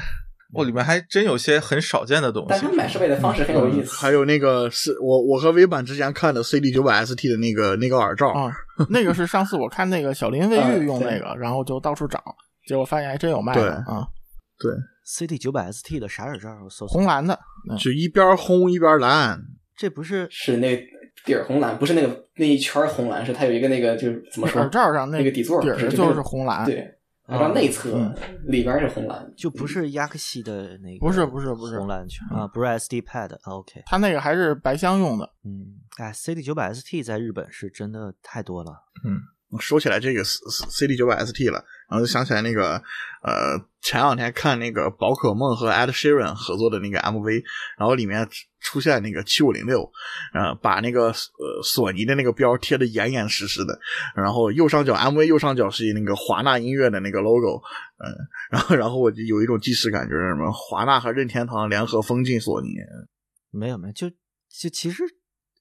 我里面还真有些很少见的东
但
西
他。买设备的方式很有意思。
嗯还有那个是我我和微版之前看的 CD 九百 ST 的那个那个耳罩，
啊， 那个是上次我看那个小林卫
嗯
浴用那个，然后就到处找，结果发现还真有卖的啊，
CD 九百 ST 啊的啥耳罩？我搜搜
红蓝的，嗯
就一边红一边蓝，
这不是
是那个底儿红蓝，不是那个那一圈儿红蓝，是它有一个那个就是怎么说
耳罩上
那个底座儿
底儿
是
就
那
是
个
红蓝，
对，然
啊
后内侧
嗯
里边儿是 红蓝，
就不是亚克西的那个，
不是不是不是
红蓝
嗯
圈啊，不是 SD Pad 啊，OK，
它那个还是白箱用的。
嗯，哎，CD 九百 ST 在日本是真的太多了，
说起来这个 C D 九百 S T 了，然后就想起来那个呃，前两天看那个宝可梦和 Ed Sheeran 合作的那个 M V，然后里面出现那个七五零六，呃，把那个呃索尼的那个标贴的严严实实的，然后右上角 M V 右上角是那个华纳音乐的那个 logo，嗯、然后然后我就有一种既视感，就是什么华纳和任天堂联合封禁索尼，
没有没有，就就其实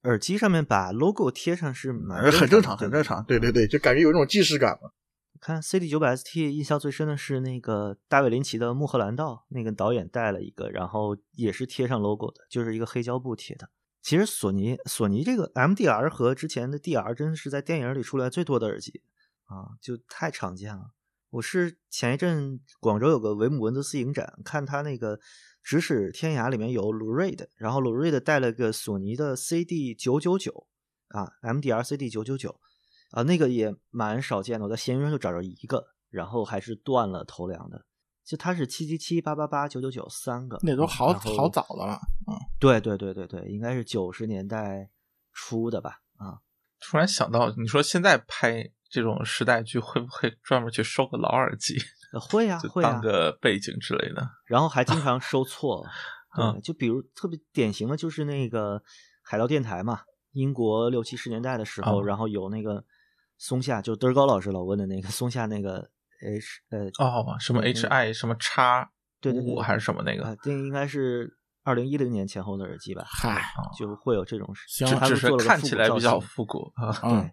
耳机上面把 logo 贴上是蛮
呃很正常，
的
很正。常，对对对，就感觉有一种既视感嘛。
我看 CD 九百 ST 印象最深的是那个大卫林奇的《穆赫兰道》，那个导演带了一个，然后也是贴上 logo 的，就是一个黑胶布贴的。其实索尼索尼这个 MDR 和之前的 DR 真的是在电影里出来最多的耳机啊，就太常见了。我是前一阵广州有个维姆文德斯影展，看他那个《咫尺天涯》里面有鲁瑞的，然后鲁瑞的带了个索尼的 CD 九九九啊，MDR CD 九九九，啊，那个也蛮少见的，我在闲鱼上就找着一个，然后还是断了头梁的。就它是七七七、八八八、九九九三个，嗯
那都好
然后
好早的了，
对对对对对，应该是九十年代初的吧？啊，
突然想到，你说现在拍这种时代剧，会不会专门去收个老耳机，
呃会
啊
呀、
就
会呀、
当个背景之类的？
然后还经常收 错。
嗯
对，就比如特别典型的就是那个海盗电台嘛，英国六七十年代的时候，
哦
然后有那个松下，就德高老师老问的那个松下那个 H 呃
哦，什
嗯
么
对那
H
个
I 什么叉
对对对
五还是什么那个
啊，这应该是二零一零年前后的耳机吧？
嗨，
就会有这种事，
行
只
他
只
们
是
做了个
看
复
起
古
来
造
比较
型
复古 啊。
嗯，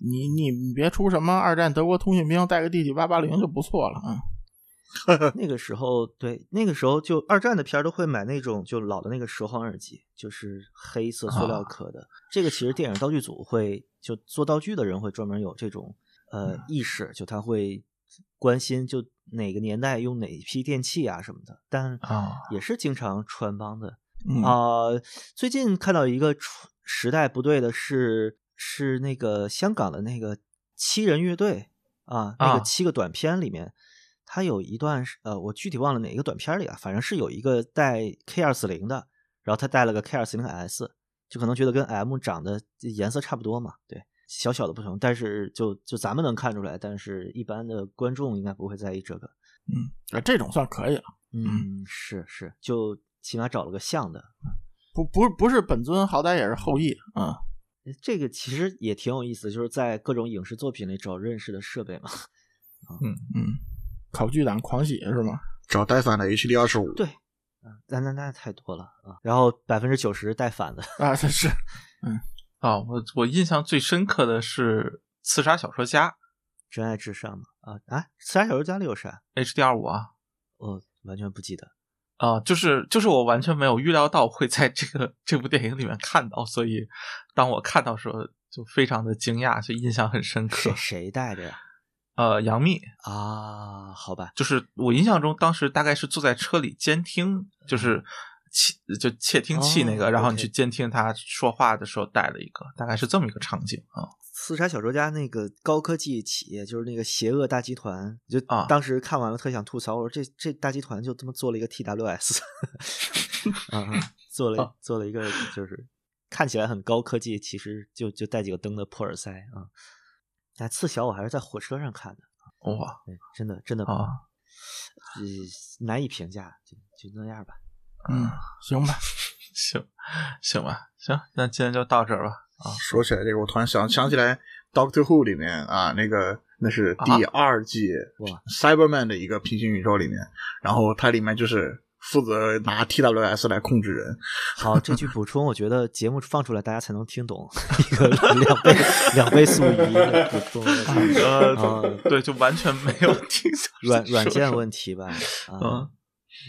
你你你别出什么二战德国通讯兵，带个弟弟八八零就不错了，嗯，
那个时候，对，那个时候就二战的片儿都会买那种就老的那个蛇簧耳机，就是黑色塑
啊
料壳的。这个其实电影道具组会就做道具的人会专门有这种
嗯
呃意识，就他会关心就哪个年代用哪一批电器啊什么的，但
啊
也是经常穿帮的。
嗯
啊、最近看到一个出时代不对的是是那个香港的那个七人乐队啊，那
啊
个七个短片里面，它有一段是呃，我具体忘了哪个短片里啊，反正是有一个带 K 二四零的，然后他带了个 K 二四零 S，就可能觉得跟 M 长得颜色差不多嘛，对。小小的不同，但是就就咱们能看出来，但是一般的观众应该不会在意这个。
啊这种算可以了，
嗯，是是，就起码找了个像的，
不不不是本尊，好歹也是后裔，嗯，
这个其实也挺有意思，就是在各种影视作品里找认识的设备嘛。
考据党狂喜是吗？
找戴凡的 HD 二十五，
对，嗯，那那那太多了啊。然后百分之九十带反的，
啊，这是
啊！我我印象最深刻的是《刺杀小说家
真爱至上嘛。啊啊，刺杀小说家里有啥？》
H D 二五啊
我哦完全不记得。
啊，就是就是我完全没有预料到会在这个这部电影里面看到，所以当我看到的时候就非常的惊讶，就印象很深刻
谁。谁带的呀？
呃，杨幂
啊，好吧，
就是我印象中当时大概是坐在车里监听，就是窃就窃听器那个，
哦
然后
OK
你去监听他说话的时候带了一个，大概是这么一个场景啊。
刺杀小说家那个高科技企业，就是那个邪恶大集团，就
啊
当时看完了特想吐槽，我说这这大集团就他妈做了一个 TWS，啊啊，做了做了一个就是看起来很高科技，其实就就带几个灯的破耳塞啊。哎，刺小我还是在火车上看的，
哇
对真的真的
啊，
呃难以评价，就就那样吧。
嗯，行吧，
行行吧，行，那今天就到这儿吧。
说起来这个，我突然想想起来《Doctor Who》里面啊，那个那是第二季
哇
Cyberman 的一个平行宇宙里面，然后它里面就是负责拿 TWS 来控制人，
好，这句补充，我觉得节目放出来大家才能听懂一个两倍两倍速语音的补充的信息。啊
呃，对，就完全没 有听小
软软件
题。
问题吧？啊
嗯，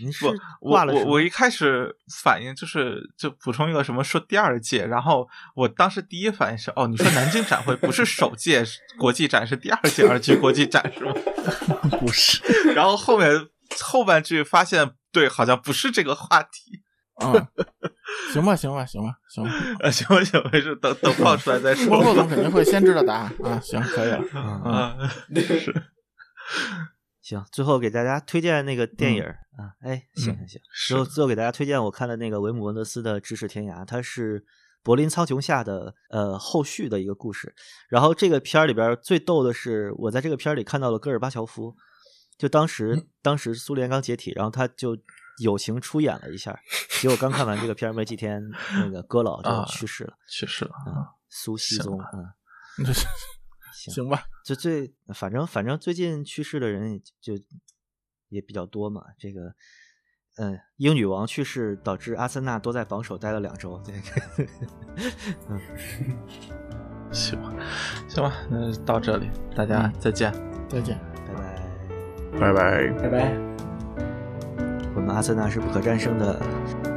您是
不，我
挂了
我
什么
我一开始反应就是就补充一个什么说第二届，然后我当时第一反应是哦，你说南京展会不是首届是国际展，是第二届二级国际展是吗？
不是
然 后后面后半句发现对，好像不是这个话题。
嗯，行吧，行吧，行吧，行吧。
呃，行吧行吧，没事，等等放出来再说
莫莫总肯定会先知道答案啊。行，可以了。
嗯嗯
啊。 是
行，最后给大家推荐那个电影、儿啊，哎，行行行，最后最后给大家推荐我看的那个维姆文德斯的《咫尺天涯》，它是柏林苍穹下的呃后续的一个故事。然后这个片儿里边儿最逗的是，我在这个片儿里看到了戈尔巴乔夫，就当时当时苏联刚解体，然后他就友情出演了一下儿，结果刚看完这个片儿没几天，那个戈老
啊
就去世了，嗯
去世了。
苏锡
行
宗啊、嗯， 行
行吧，
就最反正反正最近去世的人也就也比较多嘛。这个，嗯，英女王去世导致阿森纳多在榜首待了两周。对，
行吧，行吧，那就到这里，大家再见。
再见。
拜拜。
拜拜。
拜拜。
我们阿森纳是不可战胜的。